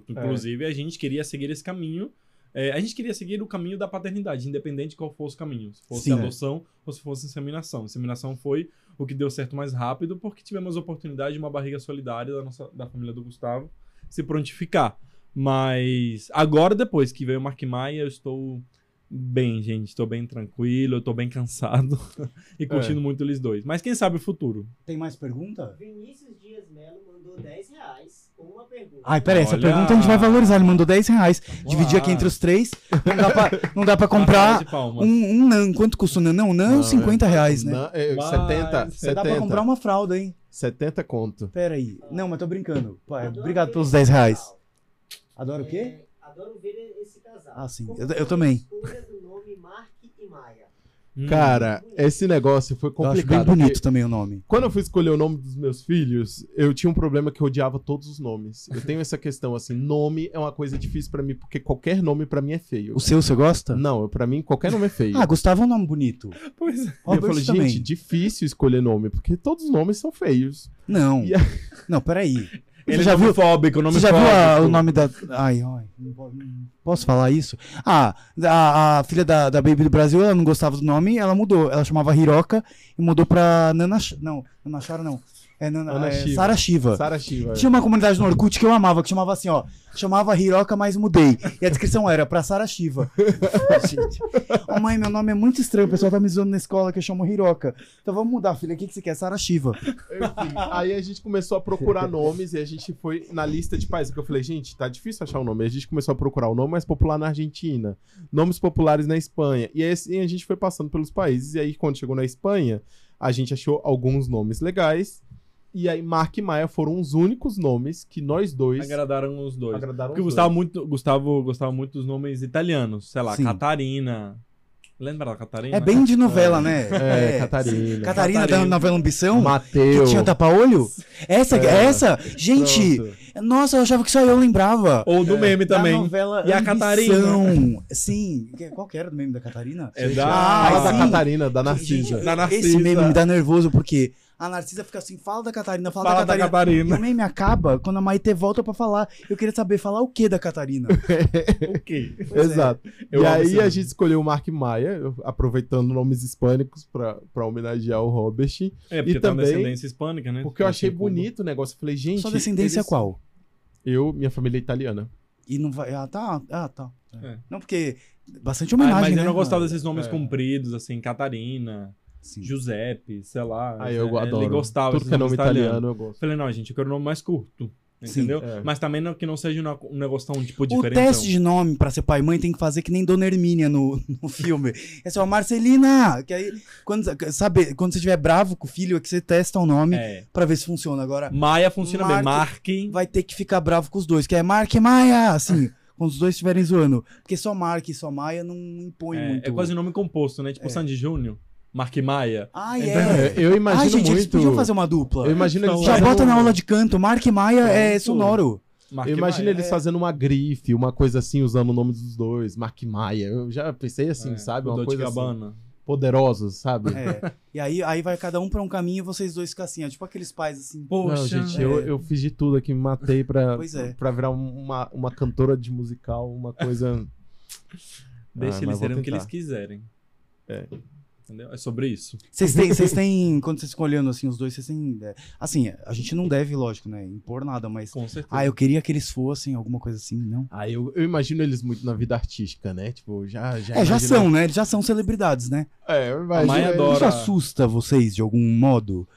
Speaker 2: Inclusive, a gente queria seguir esse caminho. É, a gente queria seguir o caminho da paternidade, independente de qual fosse o caminho. Se fosse
Speaker 1: Sim. é.
Speaker 2: adoção ou se fosse inseminação. Inseminação foi o que deu certo mais rápido, porque tivemos a oportunidade de uma barriga solidária da, nossa, da família do Gustavo se prontificar. Mas agora, depois que veio o Mark Maia, eu estou bem, gente. Estou bem tranquilo, eu estou bem cansado <laughs>
Speaker 1: É.
Speaker 2: e curtindo muito eles dois. Mas quem sabe o futuro?
Speaker 1: Tem mais pergunta?
Speaker 4: Vinícius Dias Melo mandou 10 reais com uma pergunta.
Speaker 1: Ai, peraí, essa
Speaker 2: Olha.
Speaker 1: pergunta a gente vai valorizar. Ele mandou 10 reais. Dividir aqui
Speaker 2: Uau.
Speaker 1: entre os três. Não dá pra, não dá pra comprar
Speaker 2: Passagem de né? palmas.
Speaker 1: um, um NAN. Quanto custa o NAN? Não, o NAN é
Speaker 3: Não,
Speaker 1: uns 50 reais, né?
Speaker 3: na- é,
Speaker 2: Mas
Speaker 3: 70,
Speaker 2: você
Speaker 1: Você dá pra
Speaker 3: 70,
Speaker 1: comprar um uma fralda, hein?
Speaker 3: 70 conto.
Speaker 1: Peraí. Não, mas tô brincando. Pai,
Speaker 4: Adoro
Speaker 1: obrigado
Speaker 4: ver
Speaker 1: pelos
Speaker 4: esse
Speaker 1: 10 reais.
Speaker 4: casal.
Speaker 1: Adoro o quê?
Speaker 4: É, adoro ver esse casal.
Speaker 1: Ah, sim.
Speaker 4: Como
Speaker 1: Eu- eu
Speaker 4: foi a
Speaker 1: também.
Speaker 4: escolha do nome Mark e Maia.
Speaker 2: Hum.
Speaker 3: Cara, esse negócio foi
Speaker 1: Eu acho bem
Speaker 3: complicado.
Speaker 1: bonito
Speaker 3: porque
Speaker 1: também o nome.
Speaker 3: Quando eu fui escolher o nome dos meus filhos, eu tinha um problema que eu odiava todos os nomes. Eu tenho essa questão assim, nome é uma coisa difícil pra mim, porque qualquer nome pra mim é feio.
Speaker 1: O seu, você gosta?
Speaker 3: Não, eu- pra mim qualquer nome é feio.
Speaker 1: Ah, Gustavo é um nome bonito.
Speaker 2: <laughs> Pois é.
Speaker 3: E eu
Speaker 1: Robert
Speaker 3: falei,
Speaker 1: também.
Speaker 3: gente, difícil escolher nome, porque todos os nomes são feios.
Speaker 1: Não.
Speaker 3: E a-
Speaker 1: Não, peraí.
Speaker 2: Ele é
Speaker 1: já
Speaker 2: já
Speaker 1: viu-
Speaker 2: viu fóbico, nome
Speaker 1: Você já viu a-
Speaker 2: fóbico.
Speaker 1: o nome da. Ai, ai. não po- não Posso falar isso? Ah, a, a filha da, da Baby do Brasil, ela não gostava do nome, ela mudou. Ela chamava Hiroca e mudou pra Nana. Sh- Não, Nana Chara não. É, Nana,
Speaker 3: Ana
Speaker 1: é,
Speaker 3: Shiva.
Speaker 1: Sara Shiva.
Speaker 3: Sara Shiva.
Speaker 1: Tinha uma comunidade no Orkut que eu amava, que chamava assim, ó. Chamava Hiroca, mas mudei. E a descrição era pra Sara
Speaker 3: <laughs>
Speaker 1: Shiva. Gente. Ô, mãe, meu nome é muito estranho. O pessoal tá me zoando na escola que eu chamo Hiroca. Então vamos mudar, filha. O que, que você quer? Sara Shiva.
Speaker 3: Enfim, aí a gente começou a procurar nomes e a gente foi na lista de países. Porque eu falei, gente, tá difícil achar o nome. Aí a gente começou a procurar o nome mais popular na Argentina, nomes populares na Espanha. E aí assim, a gente foi passando pelos países. E aí, quando chegou na Espanha, a gente achou alguns nomes legais. E aí, Mark e Maia foram os únicos nomes que nós dois
Speaker 2: Agradaram os dois.
Speaker 3: agradaram.
Speaker 2: Porque o
Speaker 3: os
Speaker 2: Gustavo,
Speaker 3: dois.
Speaker 2: muito, Gustavo gostava muito dos nomes italianos. Sei lá,
Speaker 1: Sim.
Speaker 2: Catarina. Lembra da Catarina?
Speaker 1: É bem de novela, né?
Speaker 3: É, Catarina.
Speaker 1: Catarina, da
Speaker 2: Catarina.
Speaker 1: novela Ambição? Que
Speaker 3: Mateus.
Speaker 1: um tinha tapa-olho? Essa,
Speaker 3: É.
Speaker 1: essa? Gente,
Speaker 3: Pronto.
Speaker 1: nossa, eu achava que só eu lembrava.
Speaker 2: Ou do meme
Speaker 1: É. Da
Speaker 2: também.
Speaker 1: novela
Speaker 2: E a
Speaker 1: Ambição. Sim. Que- Qual que era do meme da Catarina?
Speaker 2: É
Speaker 1: Ah,
Speaker 3: Fala
Speaker 2: da.
Speaker 3: da
Speaker 1: sim.
Speaker 3: Catarina, da
Speaker 1: Gente,
Speaker 3: Narcisa.
Speaker 2: Da
Speaker 1: Esse
Speaker 2: Narcisa.
Speaker 1: meme me dá nervoso porque a Narcisa fica assim, fala da Catarina, fala,
Speaker 2: Fala
Speaker 1: da
Speaker 2: da
Speaker 1: Catarina. E
Speaker 2: Catarina.
Speaker 1: o meme acaba quando a Maite volta pra falar. Eu queria saber falar o que da Catarina. <laughs>
Speaker 2: Ok.
Speaker 1: Pois é.
Speaker 3: Exato.
Speaker 2: Eu
Speaker 3: e
Speaker 2: amo esse
Speaker 3: aí a
Speaker 2: nome.
Speaker 3: gente escolheu o Mark Maia, eu- aproveitando nomes hispânicos pra pra homenagear o Robert,
Speaker 2: É, porque
Speaker 3: E
Speaker 2: tem uma
Speaker 3: também-
Speaker 2: descendência hispânica, né?
Speaker 3: porque eu achei
Speaker 2: Assim, como-
Speaker 3: bonito o negócio. Eu falei, <laughs> gente.
Speaker 1: Sua descendência é
Speaker 3: eles-
Speaker 1: qual?
Speaker 3: Eu, minha família é italiana.
Speaker 1: E não vai. Ah, tá. Ah, tá.
Speaker 2: É.
Speaker 1: Não, porque. Bastante
Speaker 2: Ah,
Speaker 1: homenagem.
Speaker 2: mas
Speaker 1: né?
Speaker 2: eu não gostava desses nomes
Speaker 3: É.
Speaker 2: compridos, assim, Catarina,
Speaker 1: Sim. Ah,
Speaker 2: Giuseppe, sei lá.
Speaker 3: Aí eu
Speaker 2: né? Ele
Speaker 3: adoro.
Speaker 2: gostava
Speaker 3: Tudo
Speaker 2: desses
Speaker 3: que é
Speaker 2: nomes
Speaker 3: nome
Speaker 2: italianos.
Speaker 3: italiano eu gosto.
Speaker 2: Falei, não, gente, eu quero um nome mais curto.
Speaker 1: Sim.
Speaker 2: Entendeu?
Speaker 3: É.
Speaker 2: Mas também não, que não seja uma- um negócio tão, tipo,
Speaker 1: O
Speaker 2: diferente.
Speaker 1: teste de nome pra ser pai e mãe tem que fazer que nem Dona Hermínia no, <laughs> no filme. É só Marcelina! Que aí, quando, sabe, quando você estiver bravo com o filho, é que você testa o nome
Speaker 2: É.
Speaker 1: pra ver se funciona. Agora,
Speaker 2: Maia funciona bem.
Speaker 1: Mark-
Speaker 2: Marque.
Speaker 1: vai ter que ficar bravo com os dois, que é Mark e Maia, assim, <laughs> quando os dois estiverem zoando. Porque só Mark e só Maia não impõe
Speaker 2: É,
Speaker 1: muito.
Speaker 2: é quase nome composto, né? Tipo
Speaker 1: É.
Speaker 2: Sandy Júnior, Mark Maia.
Speaker 1: Ah, <laughs> é.
Speaker 3: É, <laughs> eu
Speaker 1: Ah,
Speaker 3: imagino
Speaker 1: gente, eles
Speaker 3: muito.
Speaker 1: podiam fazer uma
Speaker 3: Eu
Speaker 1: dupla.
Speaker 3: imagino eles
Speaker 2: Então,
Speaker 1: Já
Speaker 3: fazendo-
Speaker 1: bota na aula de canto, Mark e Maia é
Speaker 2: Pronto.
Speaker 1: sonoro.
Speaker 2: Mark
Speaker 3: Eu imagino
Speaker 2: Maia.
Speaker 3: eles
Speaker 1: É.
Speaker 3: fazendo uma grife, uma coisa assim, usando o nome dos dois, Mark Maia. Eu já pensei assim,
Speaker 2: É,
Speaker 3: sabe?
Speaker 2: do
Speaker 3: Uma
Speaker 2: Dolce
Speaker 3: coisa assim,
Speaker 2: Gabbana.
Speaker 3: poderosos, sabe?
Speaker 1: É. E aí, aí vai cada um pra um caminho e vocês dois ficam assim, ó, tipo aqueles pais assim.
Speaker 2: Poxa,
Speaker 3: Não, gente, eu,
Speaker 1: é.
Speaker 3: eu fiz de tudo aqui, me matei pra,
Speaker 1: Pois é.
Speaker 3: pra virar um, uma, uma cantora de
Speaker 2: <laughs>
Speaker 3: musical, uma coisa.
Speaker 2: deixa
Speaker 3: Ah, mas
Speaker 1: é,
Speaker 2: eles
Speaker 3: vou
Speaker 2: serem o que eles
Speaker 3: tentar.
Speaker 2: quiserem. Entendeu? É sobre isso.
Speaker 1: Vocês têm, vocês têm, quando vocês ficam olhando assim, os dois, vocês têm. é, Assim, a gente não deve, lógico, né? Impor nada, mas.
Speaker 2: Com certeza.
Speaker 1: Ah, eu queria que eles fossem, alguma coisa assim, não?
Speaker 3: Ah, eu, eu imagino eles muito na vida artística, né? Tipo, já. já
Speaker 1: É, já
Speaker 3: imagino-
Speaker 1: são, né? Eles já são celebridades, né?
Speaker 3: É, eu imagino.
Speaker 2: mãe
Speaker 3: eles-
Speaker 2: adora.
Speaker 1: Isso
Speaker 2: Ora.
Speaker 1: assusta vocês de algum modo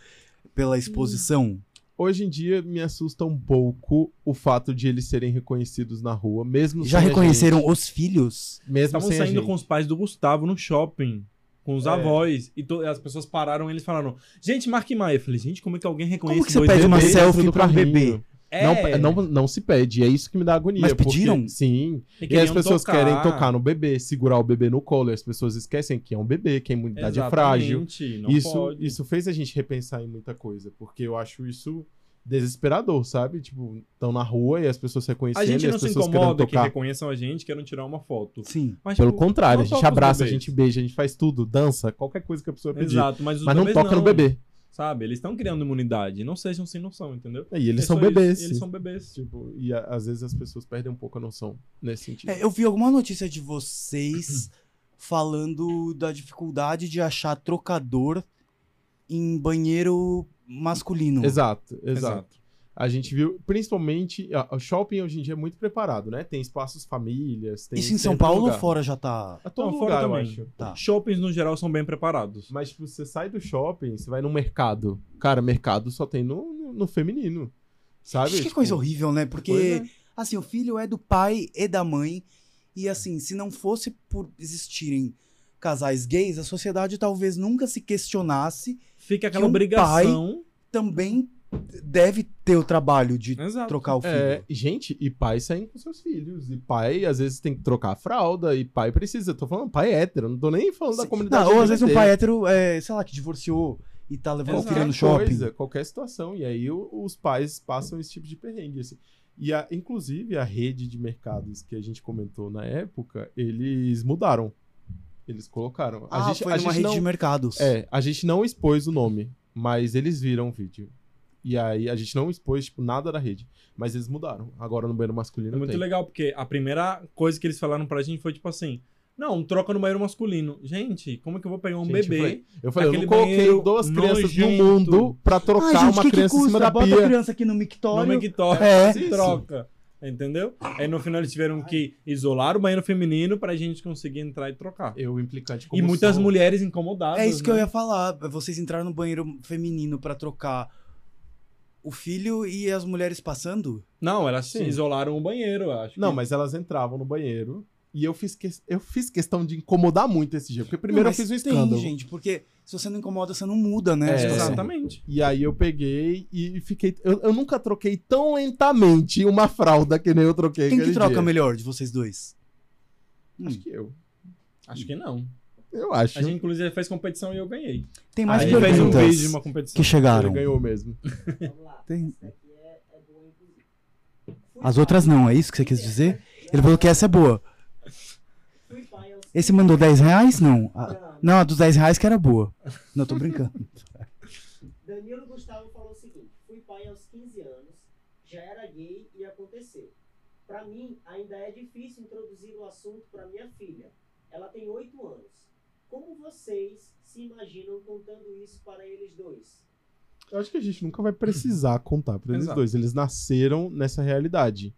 Speaker 1: pela exposição?
Speaker 3: Hoje em dia me assusta um pouco o fato de eles serem reconhecidos na rua, mesmo
Speaker 1: Já
Speaker 3: sem a
Speaker 1: reconheceram os filhos?
Speaker 3: gente, mesmo
Speaker 2: Estavam
Speaker 3: sem a
Speaker 2: saindo
Speaker 3: gente.
Speaker 2: com os pais do Gustavo no shopping. Com os
Speaker 3: É.
Speaker 2: avós. E to- as pessoas pararam e eles falaram: Gente, Mark Maia. Eu falei, gente, como é que alguém reconhece
Speaker 1: Como que você
Speaker 2: dois
Speaker 1: pede uma
Speaker 2: bebês?"
Speaker 3: bebês dentro
Speaker 1: selfie
Speaker 3: do
Speaker 1: pra um
Speaker 3: carrinho.
Speaker 1: bebê?
Speaker 2: É,
Speaker 3: Não, não, não se pede, é isso que me dá agonia.
Speaker 1: Mas pediram?
Speaker 3: Porque, sim.
Speaker 2: e
Speaker 3: E as
Speaker 2: queriam
Speaker 3: pessoas querem tocar no bebê, segurar o bebê no colo, e as pessoas esquecem que é um bebê, que a imunidade é frágil.
Speaker 2: Exatamente, Não
Speaker 3: Isso,
Speaker 2: pode.
Speaker 3: isso fez a gente repensar em muita coisa, porque eu acho isso desesperador, sabe? Tipo, estão na rua e as pessoas reconhecendo
Speaker 2: A gente
Speaker 3: e as
Speaker 2: não se
Speaker 3: pessoas querendo
Speaker 2: incomoda que
Speaker 3: tocar.
Speaker 2: reconheçam a gente, queiram tirar uma foto.
Speaker 1: Sim.
Speaker 2: Mas,
Speaker 3: Pelo
Speaker 2: tipo,
Speaker 3: contrário,
Speaker 2: não
Speaker 3: a gente
Speaker 2: toca os
Speaker 3: abraça, a
Speaker 2: bebês.
Speaker 3: gente beija, a gente faz tudo, dança, qualquer coisa que a pessoa pedir.
Speaker 2: Exato, mas os
Speaker 3: Mas não
Speaker 2: bebês
Speaker 3: toca no bebê.
Speaker 2: Sabe? Eles estão criando imunidade. Não sejam sem noção, entendeu?
Speaker 3: E eles
Speaker 2: É
Speaker 3: são
Speaker 2: só isso,
Speaker 3: bebês.
Speaker 2: Eles são bebês.
Speaker 3: Tipo, e a- às vezes as pessoas perdem um pouco a noção nesse sentido.
Speaker 1: É, eu vi alguma notícia de vocês <clears throat> falando da dificuldade de achar trocador em banheiro masculino.
Speaker 3: Exato, exato, A gente viu, principalmente, a- o shopping hoje em dia é muito preparado, né? Tem espaços famílias, tem...
Speaker 1: Isso em São
Speaker 3: tem todo
Speaker 1: Paulo
Speaker 3: lugar.
Speaker 1: ou fora já tá?
Speaker 3: A todo
Speaker 2: Não, Então, fora
Speaker 3: lugar, eu
Speaker 2: também.
Speaker 3: acho.
Speaker 1: Tá.
Speaker 2: Shoppings, no geral, são bem preparados.
Speaker 3: Mas, tipo, você sai do shopping, você vai no mercado. Cara, mercado só tem no, no, no feminino, sabe?
Speaker 1: Acho que
Speaker 3: Tipo,
Speaker 1: coisa horrível, né? Porque,
Speaker 3: coisa-
Speaker 1: assim, o filho é do pai e da mãe. E, assim, se não fosse por existirem casais gays, a sociedade talvez nunca se questionasse.
Speaker 2: Fica aquela
Speaker 1: um
Speaker 2: obrigação.
Speaker 1: Também deve ter o trabalho de
Speaker 2: Exato.
Speaker 1: trocar o filho.
Speaker 3: É, gente, e pai saem com seus filhos. E pai, às vezes, tem que trocar a fralda. E pai precisa. Tô falando pai é hétero, não tô nem falando da
Speaker 1: Sim.
Speaker 3: comunidade.
Speaker 1: Não, ou às vezes um
Speaker 3: LGBT.
Speaker 1: pai hétero, é, sei lá, que divorciou e tá levando o
Speaker 2: Exato.
Speaker 1: filho no
Speaker 3: qualquer
Speaker 1: shopping.
Speaker 3: coisa, qualquer situação. E aí o- os pais passam esse tipo de perrengue. assim. E a- inclusive a rede de mercados que a gente comentou na época, eles mudaram. Eles colocaram.
Speaker 1: Ah,
Speaker 3: A gente,
Speaker 1: foi
Speaker 3: a
Speaker 1: numa
Speaker 3: gente
Speaker 1: rede
Speaker 3: não,
Speaker 1: de mercados.
Speaker 3: É, a gente não expôs o nome, mas eles viram o vídeo. E aí a gente não expôs tipo, nada da rede. Mas eles mudaram. Agora no banheiro masculino
Speaker 2: É muito
Speaker 3: tem.
Speaker 2: legal, porque a primeira coisa que eles falaram pra gente foi tipo assim: não, troca no banheiro masculino. Gente, como é que eu vou pegar um
Speaker 3: Gente,
Speaker 2: bebê?
Speaker 3: eu falei, Eu falei, eu não
Speaker 2: Aquele
Speaker 3: coloquei
Speaker 2: banheiro
Speaker 3: duas crianças no
Speaker 2: nojento.
Speaker 3: mundo pra trocar
Speaker 1: Ai, Ah, gente,
Speaker 3: uma
Speaker 1: que que
Speaker 3: criança em cima
Speaker 1: custa?
Speaker 3: da
Speaker 1: Bota a
Speaker 3: pia.
Speaker 1: criança aqui no mictório.
Speaker 2: Não é que toca,
Speaker 1: É.
Speaker 2: se troca. Entendeu? Aí no final eles tiveram que isolar o banheiro feminino pra gente conseguir entrar e trocar.
Speaker 3: Eu implicante como
Speaker 2: E muitas
Speaker 3: sou.
Speaker 2: mulheres incomodadas.
Speaker 1: É isso que
Speaker 2: né?
Speaker 1: eu ia falar. Vocês entraram no banheiro feminino pra trocar o filho e as mulheres passando?
Speaker 2: Não, elas
Speaker 3: Sim.
Speaker 2: isolaram o banheiro, eu
Speaker 1: Tipo,
Speaker 2: acho.
Speaker 3: Não,
Speaker 2: que-
Speaker 3: mas elas entravam no banheiro. E eu fiz, que- eu fiz questão de incomodar muito esse dia. Porque primeiro
Speaker 1: Não,
Speaker 3: eu
Speaker 1: mas
Speaker 3: fiz um
Speaker 1: tem,
Speaker 3: escândalo.
Speaker 1: gente, porque se você não incomoda, você não muda, né?
Speaker 3: É,
Speaker 1: a situação.
Speaker 2: Exatamente.
Speaker 3: E aí eu peguei e fiquei. Eu, eu nunca troquei tão lentamente uma fralda que nem eu troquei.
Speaker 1: Quem que
Speaker 3: aquele
Speaker 1: troca
Speaker 3: dia.
Speaker 1: melhor de vocês dois?
Speaker 3: Acho
Speaker 1: Hum,
Speaker 3: que eu.
Speaker 2: Acho que não.
Speaker 3: Eu acho.
Speaker 2: A gente, inclusive, fez competição e eu ganhei.
Speaker 1: Tem mais
Speaker 2: a gente fez um
Speaker 1: perguntas
Speaker 2: vídeo de uma competição.
Speaker 1: que
Speaker 3: Ele
Speaker 1: chegaram.
Speaker 3: ganhou mesmo.
Speaker 4: Vamos lá.
Speaker 1: Tem-
Speaker 4: Essa daqui é, é boa, inclusive. Fui
Speaker 1: As
Speaker 4: pai-
Speaker 1: outras não, é isso que você quis dizer? Ele falou que essa é boa.
Speaker 4: Fui pai aos-
Speaker 1: Esse mandou 10 reais? Não. A- não,
Speaker 4: Não.
Speaker 1: a dos 10 reais que era boa. Não, tô
Speaker 3: <laughs>
Speaker 1: brincando.
Speaker 3: Então
Speaker 4: Danilo Gustavo falou o seguinte: fui pai aos 15 anos, já era gay e aconteceu. Pra mim, ainda é difícil introduzir o assunto pra minha filha. Ela tem 8 anos. Como vocês se imaginam contando isso para eles dois?
Speaker 3: Eu acho que a gente nunca vai precisar contar pra eles
Speaker 2: Exato.
Speaker 3: dois. Eles nasceram nessa realidade.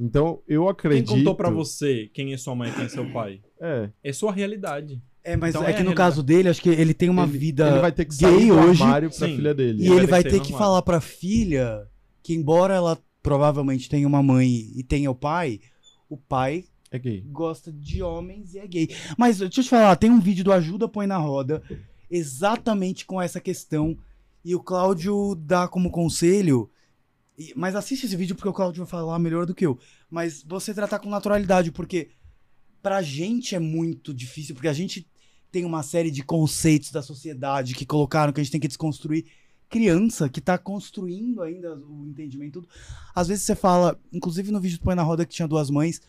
Speaker 3: Então, eu
Speaker 2: Quem
Speaker 3: acredito.
Speaker 2: contou pra você quem é sua mãe e quem é seu pai?
Speaker 3: É.
Speaker 2: É sua realidade.
Speaker 1: É, mas
Speaker 2: Então
Speaker 1: é
Speaker 2: é
Speaker 1: que no
Speaker 2: a
Speaker 1: caso dele, acho que ele tem uma vida.
Speaker 3: Ele vai ter que
Speaker 1: gay
Speaker 3: sair do
Speaker 1: hoje.
Speaker 3: armário pra
Speaker 2: Sim.
Speaker 3: filha dele.
Speaker 1: E
Speaker 2: Ele
Speaker 1: ele vai
Speaker 2: vai ter que
Speaker 1: ter
Speaker 2: ser
Speaker 1: que
Speaker 2: normal.
Speaker 1: falar pra filha que, embora ela provavelmente tenha uma mãe e tenha o pai, o pai
Speaker 3: É gay.
Speaker 1: gosta de homens e é gay. Mas deixa eu te falar, tem um vídeo do Ajuda Põe na Roda exatamente com essa questão. E o Cláudio dá como conselho. e- mas assiste esse vídeo porque o Cláudio vai falar melhor do que eu. Mas você tratar com naturalidade, porque pra gente é muito difícil, porque a gente tem uma série de conceitos da sociedade que colocaram que a gente tem que desconstruir. Criança que tá construindo ainda o entendimento, tudo. Às vezes você fala, inclusive no vídeo do Põe na Roda que tinha duas mães,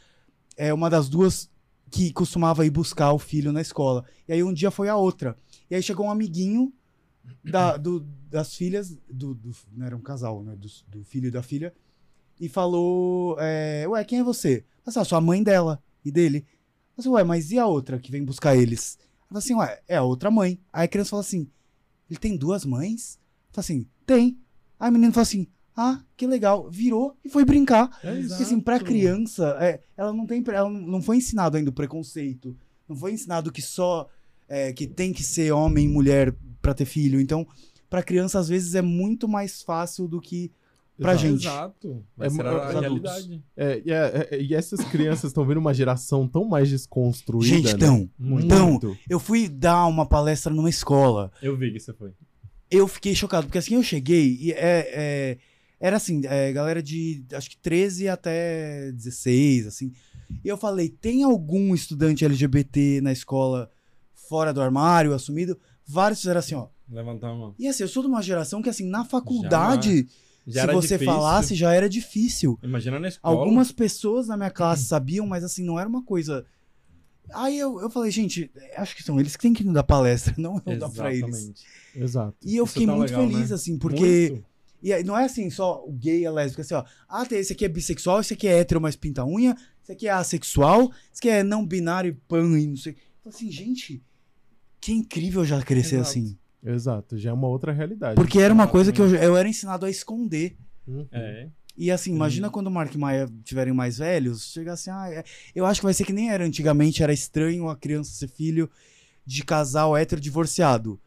Speaker 1: é uma das duas que costumava ir buscar o filho na escola. E aí um dia foi a outra. E aí chegou um amiguinho da- do- das filhas, do, do- não era um casal, né? Do, do filho e da filha, e falou: é, Ué, "Ah, quem é você? Nossa, sua mãe dela e dele. Nossa, ué, mas e a outra que vem buscar eles? Ela assim, ué, é a outra mãe. Aí a criança fala assim, ele tem duas mães? Fala assim, tem. Aí a menina fala assim, ah, que legal. Virou e foi brincar. Porque assim, pra criança, é, ela não tem. Ela não foi ensinado ainda o preconceito. Não foi ensinado que só. é, que tem que ser homem e mulher pra ter filho. Então, pra criança, às vezes, é muito mais fácil do que pra
Speaker 3: Exato.
Speaker 1: gente.
Speaker 2: Exato. Vai
Speaker 3: É
Speaker 2: ser
Speaker 3: mu-
Speaker 2: a
Speaker 3: é adultos.
Speaker 2: realidade.
Speaker 3: É, e, é- é- e essas crianças estão vendo uma geração tão mais desconstruída.
Speaker 1: Gente,
Speaker 3: né?
Speaker 1: então,
Speaker 2: Muito.
Speaker 1: então,
Speaker 3: Muito.
Speaker 1: eu fui dar uma palestra numa escola.
Speaker 2: Eu vi que você foi.
Speaker 1: eu fiquei chocado, porque assim eu cheguei e é, é, era assim, é, galera de acho que 13 até 16, assim. E eu falei: tem algum estudante LGBT na escola fora do armário, assumido? Vários fizeram assim, ó.
Speaker 2: Levantar uma.
Speaker 1: E assim, eu sou de uma geração que, assim, na faculdade,
Speaker 2: Já
Speaker 1: se
Speaker 2: era
Speaker 1: você
Speaker 2: difícil.
Speaker 1: falasse, já era difícil.
Speaker 2: Imagina na escola.
Speaker 1: Algumas pessoas na minha
Speaker 2: Uhum.
Speaker 1: classe sabiam, mas assim, não era uma coisa. Aí eu, eu falei, gente, acho que são eles que têm que me dar palestra, <laughs> não eu dar pra eles.
Speaker 2: Exatamente.
Speaker 3: Exato.
Speaker 1: E eu
Speaker 2: Isso
Speaker 1: fiquei
Speaker 2: tão
Speaker 1: muito
Speaker 2: legal,
Speaker 1: feliz,
Speaker 2: né?
Speaker 1: assim, porque.
Speaker 2: Muito.
Speaker 1: E aí, não é assim só o gay e a lésbica, assim, ó. Ah, tem, esse aqui é bissexual, esse aqui é hétero, mas pinta a unha, esse aqui é assexual, esse aqui é não binário e pan e não sei. Então, assim, gente, que incrível já crescer
Speaker 2: Exato. né?
Speaker 1: assim.
Speaker 3: Exato, já é uma outra realidade.
Speaker 1: Porque era uma coisa que eu, eu era ensinado a esconder.
Speaker 3: Uhum.
Speaker 2: É.
Speaker 1: E assim, imagina quando o Mark e Maia tiverem mais velhos, chegar assim, ah, é- eu acho que vai ser que nem era antigamente, era estranho a criança ser filho de casal hétero divorciado.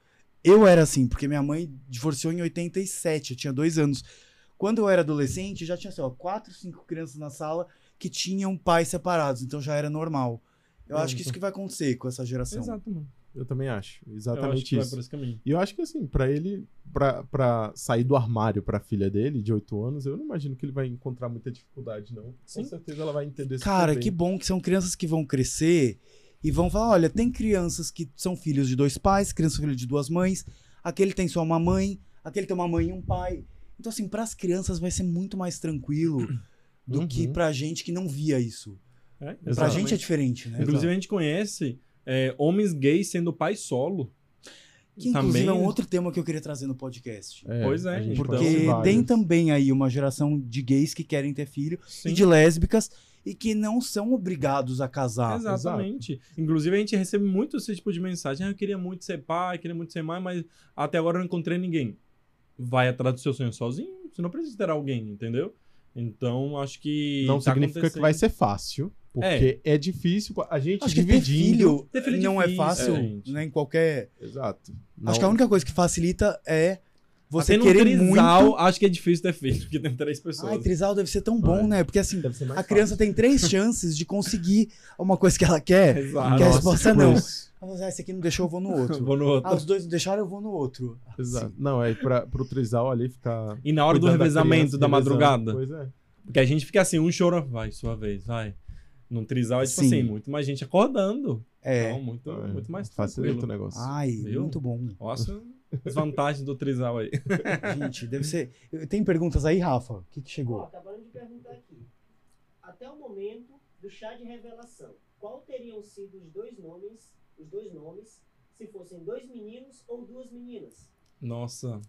Speaker 1: Eu era assim, porque minha mãe divorciou em 87, eu tinha dois anos. Quando eu era adolescente, já tinha assim, ó, quatro, cinco crianças na sala que tinham pais separados, então já era normal. Eu acho que isso que vai acontecer com essa geração.
Speaker 2: Exato, mano.
Speaker 3: Eu também acho.
Speaker 2: Eu acho
Speaker 3: Exatamente
Speaker 2: que vai
Speaker 3: isso.
Speaker 2: por esse caminho.
Speaker 3: E eu acho que assim, pra ele, pra, pra sair do armário pra filha dele, de 8 anos, eu não imagino que ele vai encontrar muita dificuldade, não.
Speaker 2: Sim.
Speaker 3: Com certeza ela vai entender super
Speaker 1: Cara,
Speaker 3: bem.
Speaker 1: que bom que são crianças que vão crescer e vão falar: olha, tem crianças que são filhos de dois pais, crianças são filhos de duas mães, aquele tem só uma mãe, aquele tem uma mãe e um pai. Então, assim, pras crianças vai ser muito mais tranquilo do
Speaker 3: Uhum.
Speaker 1: que pra gente que não via isso.
Speaker 2: É,
Speaker 1: Pra
Speaker 3: Exatamente.
Speaker 1: gente é diferente, né?
Speaker 3: Exato.
Speaker 2: Inclusive, a gente conhece é, homens gays sendo pai solo.
Speaker 1: Que inclusive
Speaker 2: Também,
Speaker 1: é um
Speaker 2: né?
Speaker 1: outro tema que eu queria trazer no podcast.
Speaker 2: Pois é,
Speaker 3: a gente
Speaker 2: então.
Speaker 3: conhece
Speaker 1: Porque
Speaker 3: vários.
Speaker 1: tem também aí uma geração de gays que querem ter filho
Speaker 2: Sim.
Speaker 1: e de lésbicas e que não são obrigados a casar.
Speaker 2: Exatamente. Inclusive, a gente recebe muito esse tipo de mensagem. Ah, eu queria muito ser pai, queria muito ser mãe, mas até agora eu não encontrei ninguém. Vai atrás do seu sonho sozinho, você não precisa ter alguém, entendeu? Então, acho que.
Speaker 3: Não
Speaker 2: tá
Speaker 3: significa que
Speaker 2: acontecendo.
Speaker 3: vai ser fácil, porque é, difícil. A gente
Speaker 1: Acho que ter
Speaker 3: dividindo.
Speaker 1: filho,
Speaker 2: Ter filho é
Speaker 1: não é
Speaker 2: difícil,
Speaker 1: fácil,
Speaker 2: gente.
Speaker 1: né? Em qualquer.
Speaker 3: Exato.
Speaker 1: Acho
Speaker 3: Não-
Speaker 1: que é a única coisa que facilita é você
Speaker 2: Até no
Speaker 1: querer
Speaker 2: trisal,
Speaker 1: muito.
Speaker 2: acho que é difícil ter feito, porque tem três pessoas.
Speaker 1: Ai, trisal deve ser tão bom,
Speaker 3: É.
Speaker 1: né? Porque assim,
Speaker 3: Deve ser mais
Speaker 1: a criança tem três chances de conseguir uma coisa que ela quer.
Speaker 2: <laughs> Exato.
Speaker 1: que a
Speaker 3: Nossa,
Speaker 1: resposta
Speaker 3: tipo
Speaker 1: não.
Speaker 3: isso.
Speaker 1: Ela fala, ah, esse aqui não deixou, eu vou no
Speaker 2: <laughs>
Speaker 1: outro.
Speaker 2: Vou no outro.
Speaker 1: Ah, os dois não deixaram, eu vou no outro. Ah,
Speaker 3: Exato.
Speaker 1: sim.
Speaker 3: Não, é pra, pro Trisal ali ficar.
Speaker 2: E na hora do
Speaker 3: cuidando da
Speaker 2: revezamento
Speaker 3: criança,
Speaker 2: da
Speaker 3: revezando.
Speaker 2: madrugada.
Speaker 3: Pois é.
Speaker 2: Porque a gente fica assim, um chora, vai, sua vez, vai. Num trisal é tipo
Speaker 1: Sim.
Speaker 2: assim, muito mais gente acordando.
Speaker 1: É.
Speaker 2: Então, muito,
Speaker 3: É,
Speaker 2: muito mais
Speaker 3: Facilita né? o
Speaker 2: tranquilo.
Speaker 3: negócio.
Speaker 1: Ai,
Speaker 2: Viu?
Speaker 1: muito bom.
Speaker 2: Nossa, as vantagens do trisal aí.
Speaker 1: Gente, deve ser. Tem perguntas aí, Rafa? O que, que
Speaker 4: Ó,
Speaker 1: chegou?
Speaker 4: acabaram de perguntar aqui. Até o momento do chá de revelação, qual teriam sido os dois nomes, os dois nomes, se fossem dois meninos ou duas meninas?
Speaker 2: Nossa.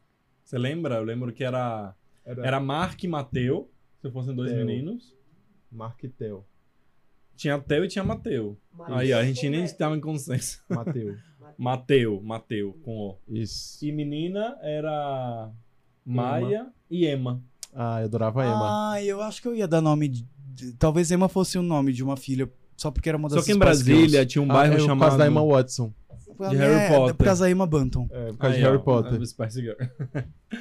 Speaker 2: Você lembra? Eu lembro que era,
Speaker 3: Era,
Speaker 2: era Mark e Mateu, se fossem dois
Speaker 3: Theo.
Speaker 2: meninos.
Speaker 3: Mark e Theo.
Speaker 2: Tinha Theo e tinha Mateu.
Speaker 4: Mateus
Speaker 2: Aí, ó, a gente
Speaker 4: ou
Speaker 2: nem
Speaker 4: Beto?
Speaker 2: estava em consenso.
Speaker 3: Mateu.
Speaker 4: Mateus.
Speaker 2: Mateu, Mateu, com O.
Speaker 3: <laughs> Isso.
Speaker 2: E menina era Maia e Emma.
Speaker 3: Ah, eu adorava a Emma.
Speaker 1: Ah, eu acho que eu ia dar nome. de- de- Talvez Emma fosse o nome de uma filha, só porque era uma das
Speaker 2: Só que em
Speaker 1: Spice Girls.
Speaker 2: Brasília tinha um bairro
Speaker 3: é, por
Speaker 2: chamado...
Speaker 3: causa da Emma Watson.
Speaker 1: Pra
Speaker 2: de
Speaker 1: mim
Speaker 2: Harry
Speaker 1: é-
Speaker 2: Potter.
Speaker 1: Por causa da Emma Bunton.
Speaker 3: É, por causa
Speaker 2: Aí,
Speaker 3: de Harry
Speaker 2: ó, <laughs>
Speaker 3: Potter.
Speaker 2: do Spice Girl.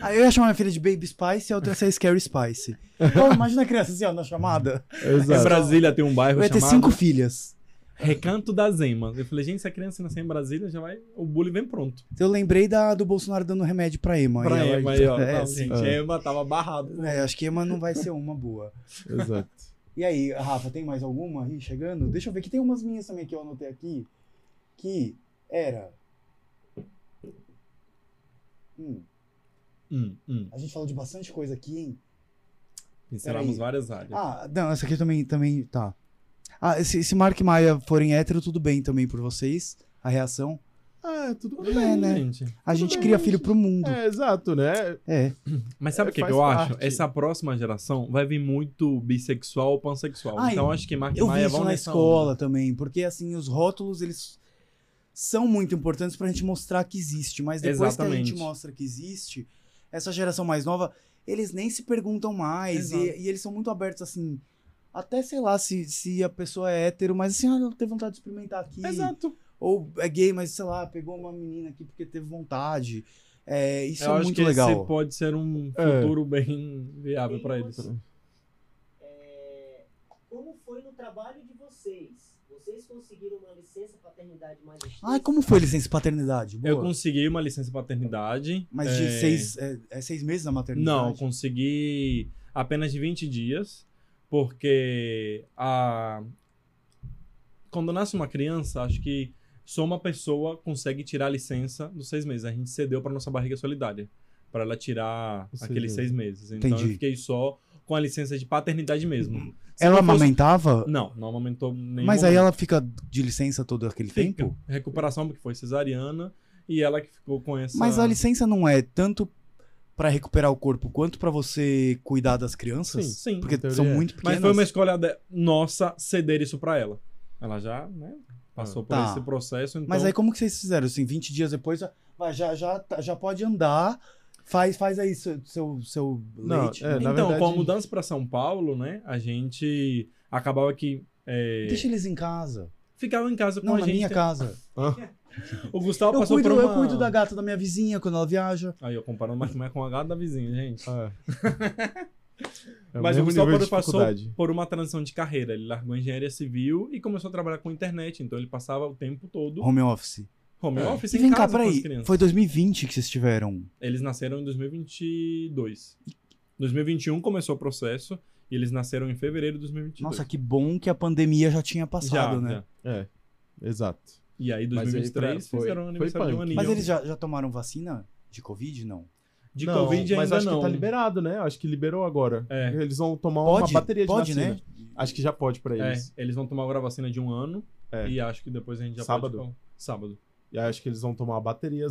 Speaker 1: Aí eu ia chamar minha filha de Baby Spice e a outra ia ser Scary Spice. Pô, imagina a criança assim, ó, na chamada.
Speaker 2: Em
Speaker 3: Exato.
Speaker 2: Brasília tem um
Speaker 1: Eu
Speaker 2: bairro
Speaker 1: ia ter
Speaker 2: chamado
Speaker 1: cinco filhas.
Speaker 2: Recanto das Emas. Eu falei, gente, se a criança nascer em Brasília, já vai. O bullying vem pronto.
Speaker 1: Eu lembrei da, do Bolsonaro dando remédio pra Emma.
Speaker 2: pra
Speaker 1: e ela-
Speaker 2: Ema aí, ó. tá assim.
Speaker 1: É,
Speaker 2: Não,
Speaker 1: sim.
Speaker 2: gente,
Speaker 3: É.
Speaker 2: Ema tava barrado.
Speaker 1: É, acho que Emma não vai ser uma boa.
Speaker 3: Exato.
Speaker 1: E aí, Rafa, tem mais alguma aí chegando? Deixa eu ver que tem umas minhas também que eu anotei aqui. Que era. Hum,
Speaker 2: Hum, hum.
Speaker 1: a gente falou de bastante coisa aqui, hein?
Speaker 2: Pincelamos
Speaker 1: Peraí.
Speaker 2: várias áreas.
Speaker 1: Ah, não, essa aqui também, também tá. Ah, se, se Mark e Maia forem hétero, tudo bem também por vocês. A reação.
Speaker 3: Ah, tudo
Speaker 1: É,
Speaker 3: bem.
Speaker 1: né?
Speaker 2: Gente.
Speaker 1: A gente
Speaker 3: bem,
Speaker 1: cria
Speaker 3: gente.
Speaker 1: filho pro mundo.
Speaker 3: É,
Speaker 2: <laughs>
Speaker 3: exato, né?
Speaker 1: É.
Speaker 2: Mas sabe o
Speaker 3: É,
Speaker 2: que, que
Speaker 3: faz
Speaker 2: eu acho?
Speaker 3: parte.
Speaker 2: Essa próxima geração vai vir muito bissexual ou pansexual.
Speaker 1: Ai,
Speaker 2: então acho que Mark e
Speaker 1: Eu vi
Speaker 2: Maia
Speaker 1: isso
Speaker 2: vão
Speaker 1: na
Speaker 2: nessa
Speaker 1: escola também, porque assim, os rótulos, eles são muito importantes pra gente mostrar que existe. Mas depois que a
Speaker 2: Exatamente.
Speaker 1: gente mostra que existe, essa geração mais nova, eles nem se perguntam mais. E,
Speaker 2: Exato.
Speaker 1: e eles são muito abertos, assim. Até sei lá se, se a pessoa é hétero, mas assim, ah, eu tenho vontade de experimentar aqui.
Speaker 2: Exato.
Speaker 1: Ou é gay, mas sei lá, pegou uma menina aqui porque teve vontade. É, isso
Speaker 2: Eu
Speaker 1: é
Speaker 2: acho
Speaker 1: muito
Speaker 2: que
Speaker 1: legal.
Speaker 2: esse pode ser um
Speaker 3: É.
Speaker 2: futuro bem viável pra eles.
Speaker 4: É, como foi no trabalho de vocês? Vocês conseguiram uma licença paternidade mais
Speaker 1: Ai,
Speaker 4: extensa?
Speaker 1: Ah, como foi licença e paternidade? Boa.
Speaker 2: Eu consegui uma licença paternidade.
Speaker 1: Mas
Speaker 2: é,
Speaker 1: de seis, é, é seis meses na maternidade?
Speaker 2: Não, consegui apenas de 20 dias, porque a... quando nasce uma criança, acho que só uma pessoa consegue tirar a licença dos seis meses. A gente cedeu para nossa barriga solidária, para ela tirar
Speaker 3: Ou seja,
Speaker 2: aqueles seis meses. Então
Speaker 1: entendi.
Speaker 2: eu fiquei só com a licença de paternidade mesmo. Se
Speaker 1: Ela
Speaker 2: não fosse-
Speaker 1: amamentava?
Speaker 2: Não, não aumentou nenhum
Speaker 1: Mas aí
Speaker 2: momento.
Speaker 1: ela fica de licença todo aquele
Speaker 2: Fica.
Speaker 1: tempo?
Speaker 2: Recuperação, porque foi cesariana, e ela que ficou com essa...
Speaker 1: Mas a licença não é tanto pra recuperar o corpo quanto pra você cuidar das crianças?
Speaker 3: Sim,
Speaker 2: Sim,
Speaker 1: Porque
Speaker 3: na teoria
Speaker 1: são
Speaker 3: é.
Speaker 1: muito
Speaker 2: Mas
Speaker 1: pequenas.
Speaker 2: foi uma escolha de- nossa ceder isso pra ela. Ela já, né, passou por
Speaker 1: Tá.
Speaker 2: esse processo, então...
Speaker 1: Mas aí como que vocês fizeram? Assim, 20 dias depois, já, vai, já, já, tá- já pode andar, faz, faz aí seu, seu, seu
Speaker 3: Não,
Speaker 1: leite.
Speaker 3: é, na
Speaker 2: então,
Speaker 3: verdade-
Speaker 2: com a mudança pra São Paulo, né, a gente acabava que é,
Speaker 1: Deixa eles em casa.
Speaker 2: ficava em casa com
Speaker 1: Não,
Speaker 2: a
Speaker 1: na
Speaker 2: gente.
Speaker 1: minha casa.
Speaker 2: O Gustavo
Speaker 1: Eu
Speaker 2: passou
Speaker 1: cuido,
Speaker 2: por uma...
Speaker 1: eu cuido da gata da minha vizinha quando ela viaja.
Speaker 2: Aí eu comparando mais com a gata da vizinha, gente.
Speaker 3: Ah, é. É
Speaker 2: Mas o
Speaker 3: mesmo
Speaker 2: Gustavo
Speaker 3: nível de
Speaker 2: passou
Speaker 3: dificuldade.
Speaker 2: por uma transição de carreira. Ele largou a engenharia civil e começou a trabalhar com internet. Então ele passava o tempo todo
Speaker 1: Home office.
Speaker 2: home office
Speaker 1: E
Speaker 2: em
Speaker 1: vem cá,
Speaker 2: casa com as
Speaker 1: peraí.
Speaker 2: crianças.
Speaker 1: Foi 2020 que vocês tiveram.
Speaker 2: Eles nasceram em 2022. 2021 começou o processo e eles nasceram em fevereiro de 2022.
Speaker 1: Nossa, que bom que a pandemia já tinha passado,
Speaker 2: Já,
Speaker 1: né?
Speaker 2: já.
Speaker 3: É, exato.
Speaker 2: E aí,
Speaker 3: Mas aí,
Speaker 2: 2023,
Speaker 3: pra- foi-
Speaker 2: fizeram o
Speaker 3: foi
Speaker 2: aniversário de um
Speaker 3: punk.
Speaker 2: aninho.
Speaker 1: Mas
Speaker 3: Milhão.
Speaker 1: eles já, já tomaram vacina de Covid? Não.
Speaker 2: De
Speaker 3: Não,
Speaker 2: Covid
Speaker 3: mas
Speaker 2: ainda
Speaker 3: acho
Speaker 2: não.
Speaker 3: que tá liberado, né? Acho que liberou agora.
Speaker 2: É.
Speaker 3: Eles vão tomar
Speaker 1: Pode?
Speaker 3: uma bateria de
Speaker 1: pode,
Speaker 3: vacina.
Speaker 1: né?
Speaker 3: Acho que já pode pra
Speaker 2: É,
Speaker 3: eles.
Speaker 2: eles vão tomar agora a vacina de um ano
Speaker 3: É.
Speaker 2: e acho que depois a gente já
Speaker 3: Sábado.
Speaker 2: pode... falar. Sábado.
Speaker 3: E aí acho que eles vão tomar baterias,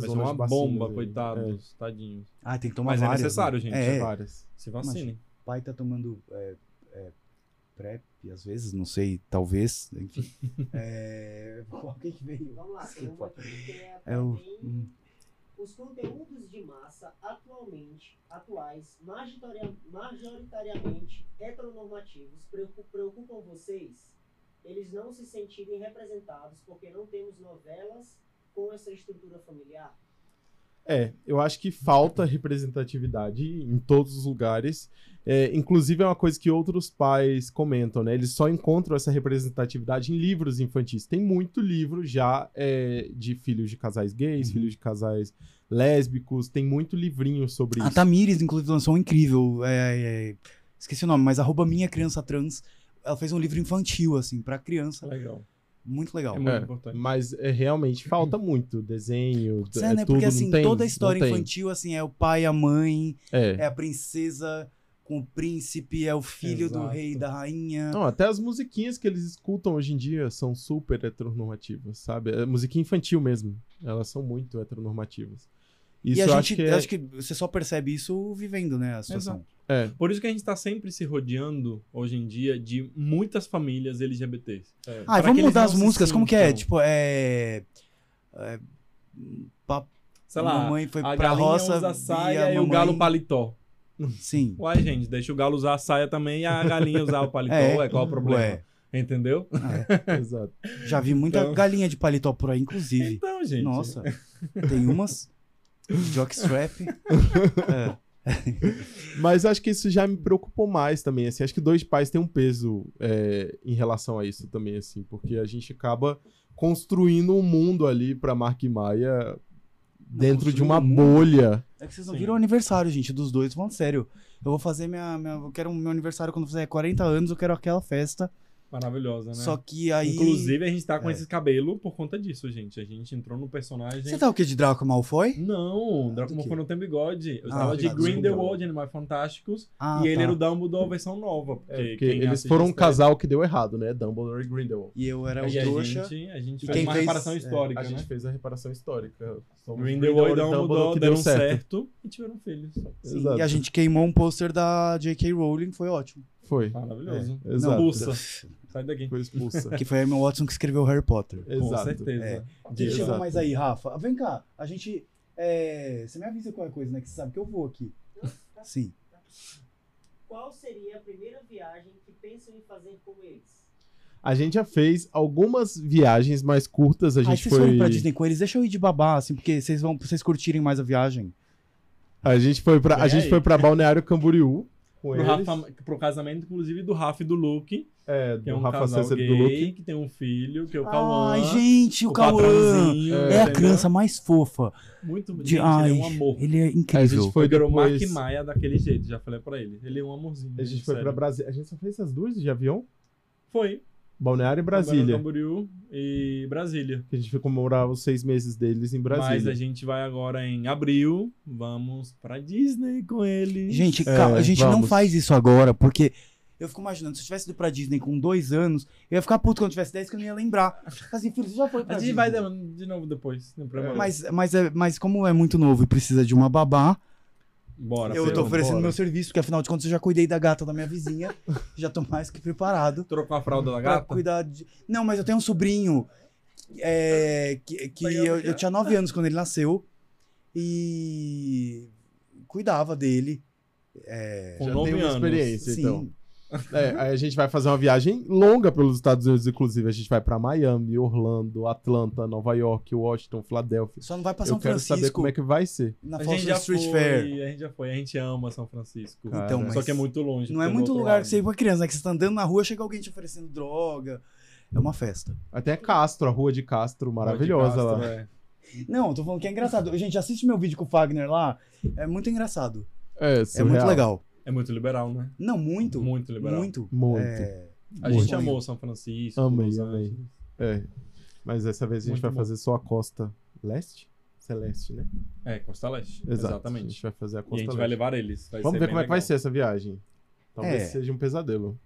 Speaker 2: Vai ser
Speaker 3: zonas
Speaker 2: uma
Speaker 3: de vacinas
Speaker 2: bomba,
Speaker 3: aí. É,
Speaker 2: coitados, tadinhos.
Speaker 1: Ah, tem que tomar
Speaker 2: Mas é
Speaker 1: várias.
Speaker 2: necessário, gente,
Speaker 1: É, é.
Speaker 3: várias.
Speaker 2: Se vacinem.
Speaker 1: O pai tá tomando é, é, PrEP, às vezes, não sei, talvez,
Speaker 3: <laughs>
Speaker 1: enfim. é... <laughs> Qual que que veio?
Speaker 4: Vamos lá, tem uma
Speaker 1: Desculpa.
Speaker 4: aqui que é,
Speaker 1: É o...
Speaker 4: também-
Speaker 1: hum.
Speaker 4: Os conteúdos de massa atualmente, atuais, majoritaria- majoritariamente heteronormativos, preocu- preocupam vocês? Eles não se sentirem representados porque não temos novelas com essa estrutura familiar?
Speaker 3: É, eu acho que falta representatividade em todos os lugares. É, inclusive, é uma coisa que outros pais comentam, né? Eles só encontram essa representatividade em livros infantis. Tem muito livro já é, de filhos de casais gays,
Speaker 1: Uhum.
Speaker 3: filhos de casais lésbicos, tem muito livrinho sobre
Speaker 1: A
Speaker 3: isso.
Speaker 1: Ah, Tamires, inclusive, lançou um incrível. é, é, Esqueci o nome, mas arroba Minha Criança Trans. Ela fez um livro infantil, assim, pra criança.
Speaker 2: tá Legal.
Speaker 1: Muito legal.
Speaker 2: É muito
Speaker 3: É.
Speaker 2: importante.
Speaker 3: Mas é, realmente falta muito desenho,
Speaker 1: Pois é,
Speaker 3: é,
Speaker 1: né?
Speaker 3: tudo,
Speaker 1: Porque assim,
Speaker 3: não tem,
Speaker 1: toda a
Speaker 3: não
Speaker 1: história
Speaker 3: tem.
Speaker 1: infantil, assim, é o pai, a mãe,
Speaker 3: É.
Speaker 1: é a princesa com o príncipe, é o filho do
Speaker 2: Exato.
Speaker 1: rei e da rainha.
Speaker 3: Não, até as musiquinhas que eles escutam hoje em dia são super heteronormativas, sabe? É musiquinha infantil mesmo. Elas são muito heteronormativas. Isso
Speaker 1: e a
Speaker 3: eu
Speaker 1: gente,
Speaker 3: acho que é...
Speaker 1: acho que você só percebe isso vivendo, né, a situação.
Speaker 3: é.
Speaker 1: <laughs>
Speaker 2: Por isso que a gente tá sempre se rodeando, hoje em dia, de muitas famílias LGBTs.
Speaker 1: Ah,
Speaker 2: Pra que
Speaker 1: vamos
Speaker 2: eles
Speaker 1: mudar
Speaker 2: não
Speaker 1: as
Speaker 2: se
Speaker 1: músicas, como que é?
Speaker 2: sintam-
Speaker 1: Tipo, é... é... pa-
Speaker 2: Sei lá,
Speaker 1: mamãe foi
Speaker 2: a
Speaker 1: pra
Speaker 2: galinha
Speaker 1: roça
Speaker 2: usa saia
Speaker 1: a
Speaker 2: e o
Speaker 1: mamãe-
Speaker 2: galo paletó.
Speaker 1: Sim.
Speaker 2: Uai, gente, deixa o galo usar a saia também e a galinha usar o
Speaker 1: <laughs>
Speaker 2: paletó.
Speaker 1: É.
Speaker 2: Ué, qual o problema?
Speaker 1: Ué,
Speaker 2: Entendeu?
Speaker 1: ah,
Speaker 3: Exato.
Speaker 1: é. já vi muita
Speaker 2: Então-
Speaker 1: galinha de paletó por aí, inclusive.
Speaker 2: Então, gente.
Speaker 1: Nossa, tem umas... <laughs> Jockstrap. é.
Speaker 3: Mas acho que isso já me preocupou mais também, assim. Acho que dois pais têm um peso é, em relação a isso também, assim. Porque a gente acaba construindo um mundo ali pra Mark e Maia dentro de uma
Speaker 1: construindo um
Speaker 3: bolha.
Speaker 1: É que vocês não
Speaker 2: Sim.
Speaker 1: viram o aniversário, gente, dos dois, falando sério. Eu vou fazer minha, minha. Eu quero meu aniversário quando eu fizer 40 anos, eu quero aquela festa.
Speaker 2: Maravilhosa, né?
Speaker 1: Só que aí.
Speaker 2: Inclusive, a gente tá com
Speaker 1: É.
Speaker 2: esses cabelos por conta disso, gente. A gente entrou no personagem.
Speaker 1: Você tá o quê de Draco Malfoy?
Speaker 2: Não, Draco
Speaker 1: do
Speaker 2: Malfoy
Speaker 1: quê?
Speaker 2: não tem bigode. Eu
Speaker 1: Ah,
Speaker 2: tava de
Speaker 1: tá, desculpa.
Speaker 2: Grindelwald, Animais Fantásticos,
Speaker 1: Ah,
Speaker 2: e ele
Speaker 1: tá.
Speaker 2: era o Dumbledore versão nova. Porque,
Speaker 3: É,
Speaker 1: É,
Speaker 3: Porque
Speaker 2: quem
Speaker 3: eles
Speaker 2: assiste
Speaker 3: foram
Speaker 2: a
Speaker 3: um
Speaker 2: série-
Speaker 3: casal que deu errado, né? Dumbledore e Grindelwald.
Speaker 1: E eu era o
Speaker 2: E a
Speaker 1: trouxa.
Speaker 2: gente, a gente
Speaker 1: E
Speaker 2: fez
Speaker 1: quem
Speaker 2: uma
Speaker 1: fez-
Speaker 2: reparação
Speaker 1: é,
Speaker 2: histórica,
Speaker 3: A gente
Speaker 2: né?
Speaker 3: fez um a reparação histórica. Somos então
Speaker 2: Grindelwald e Dumbledore
Speaker 3: que
Speaker 2: deram um certo e tiveram filhos.
Speaker 1: Sim,
Speaker 3: Exato.
Speaker 1: e a gente queimou um pôster da J.K. Rowling, foi ótimo.
Speaker 3: Foi.
Speaker 2: Maravilhoso.
Speaker 3: É, exato.
Speaker 2: Não, Bolsa. Sai daqui.
Speaker 3: Foi expulsa.
Speaker 1: Que foi a Emma Watson que escreveu Harry Potter.
Speaker 2: <laughs> Com
Speaker 3: Exato.
Speaker 2: certeza.
Speaker 1: É. Quem
Speaker 3: Exato.
Speaker 1: chegou mais aí, Rafa? Vem cá, a gente. é, Você me avisa qualquer coisa, né? Que você sabe que eu vou aqui. Sim.
Speaker 4: Qual seria a primeira viagem que pensam em fazer com eles?
Speaker 3: A gente já fez algumas viagens mais curtas. A
Speaker 1: Aí
Speaker 3: gente
Speaker 1: vocês foram
Speaker 3: foi.
Speaker 1: pra Disney com eles, deixa eu ir de babá, assim, porque vocês vão pra vocês curtirem mais a viagem.
Speaker 3: A gente foi pra, a
Speaker 2: Vem
Speaker 3: gente
Speaker 2: aí.
Speaker 3: foi pra Balneário Camboriú com
Speaker 2: Pro,
Speaker 3: eles.
Speaker 2: Rafa, pro casamento, inclusive, do Rafa e do Luke,
Speaker 3: é, do
Speaker 2: que é um
Speaker 3: Rafa
Speaker 2: casal
Speaker 3: César
Speaker 2: gay,
Speaker 3: e do Luke.
Speaker 2: que tem um filho, que é o Cauã.
Speaker 1: Ai, gente, o,
Speaker 2: o
Speaker 1: Cauã.
Speaker 2: patrãozinho,
Speaker 1: É a
Speaker 2: entendeu?
Speaker 1: criança mais fofa.
Speaker 2: Muito gente,
Speaker 1: De, ai,
Speaker 2: ele é um amor.
Speaker 1: ele é
Speaker 3: A
Speaker 1: incrível.
Speaker 3: gente foi
Speaker 2: Virou
Speaker 3: depois.
Speaker 2: Mac Maia daquele jeito, já falei pra ele. Ele é um amorzinho.
Speaker 3: A gente foi
Speaker 2: sério.
Speaker 3: pra Brasília. A gente só fez essas duas de avião?
Speaker 2: Foi.
Speaker 3: Balneário e
Speaker 2: Agora no
Speaker 3: Brasília.
Speaker 2: Camboriú e Brasília.
Speaker 3: Que a gente foi comemorar os seis meses deles em
Speaker 2: Mas
Speaker 3: Brasília.
Speaker 2: a gente vai agora em abril. Vamos pra Disney com ele.
Speaker 1: Gente,
Speaker 3: É,
Speaker 1: calma, a gente não
Speaker 3: vamos.
Speaker 1: faz isso agora, porque eu fico imaginando, se eu tivesse ido pra Disney com dois anos, eu ia ficar puto quando eu tivesse 10 que eu não ia lembrar. Assim, filho, você já foi pra
Speaker 2: a
Speaker 1: Disney.
Speaker 2: gente vai de de novo depois. Não problema.
Speaker 1: Mas, mas, é, mas como é muito novo e precisa de uma babá,
Speaker 2: Bora.
Speaker 1: eu
Speaker 2: Pedro,
Speaker 1: tô oferecendo
Speaker 2: bora.
Speaker 1: meu serviço, porque afinal de contas eu já cuidei da gata da minha
Speaker 2: <laughs>
Speaker 1: vizinha, já tô mais que preparado
Speaker 2: Trocou a fralda da
Speaker 1: pra
Speaker 2: gata?
Speaker 1: cuidar de... Não, mas eu tenho um sobrinho é, que, que
Speaker 2: Legal,
Speaker 1: eu,
Speaker 2: legal.
Speaker 1: eu tinha 9 anos quando ele nasceu e cuidava dele.
Speaker 2: Com
Speaker 3: É, já
Speaker 2: 9
Speaker 3: tem uma
Speaker 2: anos.
Speaker 3: experiência,
Speaker 1: Sim.
Speaker 3: então. É, aí a gente vai fazer uma viagem longa pelos Estados Unidos, inclusive. A gente vai pra Miami, Orlando, Atlanta, Nova York, Washington, Filadélfia.
Speaker 1: Só não vai pra
Speaker 3: Eu
Speaker 1: São
Speaker 3: quero
Speaker 1: Francisco
Speaker 3: saber como é que vai ser.
Speaker 1: na
Speaker 2: A gente
Speaker 1: Folsom
Speaker 2: já
Speaker 1: Street
Speaker 2: foi,
Speaker 1: Fair.
Speaker 2: a gente já foi, a gente ama São Francisco.
Speaker 3: Cara,
Speaker 1: Então, mas
Speaker 2: Só que é muito longe.
Speaker 1: não é
Speaker 2: pelo
Speaker 1: muito
Speaker 2: outro
Speaker 1: lugar
Speaker 2: lado.
Speaker 1: que você ir pra criança, né? Que você tá andando na rua, chega alguém te oferecendo droga. É uma festa.
Speaker 3: Até Castro, a rua de Castro, maravilhosa
Speaker 2: Pode
Speaker 3: lá.
Speaker 2: gastar, é.
Speaker 1: Não, eu tô falando que é
Speaker 3: <laughs>
Speaker 1: engraçado. Gente, assiste meu vídeo com o Fagner lá. É muito engraçado.
Speaker 3: É,
Speaker 1: É muito
Speaker 3: surreal.
Speaker 1: legal.
Speaker 2: É muito liberal, né?
Speaker 1: Não, muito. Muito.
Speaker 2: Muito liberal.
Speaker 3: Muito.
Speaker 1: É,
Speaker 2: a gente
Speaker 1: muito.
Speaker 2: amou São Francisco.
Speaker 3: Amei,
Speaker 2: Los
Speaker 3: amei.
Speaker 2: Angeles.
Speaker 3: É. Mas dessa vez a gente
Speaker 2: Muito
Speaker 3: vai
Speaker 2: bom.
Speaker 3: fazer só a costa leste? Celeste, né?
Speaker 2: É, Costa Leste.
Speaker 3: Exato. A
Speaker 2: Exatamente.
Speaker 3: gente vai fazer
Speaker 2: E
Speaker 3: a
Speaker 2: a
Speaker 3: costa
Speaker 2: gente
Speaker 3: leste.
Speaker 2: vai levar eles. vai
Speaker 3: Vamos
Speaker 2: ser
Speaker 3: ver
Speaker 2: bem
Speaker 3: como é que vai
Speaker 2: legal.
Speaker 3: ser essa viagem. Talvez
Speaker 1: É.
Speaker 3: seja um pesadelo.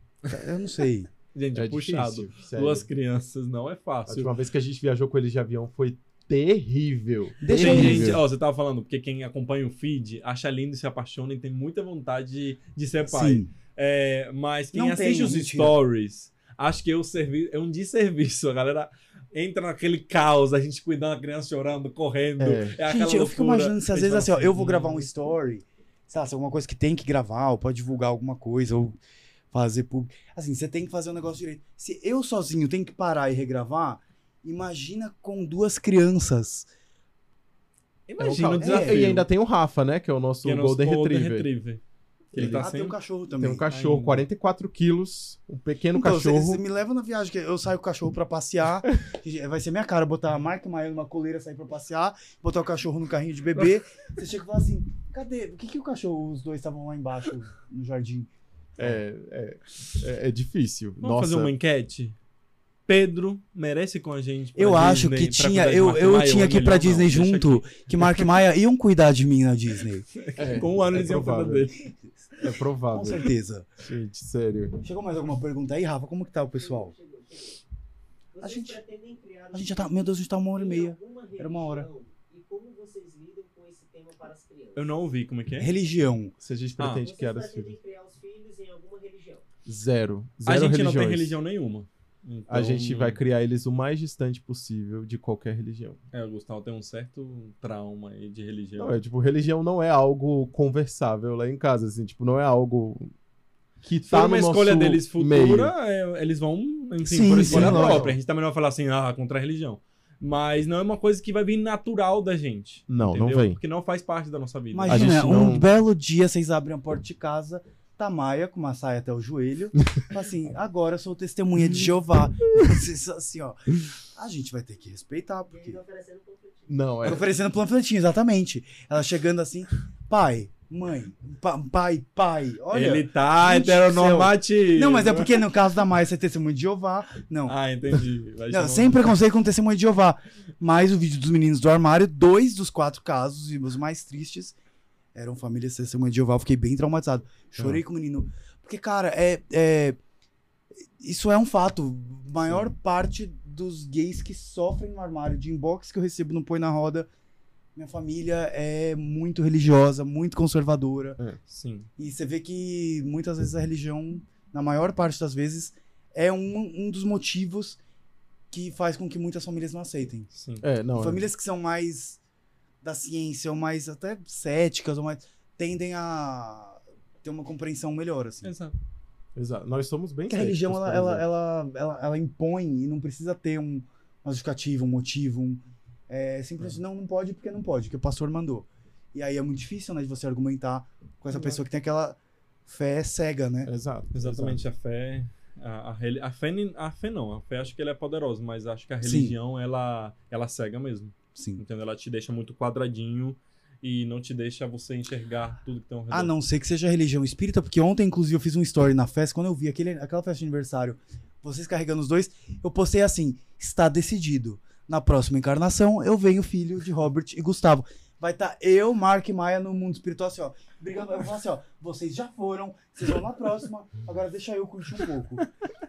Speaker 1: eu não sei.
Speaker 2: Gente,
Speaker 3: é
Speaker 2: puxado.
Speaker 3: difícil. sério.
Speaker 2: Duas crianças não é
Speaker 3: A
Speaker 2: fácil.
Speaker 3: última vez que a gente viajou com eles de avião foi terrível.
Speaker 1: Deixa
Speaker 2: Tem
Speaker 1: eu-
Speaker 3: terrível.
Speaker 2: gente, ó, você tava falando, porque quem acompanha o feed acha lindo e se apaixona e tem muita vontade de, de ser pai.
Speaker 1: Sim.
Speaker 2: É, mas quem
Speaker 1: Não
Speaker 2: assiste
Speaker 1: tenho,
Speaker 2: os
Speaker 1: mentira.
Speaker 2: stories, acho que é um, servi é um desserviço. A galera entra naquele caos, a gente cuidando, a criança chorando, correndo. É,
Speaker 3: É.
Speaker 2: aquela
Speaker 1: Gente, eu fico
Speaker 2: loucura. Uhum.
Speaker 1: imaginando se às
Speaker 2: Eles
Speaker 1: vezes
Speaker 2: falam
Speaker 1: assim, ó, eu vou gravar um story, sei lá, se alguma coisa que tem que gravar, ou pra divulgar alguma coisa, ou fazer público. Assim, você tem que fazer o negócio direito. Se eu sozinho tenho que parar e regravar, imagina com duas crianças.
Speaker 2: Imagina
Speaker 3: É um
Speaker 2: o
Speaker 3: caos.
Speaker 2: desafio.
Speaker 3: E ainda tem o Rafa, né? Que é o nosso
Speaker 2: que é nosso
Speaker 3: Golden, Retriever.
Speaker 2: Que ele
Speaker 3: Ele-
Speaker 2: tá
Speaker 1: ah,
Speaker 2: sem...
Speaker 1: tem um cachorro também.
Speaker 3: Tem um cachorro,
Speaker 2: Ainda.
Speaker 3: 44 quilos, um pequeno
Speaker 1: Então, você-
Speaker 3: cachorro.
Speaker 1: Você me leva na viagem, que eu saio com o cachorro pra
Speaker 3: <laughs>
Speaker 1: passear. que vai ser minha cara botar a marca Maia numa coleira, sair pra passear, botar o cachorro no carrinho de
Speaker 3: <laughs>
Speaker 1: bebê. Você chega e fala assim: cadê? O que, que o cachorro, os dois estavam lá embaixo no jardim?
Speaker 3: É, é, é, é difícil.
Speaker 2: Vamos
Speaker 3: Nossa,
Speaker 2: fazer uma enquete? Pedro merece ir com a gente. pra
Speaker 1: Eu acho
Speaker 2: Disney,
Speaker 1: que
Speaker 2: pra
Speaker 1: tinha,
Speaker 2: cuidar de
Speaker 1: eu,
Speaker 2: Mark
Speaker 1: eu
Speaker 2: Maia, ou
Speaker 1: tinha
Speaker 2: é
Speaker 1: que ir pra
Speaker 2: melhor não?
Speaker 1: Disney
Speaker 2: Deixa
Speaker 1: junto,
Speaker 2: aqui.
Speaker 1: que Mark e Maia iam cuidar de mim na
Speaker 2: <laughs>
Speaker 1: Disney.
Speaker 3: é,
Speaker 2: Com um ano
Speaker 3: é
Speaker 2: eles iam cuidar
Speaker 3: provável,
Speaker 2: dele.
Speaker 1: Com
Speaker 3: É provável.
Speaker 1: certeza.
Speaker 3: Gente, sério.
Speaker 1: Chegou mais alguma pergunta aí, Rafa? Como que tá o pessoal?
Speaker 4: Chegou, chegou. Vocês
Speaker 1: A gente-
Speaker 4: pretendem criar
Speaker 1: A gente já tá. Meu Deus, a gente tá uma hora e meia.
Speaker 4: Era
Speaker 1: uma hora.
Speaker 4: E como vocês lidam com esse tema para as crianças?
Speaker 2: Eu não ouvi como é que é.
Speaker 1: Religião.
Speaker 3: Se a gente
Speaker 2: Ah.
Speaker 3: pretende
Speaker 4: Vocês
Speaker 3: que era
Speaker 4: pretendem
Speaker 3: filho.
Speaker 4: criar os filhos em alguma religião?
Speaker 3: Zero. Zero
Speaker 2: a gente
Speaker 3: religiões.
Speaker 2: não tem religião nenhuma.
Speaker 3: A
Speaker 2: Então,
Speaker 3: gente vai criar eles o mais distante possível de qualquer religião.
Speaker 2: É, o Gustavo tem um certo trauma aí de religião.
Speaker 3: Não, é tipo, religião não é algo conversável lá em casa, assim, tipo, não é algo que
Speaker 2: Se
Speaker 3: tá
Speaker 2: for
Speaker 3: no
Speaker 2: uma
Speaker 3: nosso
Speaker 2: escolha deles
Speaker 3: meio.
Speaker 2: futura, é, eles vão, enfim,
Speaker 1: Sim,
Speaker 2: por escolha
Speaker 3: sim, lógico.
Speaker 2: própria. A gente também não vai falar assim, ah, contra a religião. Mas não é uma coisa que vai vir natural da gente.
Speaker 3: Não, não
Speaker 2: entendeu?
Speaker 3: vem.
Speaker 2: Porque não faz parte da nossa vida.
Speaker 3: A
Speaker 1: Imagina,
Speaker 3: gente
Speaker 1: um
Speaker 3: não-
Speaker 1: belo dia vocês abrem a porta de casa, tá Maia com uma saia até o
Speaker 2: <laughs>
Speaker 1: joelho. fala assim, agora eu sou testemunha de Jeová. <laughs> Vocês, assim, ó. A gente vai ter que respeitar,
Speaker 4: E eles
Speaker 1: porque. tá
Speaker 4: oferecendo um conflitinho.
Speaker 3: Não, é.
Speaker 1: Oferecendo panfletinho, exatamente. Ela chegando assim, pai, mãe, pa- pai, pai. Olha.
Speaker 2: Ele tá
Speaker 1: gente do
Speaker 2: heteronormativo.
Speaker 1: Não, mas é porque no caso da Maia ser testemunha de Jeová. Não.
Speaker 2: Né? Ah, entendi. Vai
Speaker 1: Não,
Speaker 2: chamar-
Speaker 1: sem preconceito com testemunha de Jeová. Mas o vídeo dos meninos do armário, dois dos quatro casos, e os mais tristes, eram famílias testemunha de Jeová. Eu fiquei bem traumatizado. Chorei com o menino. Porque, cara, é. é- isso é um fato. Maior parte dos gays que sofrem no armário de inbox que eu recebo no Põe na Roda. Minha família é muito religiosa, muito conservadora.
Speaker 2: Sim.
Speaker 1: E você vê que muitas vezes a religião, na maior parte das vezes, é um, um dos motivos que faz com que muitas famílias não aceitem.
Speaker 2: Sim.
Speaker 3: É, não. é.
Speaker 1: Famílias que são mais da ciência, ou mais até céticas, ou mais. tendem a ter uma compreensão melhor, assim.
Speaker 2: Exato.
Speaker 3: Exato. Nós somos bem
Speaker 1: Porque a religião,
Speaker 3: céticos,
Speaker 1: ela,
Speaker 3: por
Speaker 1: ela,
Speaker 3: exemplo.
Speaker 1: ela, ela, ela impõe e não precisa ter um, uma justificativa, um motivo. Um, é, simplesmente, não, não pode porque não pode, porque o pastor mandou. E aí é muito difícil, né, de você argumentar com essa
Speaker 2: Exato.
Speaker 1: pessoa que tem aquela fé cega, né?
Speaker 3: Exato.
Speaker 2: Exatamente, a fé. A, a, reli- a fé, nem- a fé não, a fé acho que ela é poderosa, mas acho que a
Speaker 1: Sim.
Speaker 2: religião ela, ela cega mesmo.
Speaker 1: Sim.
Speaker 2: Entendeu? Ela te deixa muito quadradinho e não te deixa você enxergar tudo que tem ao redor.
Speaker 1: A Ah, não ser que seja religião espírita, porque ontem, inclusive, eu fiz um story na festa, quando eu vi aquele, aquela festa de aniversário, vocês carregando os dois, eu postei assim: está decidido. Na próxima encarnação, eu venho filho de Robert e Gustavo. Vai estar eu, Mark e Maia no mundo espiritual, assim, ó. Brigando, eu vou falar assim, ó. Vocês já foram, vocês vão na próxima, agora deixa eu curtir um pouco.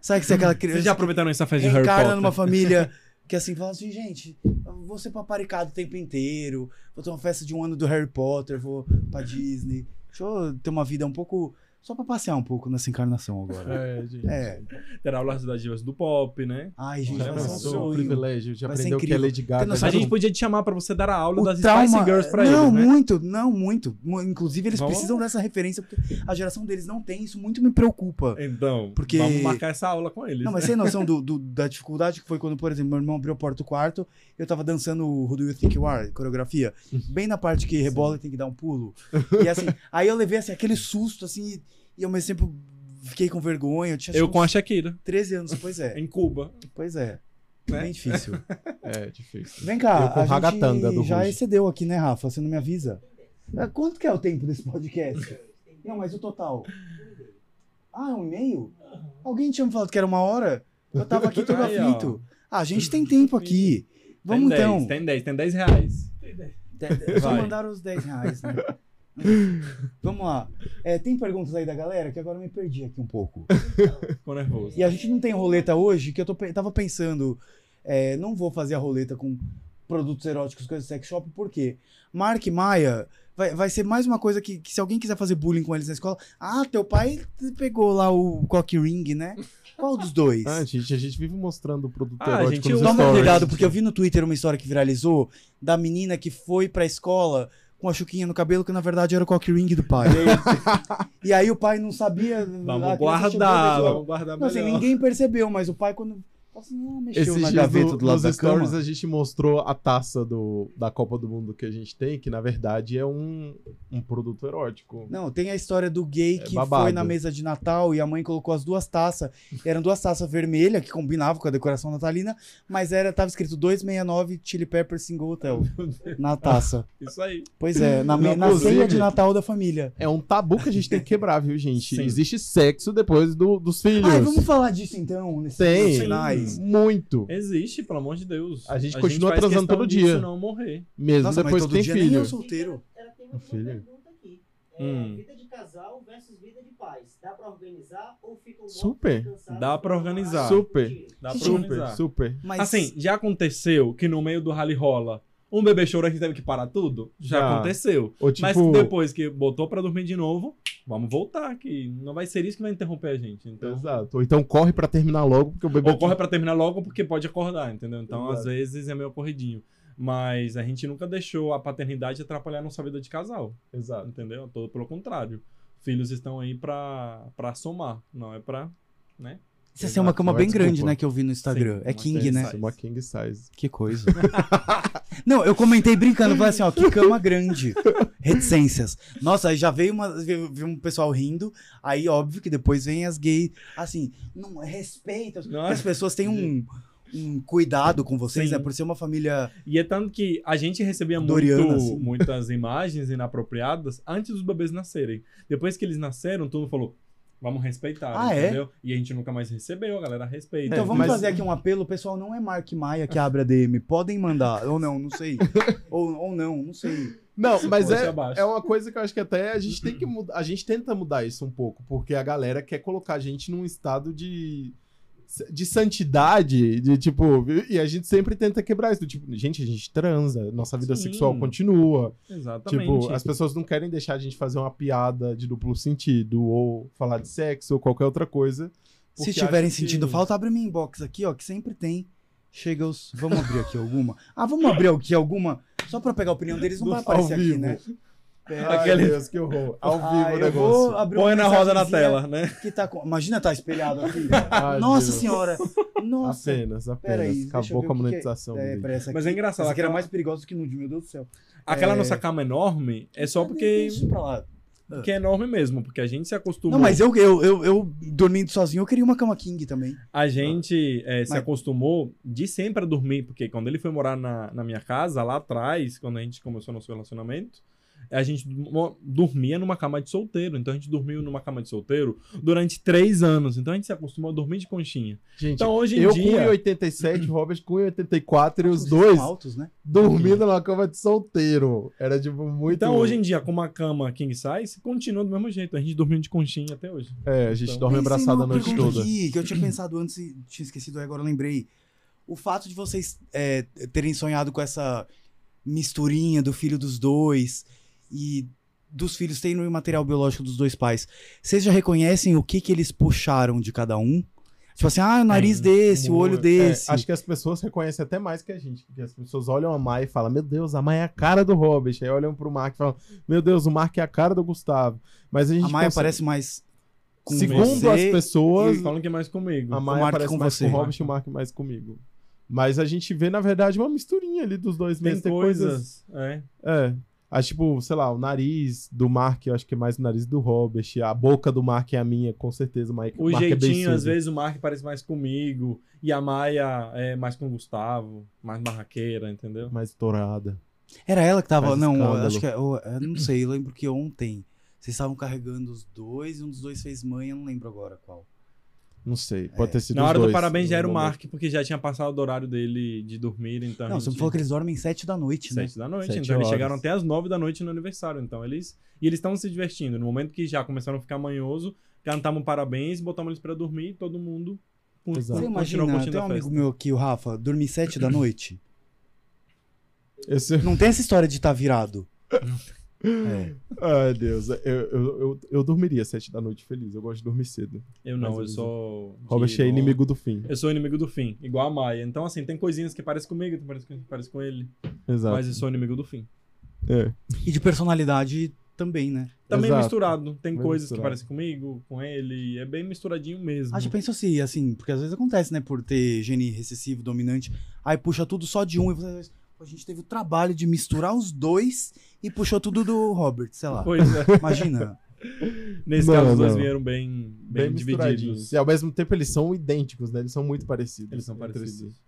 Speaker 1: Sabe que você é aquela criança.
Speaker 2: Vocês já aproveitaram essa festa de Harry
Speaker 1: reencarna
Speaker 2: Potter?
Speaker 1: numa
Speaker 2: <laughs>
Speaker 1: família que assim fala assim, gente, eu vou ser paparicado o tempo inteiro, vou ter uma festa de um ano do Harry Potter, vou pra Disney. Deixa eu ter uma vida um pouco. Só pra passear um pouco nessa encarnação agora.
Speaker 3: É, gente.
Speaker 1: É.
Speaker 2: Terá aulas das divas do pop, né?
Speaker 1: Ai, gente,
Speaker 3: Já
Speaker 1: vai ser um
Speaker 3: pensou o
Speaker 1: sonho.
Speaker 3: privilégio de
Speaker 1: Vai ser
Speaker 3: aprender o que é
Speaker 1: incrível.
Speaker 3: Lady Gaga.
Speaker 1: noção
Speaker 2: A
Speaker 1: Sabe
Speaker 2: gente
Speaker 1: um-
Speaker 2: podia te chamar pra você dar a aula
Speaker 1: O
Speaker 2: das
Speaker 1: trauma-
Speaker 2: Spice Girls pra
Speaker 1: não,
Speaker 2: eles, né?
Speaker 1: muito, não, muito. Mu- Inclusive, eles
Speaker 2: Vamos-
Speaker 1: precisam dessa referência, porque a geração deles não tem, isso muito me preocupa.
Speaker 2: Então,
Speaker 1: Porque-
Speaker 2: vamos marcar essa aula com eles.
Speaker 1: Não, mas você tem noção do- do- da dificuldade que foi quando, por exemplo, meu irmão abriu a porta do quarto, eu tava dançando o Who Do You Think You Are, coreografia,
Speaker 2: Uhum.
Speaker 1: bem na parte que rebola e tem que dar um pulo. E
Speaker 2: <laughs>
Speaker 1: assim, aí eu levei assim, aquele susto, assim, e ao mesmo tempo fiquei com vergonha. Eu tinha acho
Speaker 2: Eu
Speaker 1: que
Speaker 2: com a
Speaker 1: uns
Speaker 2: Shakira,
Speaker 1: 13 anos, pois
Speaker 2: <laughs>
Speaker 1: é,
Speaker 2: em Cuba.
Speaker 1: pois é.
Speaker 2: Né?
Speaker 1: Bem difícil.
Speaker 3: É, difícil.
Speaker 1: Vem cá,
Speaker 3: Eu com
Speaker 1: a
Speaker 3: ragatanga
Speaker 1: gente
Speaker 3: do
Speaker 1: já
Speaker 3: Ruge.
Speaker 1: excedeu aqui, né, Rafa? Você não me avisa. Ah, Quanto que é o tempo desse podcast? Não, mas o total. Ah, é um e-mail? Alguém tinha me falado que era uma hora? Eu tava aqui todo
Speaker 2: Aí, ó.
Speaker 1: aflito. Ah, a gente tem tempo aqui. Vamos
Speaker 2: tem
Speaker 1: então.
Speaker 2: 10, tem 10, tem 10 reais.
Speaker 1: Te- Só
Speaker 2: Vai.
Speaker 1: mandaram os 10 reais,
Speaker 2: <laughs>
Speaker 1: né? Vamos lá. É, tem perguntas aí da galera que agora eu me perdi aqui um pouco.
Speaker 2: Ficou nervoso.
Speaker 1: E a gente não tem roleta hoje, que eu tô, pe- tava pensando, é, não vou fazer a roleta com produtos eróticos, coisas de sex shop, por quê? Mark Maia vai, vai ser mais uma coisa que, que se alguém quiser fazer bullying com eles na escola, ah, teu pai te pegou lá o cock ring, né? Qual dos dois?
Speaker 3: Ah, gente, a gente vive mostrando o produto
Speaker 2: Ah,
Speaker 3: erótico
Speaker 2: gente,
Speaker 3: nos
Speaker 2: eu-
Speaker 1: Toma
Speaker 3: stories.
Speaker 1: cuidado, porque eu vi no Twitter uma história que viralizou da menina que foi pra escola com a chuquinha no cabelo, que na verdade era o cock ring do pai. e aí o pai não sabia. a
Speaker 2: Vamos
Speaker 1: criança Ah, chegou e falou,
Speaker 2: guardar, vamos guardar
Speaker 1: não, assim,
Speaker 2: tá melhor.
Speaker 1: ninguém percebeu, mas o pai, quando. falou Assim, ah, mexeu
Speaker 3: Esses
Speaker 1: na
Speaker 3: dias
Speaker 1: gaveta
Speaker 3: no-
Speaker 1: do lado
Speaker 3: nos
Speaker 1: da
Speaker 3: stories é-
Speaker 1: cama.
Speaker 3: a gente mostrou a taça do, da Copa do Mundo que a gente tem, que na verdade é um, um produto erótico.
Speaker 1: Não, tem a história do gay
Speaker 3: É
Speaker 1: que
Speaker 3: babado.
Speaker 1: foi na mesa de Natal e a mãe colocou as duas taças. Eram duas taças vermelhas que combinavam com a decoração natalina, mas era tava escrito 269 Chili Pepper Single
Speaker 3: <laughs>
Speaker 1: Hotel na taça.
Speaker 2: Isso aí.
Speaker 1: Pois é, na, me- na
Speaker 3: Inclusive-
Speaker 1: ceia de Natal da família.
Speaker 3: É um tabu que a gente tem que quebrar, viu, gente?
Speaker 2: Sim.
Speaker 3: Existe sexo depois do- dos filhos.
Speaker 1: Ai, vamos falar disso então, nesses
Speaker 3: Tem.
Speaker 1: nos finais.
Speaker 3: Muito.
Speaker 2: Existe, pelo amor de Deus.
Speaker 3: A gente continua
Speaker 2: faz
Speaker 3: transando
Speaker 2: questão
Speaker 3: todo
Speaker 2: disso
Speaker 3: dia.
Speaker 2: não morrer.
Speaker 3: Mesmo
Speaker 1: Nossa, mas
Speaker 3: depois que
Speaker 1: todo
Speaker 3: tem
Speaker 1: dia nem
Speaker 3: filho.
Speaker 1: eu sou- solteiro.
Speaker 4: Ela tem uma
Speaker 3: Filho.
Speaker 4: pergunta aqui. É,
Speaker 2: Hum.
Speaker 4: Vida de casal versus vida de pais. Dá pra organizar ou um ficam mortos
Speaker 3: Super.
Speaker 4: cansados
Speaker 2: Dá pra
Speaker 4: por
Speaker 2: organizar.
Speaker 4: trabalho e
Speaker 3: Super.
Speaker 4: rotina?
Speaker 2: Dá pra
Speaker 1: Gente,
Speaker 2: organizar.
Speaker 3: Super, super.
Speaker 1: Mas
Speaker 2: Assim, já aconteceu que no meio do rally rola um bebê chorou que teve que parar tudo? Já,
Speaker 3: Já.
Speaker 2: aconteceu.
Speaker 3: Ou tipo,
Speaker 2: Mas depois que botou pra dormir de novo, vamos voltar, que não vai ser isso que vai interromper a gente. Então,
Speaker 3: exato. Ou então corre pra terminar logo, porque o bebê tipo,
Speaker 2: Ou corre pra terminar logo porque pode acordar, entendeu? Então, às
Speaker 3: Exato.
Speaker 2: vezes é meio corridinho. Mas a gente nunca deixou a paternidade atrapalhar nossa vida de casal,
Speaker 3: Exato.
Speaker 2: entendeu? Todo pelo contrário. Filhos estão aí pra, pra somar, não é pra.
Speaker 1: Isso é uma cama
Speaker 3: Não é
Speaker 1: bem
Speaker 3: desculpa.
Speaker 1: grande, né, que eu vi no Instagram.
Speaker 2: Sim,
Speaker 1: é
Speaker 2: uma
Speaker 1: King,
Speaker 2: queen
Speaker 1: né?
Speaker 2: size.
Speaker 3: Uma king size.
Speaker 1: Que coisa. <laughs> Não, eu comentei brincando, falei assim, ó, que cama grande. Reticências. Nossa, aí já veio, uma, veio veio um pessoal rindo, aí óbvio que depois vem as gays, assim, não, respeita.
Speaker 2: Nossa.
Speaker 1: As pessoas têm um, um cuidado com vocês,
Speaker 2: Sim.
Speaker 1: é por ser uma família...
Speaker 2: E é tanto que a gente recebia
Speaker 1: Doriana,
Speaker 2: muito-
Speaker 1: assim.
Speaker 2: muitas imagens inapropriadas antes dos bebês nascerem. Depois que eles nasceram, todo mundo falou, vamos respeitar,
Speaker 1: Ah, é?
Speaker 2: entendeu? E a gente nunca mais recebeu, a galera respeita.
Speaker 1: Então vamos
Speaker 3: mas-
Speaker 1: fazer aqui um apelo, pessoal, não é Mark Maia que abre a DM, podem mandar, ou não, não <laughs> sei. ou, ou não, não sei.
Speaker 3: Não, mas
Speaker 2: Pô,
Speaker 3: é,
Speaker 2: isso abaixo.
Speaker 3: é uma coisa que eu acho que até a
Speaker 2: <clears throat>
Speaker 3: gente tem que mudar. A gente tenta mudar isso um pouco, porque a galera quer colocar a gente num estado de. De santidade, de tipo, e a gente sempre tenta quebrar isso. do Tipo, gente, a gente transa, nossa vida
Speaker 2: Sim.
Speaker 3: sexual continua.
Speaker 2: Exatamente.
Speaker 3: Tipo, as pessoas não querem deixar a gente fazer uma piada de duplo sentido, ou falar de sexo, ou qualquer outra coisa.
Speaker 1: Se
Speaker 3: Porque
Speaker 1: tiverem
Speaker 3: acho que-
Speaker 1: sentindo falta, abre minha inbox aqui, ó, que sempre tem. Chega os. Vamos abrir aqui alguma. Ah, vamos abrir aqui alguma? Só pra pegar a opinião deles, não vai aparecer
Speaker 3: ao
Speaker 1: aqui,
Speaker 3: vivo.
Speaker 1: né?
Speaker 3: É, Ai,
Speaker 2: Aquele-
Speaker 3: meu Deus, que horror. Ao
Speaker 1: Ah,
Speaker 3: vivo o
Speaker 1: eu
Speaker 3: negócio.
Speaker 1: vou abrir uma
Speaker 2: Põe na roda na
Speaker 1: mensagenzinha
Speaker 2: tela, né?
Speaker 1: Que tá com... Imagina tá espelhado
Speaker 3: <laughs>
Speaker 1: aqui.
Speaker 3: Ai,
Speaker 1: Nossa
Speaker 3: Deus.
Speaker 1: senhora! Nossa!
Speaker 3: Apenas, apenas.
Speaker 1: Peraí, deixa eu
Speaker 3: Acabou
Speaker 1: ver
Speaker 3: com a
Speaker 1: o que que é-
Speaker 3: monetização. do
Speaker 1: É,
Speaker 3: vídeo.
Speaker 1: pra essa aqui.
Speaker 2: Mas é engraçado.
Speaker 1: Essa aqui era
Speaker 2: Aquela,
Speaker 1: mais perigosa que nude, meu Deus do céu.
Speaker 2: aquela
Speaker 1: é-
Speaker 2: nossa cama enorme é só porque,
Speaker 1: Deixa pra lá.
Speaker 2: porque é enorme mesmo, porque a gente se acostumou.
Speaker 1: Não, mas eu, eu, eu, eu dormindo sozinho, eu queria uma cama king também.
Speaker 2: A gente eh, se
Speaker 1: Mas-
Speaker 2: acostumou de sempre a dormir, porque quando ele foi morar na, na minha casa, lá atrás, quando a gente começou nosso relacionamento, a gente mo- dormia numa cama de solteiro. Então a gente dormiu numa cama de solteiro durante três anos. Então a gente se acostumou a dormir de conchinha.
Speaker 3: Gente,
Speaker 2: Então hoje em
Speaker 3: eu com
Speaker 2: dia.
Speaker 3: 1,87, Robert com 1,84 e os dois
Speaker 1: São altos, né?
Speaker 3: dormindo numa cama de solteiro. Era tipo muito.
Speaker 2: Então hoje em dia, com uma cama king size, continua do mesmo jeito. A gente dormiu de conchinha até hoje.
Speaker 3: É, a gente
Speaker 2: Então-
Speaker 3: dorme
Speaker 1: Pensei
Speaker 3: abraçado
Speaker 1: numa
Speaker 3: a noite
Speaker 1: pergunta
Speaker 3: toda.
Speaker 1: aqui, que eu tinha pensado antes e tinha esquecido, aí agora eu lembrei. O fato de vocês é, terem sonhado com essa misturinha do filho dos dois e dos filhos terem o material biológico dos dois pais, vocês já reconhecem o que, que eles puxaram de cada um? Tipo assim, ah, o nariz
Speaker 2: Tem
Speaker 1: desse, o olho
Speaker 3: É,
Speaker 1: desse.
Speaker 3: acho que as pessoas reconhecem até mais que a gente. Porque as pessoas olham a Mai e falam: Meu Deus, a Mai é a cara do Robert. Aí olham pro Mark e falam: Meu Deus, o Mark é a cara do Gustavo. Mas a gente.
Speaker 1: A Maia
Speaker 3: consegue-
Speaker 1: parece um mais. com
Speaker 3: Segundo
Speaker 1: você
Speaker 3: as pessoas,
Speaker 2: Eles falam que é mais comigo.
Speaker 3: a
Speaker 1: o
Speaker 3: Maia
Speaker 1: Mark
Speaker 3: parece
Speaker 1: com
Speaker 3: mais
Speaker 1: você.
Speaker 3: com o Robert e o Mark mais comigo. Mas a gente vê, na verdade, uma misturinha ali dos dois
Speaker 2: Tem
Speaker 3: mesmo. Tem coisas
Speaker 2: coisas. É.
Speaker 3: É. Ah, tipo, sei lá, o nariz do Mark, eu acho que é mais o nariz do Robert. A boca do Mark é a minha, com certeza. Mas
Speaker 2: O
Speaker 3: Mark é bem
Speaker 2: jeitinho, às
Speaker 3: sujo.
Speaker 2: vezes, o Mark parece mais comigo. E a Maia é mais com o Gustavo, mais barraqueira, entendeu?
Speaker 3: Mais estourada.
Speaker 1: Era ela que tava.
Speaker 3: Faz
Speaker 1: Não, eu
Speaker 3: escândalo.
Speaker 1: acho que. é- Eu, eu não sei, eu lembro que ontem vocês estavam carregando os dois e um dos dois fez mãe, eu não lembro agora qual.
Speaker 3: Não sei, pode ter
Speaker 2: É.
Speaker 3: sido
Speaker 2: Na
Speaker 3: os
Speaker 2: hora do
Speaker 3: dois,
Speaker 2: parabéns já
Speaker 3: no
Speaker 2: era o
Speaker 3: momento.
Speaker 2: Mark, porque já tinha passado do horário dele de dormir, então.
Speaker 1: Não,
Speaker 2: a
Speaker 1: você me
Speaker 2: gente-
Speaker 1: falou que eles dormem sete da noite, né?
Speaker 2: Sete da noite,
Speaker 3: Sete
Speaker 2: então eles
Speaker 3: horas.
Speaker 2: chegaram até as nove da noite no aniversário. Então eles. E eles estavam se divertindo. No momento que já começaram a ficar manhoso, cantavam parabéns, botavam eles pra dormir e todo mundo con- con-
Speaker 3: Exato.
Speaker 1: Você
Speaker 3: Não,
Speaker 1: imagina,
Speaker 2: continuou curtindo
Speaker 1: tem um
Speaker 2: a
Speaker 1: amigo
Speaker 2: festa.
Speaker 1: meu aqui, o Rafa, dormir sete da noite.
Speaker 3: Esse- <laughs>
Speaker 1: Não tem essa história de estar
Speaker 2: <laughs>
Speaker 1: virado. É.
Speaker 3: Ai, Deus. Eu, eu, eu, eu dormiria às sete da noite feliz. Eu gosto de dormir cedo.
Speaker 2: Eu não,
Speaker 3: Mais ou
Speaker 2: eu
Speaker 3: menos.
Speaker 2: sou. de
Speaker 3: Robert é
Speaker 2: no-
Speaker 3: inimigo do fim.
Speaker 2: Eu sou inimigo do fim, igual a Maia. Então, assim, tem coisinhas que parecem comigo, tem coisinhas que parecem com ele.
Speaker 3: Exato.
Speaker 2: Mas eu sou inimigo do fim.
Speaker 3: É.
Speaker 1: E de personalidade também, né?
Speaker 2: Também
Speaker 3: Exato.
Speaker 2: misturado. Tem
Speaker 3: Bem
Speaker 2: coisas que
Speaker 3: misturado.
Speaker 2: parecem comigo, com ele. É bem misturadinho mesmo. <laughs>
Speaker 1: Ah, já pensou se, assim, porque às vezes acontece, né? Por ter gene recessivo, dominante, aí puxa tudo só de um e você. Pô, A gente teve o trabalho de misturar os dois e puxou tudo do Robert, sei lá.
Speaker 2: Pois é.
Speaker 1: Imagina.
Speaker 2: Nesse
Speaker 3: Não,
Speaker 2: caso, os dois
Speaker 3: não.
Speaker 2: vieram bem, bem,
Speaker 3: Bem
Speaker 2: divididos.
Speaker 3: misturadinhos. E ao mesmo tempo eles são idênticos, né? Eles são muito parecidos.
Speaker 2: Eles são
Speaker 3: entre
Speaker 2: parecidos.
Speaker 3: si.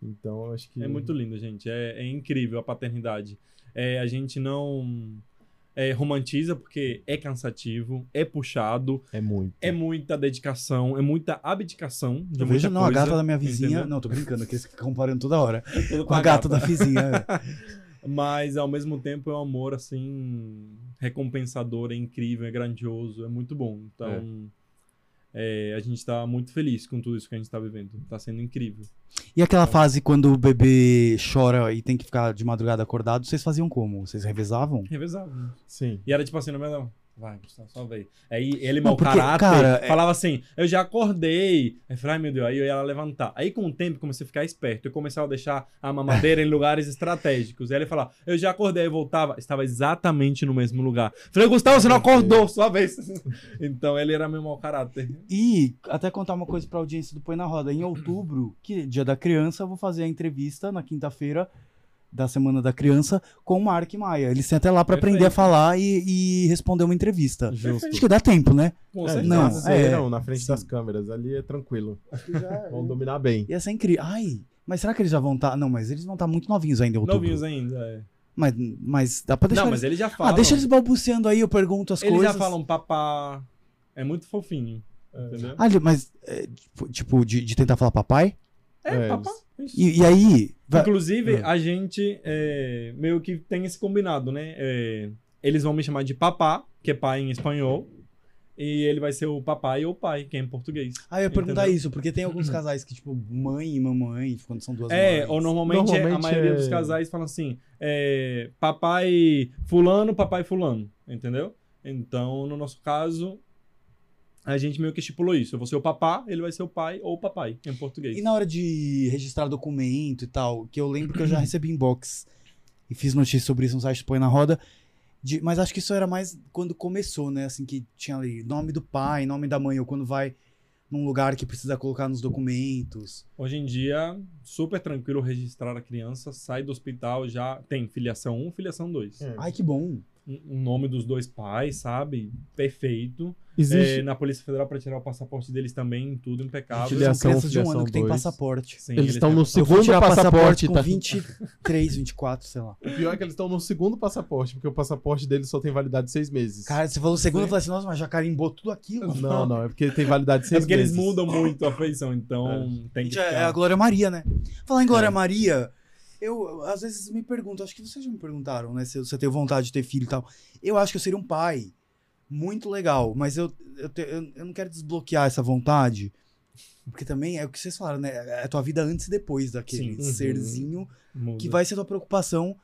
Speaker 3: Então, eu acho que.
Speaker 2: É muito lindo, gente. É, é incrível a paternidade. É, a gente não é, romantiza porque é cansativo, é puxado,
Speaker 3: É muito.
Speaker 2: é muita dedicação, é muita abdicação. De
Speaker 1: Eu
Speaker 2: muita
Speaker 1: vejo, não, a
Speaker 2: coisa,
Speaker 1: gata da minha vizinha. <laughs>
Speaker 2: entendeu?
Speaker 1: Não, tô brincando, que eles ficam comparando toda hora.
Speaker 2: Tudo
Speaker 1: Com a gata da vizinha. é.
Speaker 2: Mas ao mesmo tempo é um amor assim recompensador, é incrível, é grandioso, é muito bom. Então é, a gente está muito feliz com tudo isso que a gente está vivendo. Está sendo incrível.
Speaker 1: E aquela fase quando o bebê chora e tem que ficar de madrugada acordado, vocês faziam como? Vocês revezavam?
Speaker 2: Revezava. né?
Speaker 3: Sim.
Speaker 2: E era tipo assim, não me dava. Vai, Gustavo, só veio. Aí ele,
Speaker 1: Não,
Speaker 2: mau
Speaker 1: porque,
Speaker 2: caráter,
Speaker 1: cara, é-
Speaker 2: falava assim: eu já acordei. Aí eu falei, ai meu Deus, aí eu ia lá levantar. Aí com o tempo eu comecei a ficar esperto. Eu começava a deixar a mamadeira em lugares estratégicos. Aí ele falava, eu já acordei. Aí eu voltava, estava exatamente no mesmo lugar. Falei, Gustavo, você não acordou, sua vez. <laughs> Então ele era meu mau caráter.
Speaker 1: E até contar uma coisa pra audiência do Põe na Roda. Em outubro, que é dia da criança, eu vou fazer a entrevista na quinta-feira da Semana da Criança com o Mark Maia. Eles têm até lá pra aprender a
Speaker 2: Perfeito.
Speaker 1: falar e, e responder uma entrevista.
Speaker 3: Justo.
Speaker 1: Acho que dá tempo, né?
Speaker 2: <laughs> Com
Speaker 3: É,
Speaker 2: certeza.
Speaker 1: não,
Speaker 3: eles
Speaker 1: é,
Speaker 3: zerão na frente
Speaker 1: sim.
Speaker 3: das câmeras. Ali é tranquilo. <laughs> Vão dominar bem.
Speaker 1: Ia ser incrível. Ai, mas será que eles já vão estar. Não, mas eles vão estar muito novinhos ainda em outubro.
Speaker 2: Novinhos ainda. é.
Speaker 1: Mas, mas dá pra deixar.
Speaker 2: Não, mas
Speaker 1: eles...
Speaker 2: ele já fala.
Speaker 1: Ah, deixa eles balbuciando aí, eu pergunto as
Speaker 2: Eles
Speaker 1: coisas.
Speaker 2: já falam papá. É muito fofinho. Entendeu?
Speaker 1: Ah, mas, é, tipo- tipo, de, de tentar falar papai?
Speaker 2: É,
Speaker 3: É,
Speaker 2: papá. isso.
Speaker 1: E, e aí.
Speaker 3: Tá.
Speaker 1: vai-
Speaker 2: Inclusive,
Speaker 1: Ah.
Speaker 2: a gente é, meio que tem esse combinado, né? É, eles vão me chamar de papá, que é pai em espanhol, e ele vai ser o papai ou o pai, que é em português.
Speaker 1: Ah, eu ia perguntar
Speaker 2: Entendeu?
Speaker 1: isso, porque tem alguns casais que, tipo, mãe e mamãe, tipo, quando são duas
Speaker 2: É,
Speaker 1: mães.
Speaker 2: ou normalmente, é- a
Speaker 3: Normalmente
Speaker 2: maioria
Speaker 3: é-
Speaker 2: dos casais fala assim: é, papai fulano, papai fulano, entendeu? Então, no nosso caso, A gente meio que estipulou isso. Eu vou ser o papá, ele vai ser o pai ou o papai, em português.
Speaker 1: E na hora de registrar documento e tal, que eu lembro que eu já recebi inbox e fiz notícia sobre isso no site do Põe na Roda. de- mas acho que isso era mais quando começou, né? Assim, que tinha ali nome do pai, nome da mãe, ou quando vai num lugar que precisa colocar nos documentos.
Speaker 2: Hoje em dia, super tranquilo registrar a criança, sai do hospital, já tem filiação 1, filiação 2.
Speaker 3: É.
Speaker 1: Ai, que bom.
Speaker 2: O um, nome dos dois pais, sabe? Perfeito. É, na Polícia Federal para tirar o passaporte deles também, tudo impecável.
Speaker 3: Filiação,
Speaker 1: São crianças de um ano
Speaker 3: filiação
Speaker 1: que tem
Speaker 3: dois.
Speaker 1: passaporte.
Speaker 2: Sim,
Speaker 5: Eles estão
Speaker 2: têm-
Speaker 5: no
Speaker 1: Eu vou
Speaker 5: segundo
Speaker 1: tirar
Speaker 5: passaporte,
Speaker 1: com
Speaker 5: tá?
Speaker 1: 23, 24, sei lá.
Speaker 3: O pior é que eles estão no segundo passaporte, porque o passaporte dele só tem validade de seis meses.
Speaker 1: Cara, você falou segunda, eu falei assim, nossa, mas já carimbou tudo aquilo. mano.
Speaker 3: <laughs> Não, não, é porque ele tem validade de
Speaker 2: É
Speaker 3: seis
Speaker 2: porque
Speaker 3: meses.
Speaker 2: eles mudam muito a feição, então tem que
Speaker 1: Gente, é,
Speaker 2: ficar.
Speaker 1: é a Glória Maria, né? Falar em Glória Maria, eu às vezes me pergunto, acho que vocês já me perguntaram, né? Se você tem vontade de ter filho e tal. Eu acho que eu seria um pai. Muito legal, mas eu, eu, te- eu- eu não quero desbloquear essa vontade. Porque também é o que vocês falaram, né? É a tua vida antes e depois daquele
Speaker 2: Sim. Uhum.
Speaker 3: Uhum.
Speaker 1: serzinho
Speaker 2: Muda.
Speaker 1: que vai ser tua preocupação,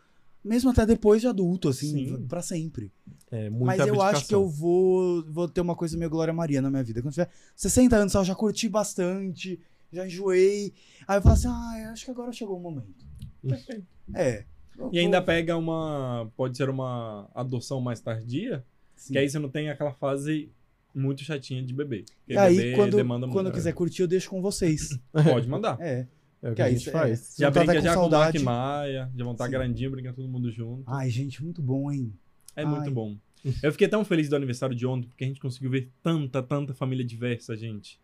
Speaker 1: mesmo até depois de adulto, assim,
Speaker 2: Sim.
Speaker 1: pra sempre.
Speaker 3: É, muita
Speaker 1: mas eu acho que eu
Speaker 3: abdicação.
Speaker 1: vou, vou ter uma coisa meio Glória Maria na minha vida. Quando tiver 60 anos, eu já curti bastante, já enjoei. Aí eu falo assim, ah, eu acho que agora chegou o momento.
Speaker 2: Perfeito.
Speaker 1: É. Eu
Speaker 2: E ainda
Speaker 1: tô-
Speaker 2: pega uma. Pode ser uma adoção mais tardia,
Speaker 1: Sim.
Speaker 2: que aí você não tem aquela fase muito chatinha de bebê. Porque
Speaker 1: E aí,
Speaker 2: bebê
Speaker 1: quando,
Speaker 2: demanda
Speaker 1: quando eu
Speaker 2: muito. né?
Speaker 1: quiser curtir, eu deixo com
Speaker 2: <laughs>
Speaker 1: vocês. <laughs>
Speaker 2: Pode mandar.
Speaker 1: É.
Speaker 3: É o
Speaker 1: Que
Speaker 3: que a
Speaker 1: aí
Speaker 3: gente
Speaker 1: cê-
Speaker 3: faz.
Speaker 1: é, cê
Speaker 2: Já
Speaker 1: não tá
Speaker 2: brinca
Speaker 1: com
Speaker 2: já com o Mark
Speaker 1: saudade.
Speaker 2: Maia, já vão estar
Speaker 1: Sim.
Speaker 2: grandinho, brinca todo mundo junto.
Speaker 1: Ai, gente, muito bom, hein?
Speaker 2: É
Speaker 1: ai.
Speaker 2: muito bom. Eu fiquei tão feliz do aniversário de ontem, porque a gente conseguiu ver tanta, tanta família diversa, gente.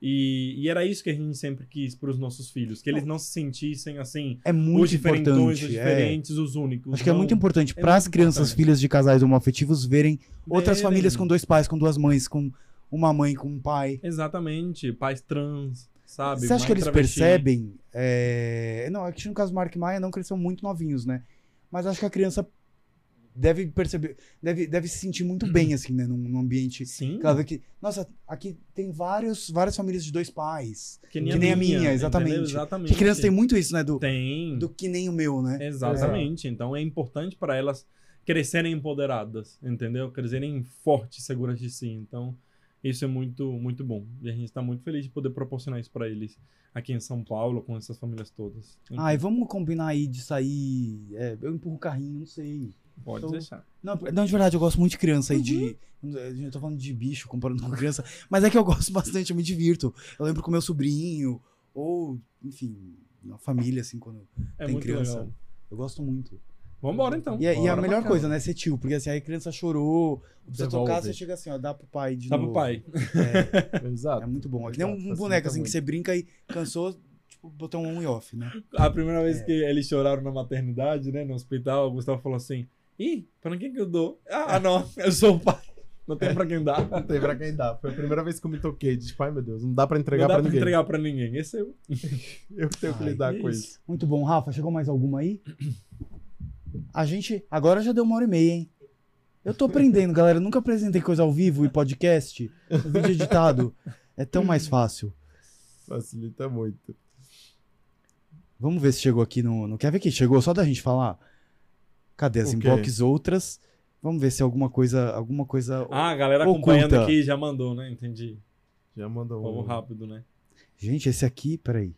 Speaker 2: E, e era isso que a gente sempre quis para os nossos filhos, que eles não se sentissem assim,
Speaker 1: É
Speaker 2: os
Speaker 1: muito
Speaker 2: diferentões,
Speaker 1: importante.
Speaker 2: os
Speaker 1: é.
Speaker 2: diferentes, os únicos.
Speaker 1: Acho que é
Speaker 2: Não,
Speaker 1: muito importante
Speaker 2: é
Speaker 1: para as
Speaker 2: muito
Speaker 1: crianças
Speaker 2: importante.
Speaker 1: filhas de casais homoafetivos verem outras
Speaker 2: verem.
Speaker 1: famílias com dois pais, com duas mães, com uma mãe, com um pai.
Speaker 2: Exatamente, pais trans, sabe?
Speaker 1: Você acha
Speaker 2: mãe
Speaker 1: que eles
Speaker 2: travesti.
Speaker 1: percebem? é, Não, é que no caso do Mark Maia não, que eles são muito novinhos, né? Mas acho que a criança deve perceber, deve, deve se sentir muito
Speaker 2: <clears throat>
Speaker 1: bem, assim, né? Num, num ambiente.
Speaker 2: Sim,
Speaker 1: que ela vê que, nossa, aqui tem vários, várias famílias de dois pais. que
Speaker 2: que
Speaker 1: nem a minha,
Speaker 2: entendeu?
Speaker 1: exatamente.
Speaker 2: Exatamente.
Speaker 1: Que criança tem muito isso, né? Do,
Speaker 2: Tem.
Speaker 1: do que nem o meu, né?
Speaker 2: Exatamente. Então é importante para elas crescerem empoderadas, entendeu? Crescerem fortes, seguras de si. Então isso é muito, muito bom. E a gente está muito feliz de poder proporcionar isso para eles aqui em São Paulo, com essas famílias todas. Então, Enfim,
Speaker 1: Ai, vamos combinar aí de sair. é, eu empurro o carrinho, não sei.
Speaker 2: pode
Speaker 1: então-
Speaker 2: deixar.
Speaker 1: Não, não, de verdade, eu gosto muito de criança e de.
Speaker 2: Uhum.
Speaker 1: Eu tô falando de bicho comparando com criança, mas é que eu gosto bastante, eu me divirto. Eu lembro com meu sobrinho, ou, enfim, na família, assim, quando
Speaker 2: É
Speaker 1: tem
Speaker 2: muito
Speaker 1: criança.
Speaker 2: legal.
Speaker 1: Eu gosto muito.
Speaker 2: Vamos embora então.
Speaker 1: E, é- e é a
Speaker 2: Bora,
Speaker 1: melhor
Speaker 2: bacana.
Speaker 1: coisa, né? Ser tio, porque assim, aí a criança chorou, precisa
Speaker 3: Devolve.
Speaker 1: tocar, você chega assim, ó, dá pro pai de
Speaker 2: Tá pro
Speaker 1: novo.
Speaker 2: pai.
Speaker 1: <laughs> É,
Speaker 3: Exato.
Speaker 1: é muito bom. É que nem um,
Speaker 3: Facilita
Speaker 1: boneco, assim,
Speaker 3: muito.
Speaker 1: que você brinca e cansou, tipo, botar um on e off, né?
Speaker 2: <laughs> A primeira vez
Speaker 1: É.
Speaker 2: que eles choraram na maternidade, né, no hospital, o Gustavo falou assim: "Ih, para quem que eu dou? Ah, não, <laughs> eu sou o pai. Não tem para quem dar.
Speaker 3: Não tem pra quem dar. Foi a primeira vez que eu me toquei. de, Tipo, ai meu Deus, não dá pra
Speaker 2: não
Speaker 3: entregar
Speaker 2: dá
Speaker 3: pra
Speaker 2: para
Speaker 3: ninguém.
Speaker 2: entregar para ninguém. Esse é o
Speaker 3: <laughs> Eu tenho que
Speaker 1: Ai,
Speaker 3: lidar
Speaker 2: que
Speaker 3: com
Speaker 2: isso.
Speaker 3: isso.
Speaker 1: Muito bom, Rafa. Chegou mais alguma aí? A gente. Agora já deu uma hora e meia, hein? Eu tô aprendendo, galera. Eu nunca apresentei coisa ao vivo e podcast, vídeo editado. É tão mais fácil.
Speaker 3: Facilita muito.
Speaker 1: Vamos ver se chegou aqui no. no- Quer ver que chegou? Só da gente falar. Cadê as
Speaker 3: O quê?
Speaker 1: inbox outras? Vamos ver se alguma coisa. Alguma coisa.
Speaker 2: Ah, a galera
Speaker 1: Oculta.
Speaker 2: acompanhando aqui já mandou, né? Entendi.
Speaker 3: Já mandou um.
Speaker 2: Vamos rápido, né?
Speaker 1: Gente, esse aqui, peraí.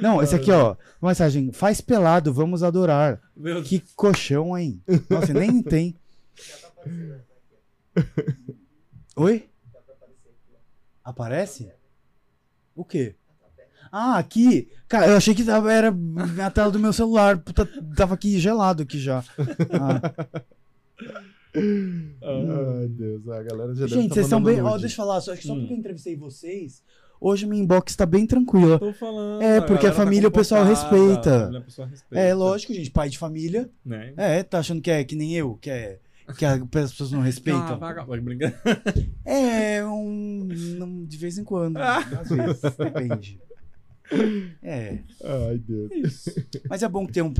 Speaker 1: Não, esse aqui, ó. Mensagem. Faz pelado, vamos adorar.
Speaker 2: Meu Deus.
Speaker 1: Que colchão, hein? Nossa, nem tem.
Speaker 4: Já tá aparecendo né? aqui,
Speaker 1: Oi?
Speaker 4: ó. Dá pra aparecer aqui, ó.
Speaker 1: Aparece? O quê?
Speaker 4: A tabela.
Speaker 1: Ah, aqui. Cara, eu achei que tava- era a tela do meu celular. Puta, tava aqui gelado aqui já. Ah,
Speaker 3: Ai, Deus, a galera já deve
Speaker 1: gente,
Speaker 3: tá
Speaker 1: vocês estão
Speaker 3: mandando
Speaker 1: bem. Ó,
Speaker 3: nude.
Speaker 1: deixa eu falar, só, acho que só
Speaker 2: Hum.
Speaker 1: porque eu entrevistei vocês, hoje minha inbox tá bem tranquila.
Speaker 2: Tô falando.
Speaker 1: É, porque a
Speaker 2: galera tá
Speaker 1: família, o pessoal
Speaker 2: comportada,
Speaker 1: respeita.
Speaker 2: a mulher, o pessoal respeita,
Speaker 1: É lógico, gente, pai de família.
Speaker 2: Né?
Speaker 1: É, tá achando que é que nem eu, que é. Que as pessoas não
Speaker 2: Ah,
Speaker 1: respeitam.
Speaker 2: vaga- vai brincando. <laughs>
Speaker 1: É, um. não, de vez em quando. né? Às vezes, depende. É.
Speaker 3: Ai, Deus.
Speaker 1: Mas é bom ter um,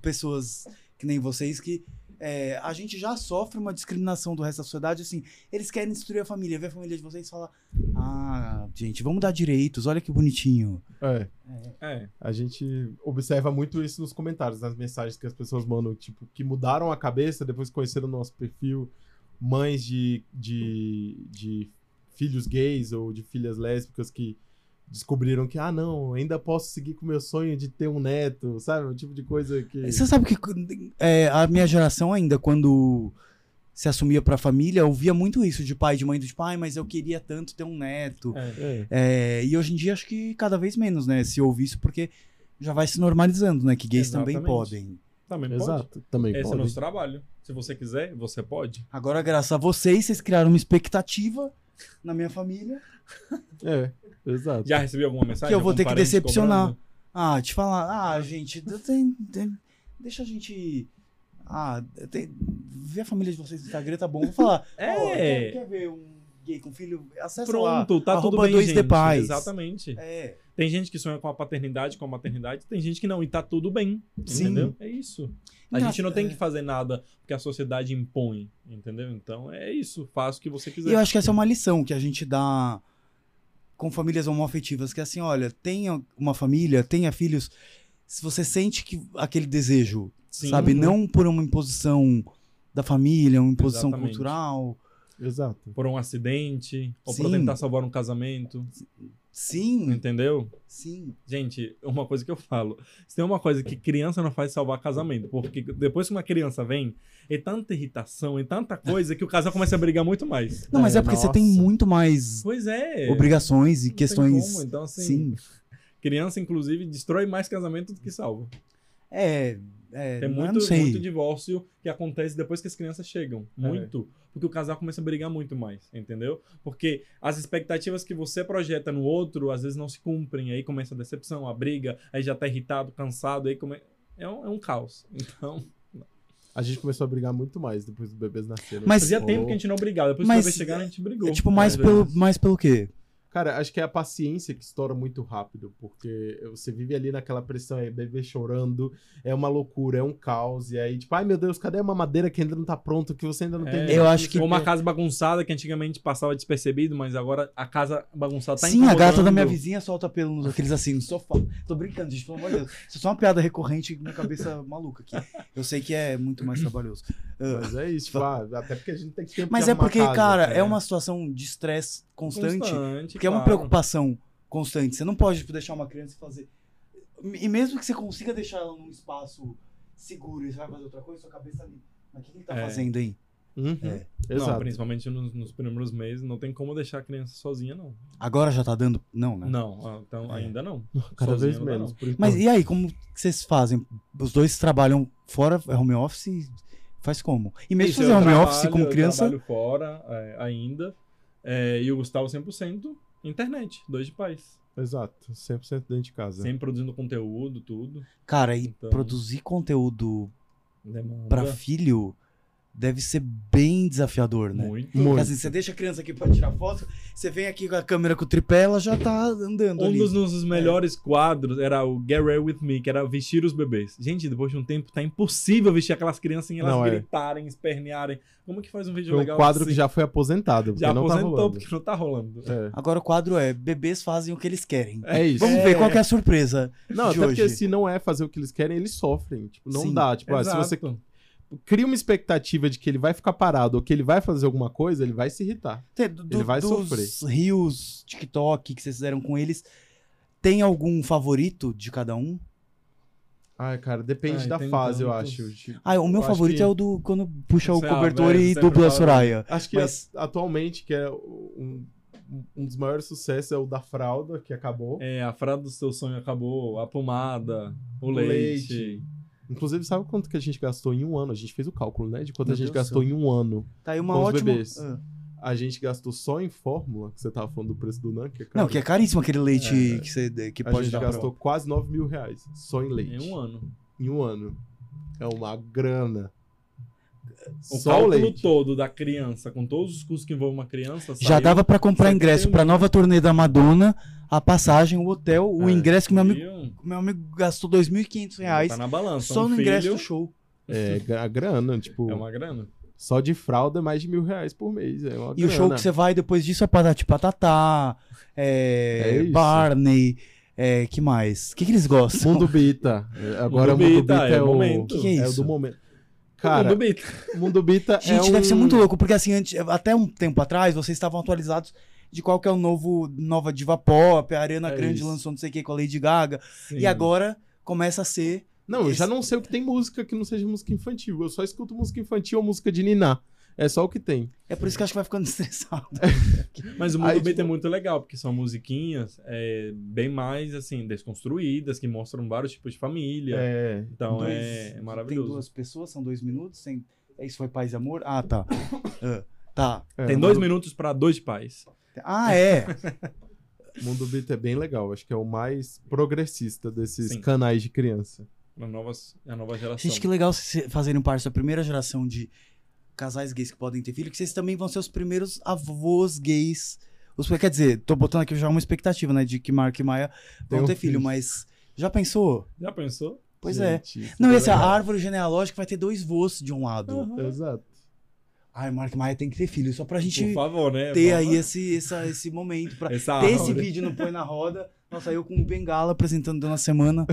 Speaker 1: pessoas que nem vocês que é, a gente já sofre uma discriminação do resto da sociedade. Assim, eles querem destruir a família, ver a família de vocês e falar: Ah, gente, vamos dar direitos, olha que bonitinho.
Speaker 3: É,
Speaker 2: É.
Speaker 3: a gente observa muito isso nos comentários, nas mensagens que as pessoas mandam, tipo, que mudaram a cabeça depois que conheceram o nosso perfil. mães de, de, de filhos gays ou de filhas lésbicas que descobriram que, ah, não, ainda posso seguir com o meu sonho de ter um neto, sabe? O tipo de coisa que.
Speaker 1: Você sabe que é, a minha geração ainda, quando se assumia pra família, ouvia muito isso de pai, de mãe, dos pai, mas eu queria tanto ter um neto.
Speaker 3: É.
Speaker 1: É, e hoje em dia acho que cada vez menos, né? Se ouve isso, porque já vai se normalizando, né? Que gays também
Speaker 2: Exatamente.
Speaker 1: podem.
Speaker 2: Também pode.
Speaker 3: Exato, também
Speaker 2: Esse é
Speaker 3: pode.
Speaker 2: nosso trabalho. Se você quiser, você pode.
Speaker 1: Agora, graças a vocês, vocês criaram uma expectativa na minha família.
Speaker 3: É, exato.
Speaker 2: Já recebeu alguma mensagem?
Speaker 1: Que eu vou
Speaker 2: Algum
Speaker 1: ter que
Speaker 2: parente
Speaker 1: decepcionar.
Speaker 2: cobrando?
Speaker 1: Ah, te falar, ah, gente, de- tem- tem- deixa a gente. Ah, tem, vê a família de vocês no Instagram, tá bom. Vou falar. ó, quer,
Speaker 2: <laughs> É.
Speaker 1: quer ver um gay com filho? Acessa lá.
Speaker 2: Pronto, tá tudo
Speaker 1: arroba
Speaker 2: bem,
Speaker 1: dois
Speaker 2: gente.
Speaker 1: de paz.
Speaker 2: Exatamente.
Speaker 1: É.
Speaker 2: Tem gente que sonha com a paternidade, com a maternidade, tem gente que não, e tá tudo bem.
Speaker 1: Sim.
Speaker 2: Entendeu? É isso. A
Speaker 1: Engra-
Speaker 2: gente não tem
Speaker 1: é.
Speaker 2: que fazer nada porque a sociedade impõe, entendeu? Então é isso, faça o que você
Speaker 1: E
Speaker 2: quiser.
Speaker 1: eu acho que essa é uma lição que a gente dá com famílias homoafetivas, que é assim, olha, tenha uma família, tenha filhos, se você sente que aquele desejo,
Speaker 2: Sim.
Speaker 1: sabe, né?
Speaker 3: Uhum.
Speaker 1: não por uma imposição da família, uma imposição
Speaker 2: Exatamente.
Speaker 1: cultural,
Speaker 3: Exato.
Speaker 2: Por um acidente, ou
Speaker 1: Sim.
Speaker 2: pra tentar salvar um casamento,
Speaker 1: sim,
Speaker 2: entendeu?
Speaker 1: sim,
Speaker 2: Gente, uma coisa que eu falo. Se tem uma coisa que criança não faz é salvar casamento, porque depois que uma criança vem, é tanta irritação, é tanta coisa que o casal começa a brigar muito mais.
Speaker 1: não, mas é,
Speaker 3: É,
Speaker 1: porque você
Speaker 3: nossa.
Speaker 1: tem muito mais
Speaker 2: Pois é.
Speaker 1: obrigações e
Speaker 2: Não tem
Speaker 1: questões,
Speaker 2: como, Então, assim,
Speaker 1: sim,
Speaker 2: criança, inclusive, destrói mais casamento do que salva.
Speaker 1: é, é,
Speaker 2: Tem
Speaker 1: não,
Speaker 2: muito,
Speaker 1: não sei, É.
Speaker 2: muito divórcio que acontece depois que as crianças chegam. Muito. Porque o casal começa a brigar muito mais, entendeu? Porque as expectativas que você projeta no outro, às vezes não se cumprem. Aí começa a decepção, a briga, aí já tá irritado, cansado, aí come... é, um, é um caos. Então,
Speaker 3: A gente começou a brigar muito mais depois dos bebês nasceram.
Speaker 1: Mas-
Speaker 2: fazia tempo que a gente não brigava. Depois que
Speaker 1: Mas-
Speaker 2: os bebês chegaram, a gente brigou.
Speaker 1: é tipo mais
Speaker 2: né,
Speaker 1: pelo, mais pelo quê?
Speaker 3: Cara, acho que é a paciência que estoura muito rápido, porque você vive ali naquela pressão, é bebê chorando, é uma loucura, é um caos, e aí, tipo, ai meu Deus, cadê a mamadeira que ainda não tá pronto, que você ainda não
Speaker 2: É.
Speaker 1: <laughs>
Speaker 3: tem...
Speaker 1: Eu acho que
Speaker 2: Ou uma casa bagunçada que antigamente passava despercebido, mas agora a casa bagunçada tá
Speaker 1: Sim, a gata da minha
Speaker 2: incomodando.
Speaker 1: vizinha solta pelo nos aqueles assim no sofá. Tô brincando, gente, pelo amor de Deus. Isso é só uma piada recorrente na cabeça <laughs> maluca aqui. Eu sei que é muito mais trabalhoso. Ah,
Speaker 3: Mas é isso, tipo, ah, até porque a gente tem tempo
Speaker 1: mas
Speaker 3: de
Speaker 1: é
Speaker 3: arrumar
Speaker 1: porque,
Speaker 3: casa, né?
Speaker 1: cara, é uma situação de estresse constante,
Speaker 2: Constante,
Speaker 1: porque é uma
Speaker 2: claro.
Speaker 1: preocupação constante. Você não pode tipo, deixar uma criança fazer. E mesmo que você consiga deixar ela num espaço seguro e você vai fazer outra coisa, sua cabeça ali. Mas o que que ele tá
Speaker 2: É.
Speaker 1: fazendo aí?
Speaker 3: Uhum,
Speaker 1: É.
Speaker 2: Não,
Speaker 3: Exato.
Speaker 2: principalmente nos, nos primeiros meses, não tem como deixar a criança sozinha, não.
Speaker 3: Né?
Speaker 1: Agora já tá dando? Não, né?
Speaker 2: Não, ah, então
Speaker 1: É.
Speaker 2: ainda não.
Speaker 3: Cada
Speaker 2: Sozinha
Speaker 3: vez
Speaker 2: não dá,
Speaker 3: menos,
Speaker 2: não.
Speaker 3: por
Speaker 1: Mas
Speaker 3: enquanto.
Speaker 1: e aí, como que vocês fazem? Os dois trabalham fora, é home office? Faz como? E mesmo
Speaker 2: Isso,
Speaker 1: fazer
Speaker 2: eu
Speaker 1: home
Speaker 2: trabalho,
Speaker 1: office como
Speaker 2: Eu
Speaker 1: criança,
Speaker 2: trabalho fora é, ainda. É, e o Gustavo 100% internet, dois de pais.
Speaker 3: Exato, 100% dentro de casa.
Speaker 2: Sempre produzindo conteúdo, tudo.
Speaker 1: cara, e
Speaker 2: Então. Uhum.
Speaker 1: produzir conteúdo
Speaker 2: Demanda
Speaker 1: pra filho deve ser bem desafiador, né?
Speaker 2: muito.
Speaker 1: Porque,
Speaker 3: Muito.
Speaker 1: assim, você deixa a criança aqui pra tirar foto, você vem aqui com a câmera com o tripé, ela já tá andando
Speaker 2: Um
Speaker 1: ali.
Speaker 2: dos
Speaker 3: É.
Speaker 2: nossos melhores quadros era o Get Ready With Me, que era vestir os bebês. Gente, depois de um tempo tá impossível vestir aquelas crianças sem elas
Speaker 3: Não, é.
Speaker 2: gritarem, espernearem. Como que faz um vídeo
Speaker 3: Foi um
Speaker 2: legal
Speaker 3: quadro
Speaker 2: assim?
Speaker 3: que já foi aposentado, porque
Speaker 2: Já
Speaker 3: não
Speaker 2: aposentou,
Speaker 3: tá rolando.
Speaker 2: porque não tá rolando.
Speaker 3: É.
Speaker 1: Agora o quadro é, bebês fazem o que eles querem.
Speaker 3: É isso.
Speaker 1: Vamos ver qual que é a surpresa.
Speaker 3: Não,
Speaker 1: de
Speaker 3: até porque
Speaker 1: hoje.
Speaker 3: se não é fazer o que eles querem, eles sofrem. Tipo, não
Speaker 1: Sim,
Speaker 3: dá. Tipo, ah, se
Speaker 2: Exato.
Speaker 3: você cria uma expectativa de que ele vai ficar parado ou que ele vai fazer alguma coisa, ele vai se irritar.
Speaker 1: Tem- do-
Speaker 3: Ele vai
Speaker 1: dos
Speaker 3: sofrer.
Speaker 1: rios, TikTok que vocês fizeram com eles, tem algum favorito de cada um?
Speaker 3: Ai, cara, depende
Speaker 2: Ai,
Speaker 3: da
Speaker 2: Ah, tem
Speaker 3: fase, eu
Speaker 2: tantos.
Speaker 3: acho. Tipo,
Speaker 1: Ah, o meu
Speaker 3: eu acho
Speaker 1: favorito
Speaker 3: que-
Speaker 1: é o do quando puxa o
Speaker 2: Sei lá,
Speaker 1: cobertor
Speaker 2: velho,
Speaker 1: e
Speaker 2: sempre
Speaker 1: dubla a
Speaker 2: falo.
Speaker 1: Soraya.
Speaker 3: Acho que
Speaker 1: Mas-
Speaker 3: a- atualmente, que é um, um- um dos maiores sucessos, é o da fralda, que acabou.
Speaker 2: É, a frase do seu sonho acabou, a pomada, o,
Speaker 3: leite.
Speaker 2: leite.
Speaker 3: Inclusive, sabe quanto que a gente gastou em um ano? A gente fez o cálculo, né? De quanto
Speaker 2: Meu
Speaker 3: a gente
Speaker 2: Deus do
Speaker 3: gastou em um ano.
Speaker 1: Tá aí uma
Speaker 3: Com os
Speaker 1: ótima.
Speaker 3: bebês.
Speaker 1: Ah.
Speaker 3: A gente gastou só em fórmula, que você tava falando do preço do NAN, que é caro.
Speaker 1: Não, que é caríssimo aquele leite que, você, que
Speaker 3: A
Speaker 1: pode
Speaker 3: gente
Speaker 1: dar. pra-
Speaker 3: gastou quase 9 mil reais só em leite.
Speaker 2: Em um ano.
Speaker 3: em um ano. É uma grana.
Speaker 2: O
Speaker 3: Só o
Speaker 2: cálculo
Speaker 3: leite.
Speaker 2: todo da criança, com todos os custos que envolvem uma criança,
Speaker 1: Já
Speaker 2: saiu-
Speaker 1: dava pra comprar
Speaker 2: Você
Speaker 1: ingresso
Speaker 2: tem um-
Speaker 1: pra nova turnê da Madonna, a passagem, o hotel, o
Speaker 2: É,
Speaker 1: ingresso que meu amigo,
Speaker 2: saiu-
Speaker 1: meu amigo gastou 2.500 reais
Speaker 2: Tá na balança.
Speaker 1: só
Speaker 2: um
Speaker 1: no
Speaker 2: filho
Speaker 1: ingresso do show.
Speaker 2: <laughs>
Speaker 3: É, gra- a grana, tipo,
Speaker 2: É uma grana.
Speaker 3: só de fralda é mais de mil reais por mês. É uma
Speaker 1: E o show
Speaker 3: grana.
Speaker 1: que você vai depois disso é Patati Patatá, é,
Speaker 3: É isso.
Speaker 1: Barney, é, que mais? O que, que eles gostam?
Speaker 3: <laughs> Mundo Bita. É, Agora
Speaker 2: Mundo
Speaker 3: Mundo
Speaker 2: Bita,
Speaker 3: Bita é,
Speaker 2: é o
Speaker 3: o
Speaker 2: momento.
Speaker 1: Que que é
Speaker 3: o
Speaker 1: isso?
Speaker 3: do momento. Cara,
Speaker 2: Mundo Bita.
Speaker 3: Mundo Bita é
Speaker 1: Gente,
Speaker 3: um...
Speaker 1: deve ser muito louco, porque assim, antes- até um tempo atrás, vocês estavam atualizados de qual que é o novo, nova diva pop, a Ariana
Speaker 3: É
Speaker 1: Grande
Speaker 3: isso.
Speaker 1: lançou não sei o que com a Lady Gaga,
Speaker 2: assim.
Speaker 1: e agora começa a ser...
Speaker 3: Não, eu já
Speaker 1: Esse-
Speaker 3: não sei o que tem música que não seja música infantil. Eu só escuto música infantil ou música de Niná. É só o que tem.
Speaker 1: É por isso que eu acho que vai ficando <laughs> estressado.
Speaker 2: Mas o Mundo
Speaker 3: Aí,
Speaker 2: Bita
Speaker 3: tipo-
Speaker 2: é muito legal, porque são musiquinhas é, bem mais, assim, desconstruídas, que mostram vários tipos de família.
Speaker 3: É.
Speaker 2: Então
Speaker 1: Dois-
Speaker 2: é maravilhoso.
Speaker 1: Tem duas pessoas, são dois minutos, tem... É Isso foi Paz e Amor? Ah, tá. <coughs> Ah, tá.
Speaker 3: é,
Speaker 2: Tem
Speaker 3: o
Speaker 2: dois
Speaker 3: Mundo-
Speaker 2: minutos pra dois pais.
Speaker 1: Ah, é.
Speaker 3: Mundo Bita é bem legal. Acho que é o mais progressista desses
Speaker 2: Sim.
Speaker 3: canais de criança.
Speaker 2: A nova, a nova geração.
Speaker 1: Gente, que legal vocês fazerem parte da primeira geração de casais gays que podem ter filho, que vocês também vão ser os primeiros avós gays. Os, quer dizer, tô botando aqui já uma expectativa, né? De que Mark e Maia vão
Speaker 3: Tem um
Speaker 1: ter filho,
Speaker 3: filho.
Speaker 1: mas já pensou?
Speaker 2: Já pensou?
Speaker 1: Pois é.
Speaker 3: Gente, isso
Speaker 1: Não,
Speaker 3: é
Speaker 1: essa
Speaker 3: legal.
Speaker 1: árvore genealógica vai ter dois vôs de um lado.
Speaker 3: Exato.
Speaker 1: Ai, Mark e Maia tem que ter filho, só pra
Speaker 2: Uhum. Por
Speaker 1: gente
Speaker 2: favor, né? É
Speaker 1: ter
Speaker 2: Vamos-
Speaker 1: aí esse, essa- esse momento.
Speaker 2: <laughs>
Speaker 1: Pra
Speaker 2: Essa
Speaker 1: ter esse
Speaker 2: árvore.
Speaker 1: vídeo no Põe na Roda. Nossa, eu com o Bengala apresentando durante a
Speaker 2: <laughs>
Speaker 1: semana.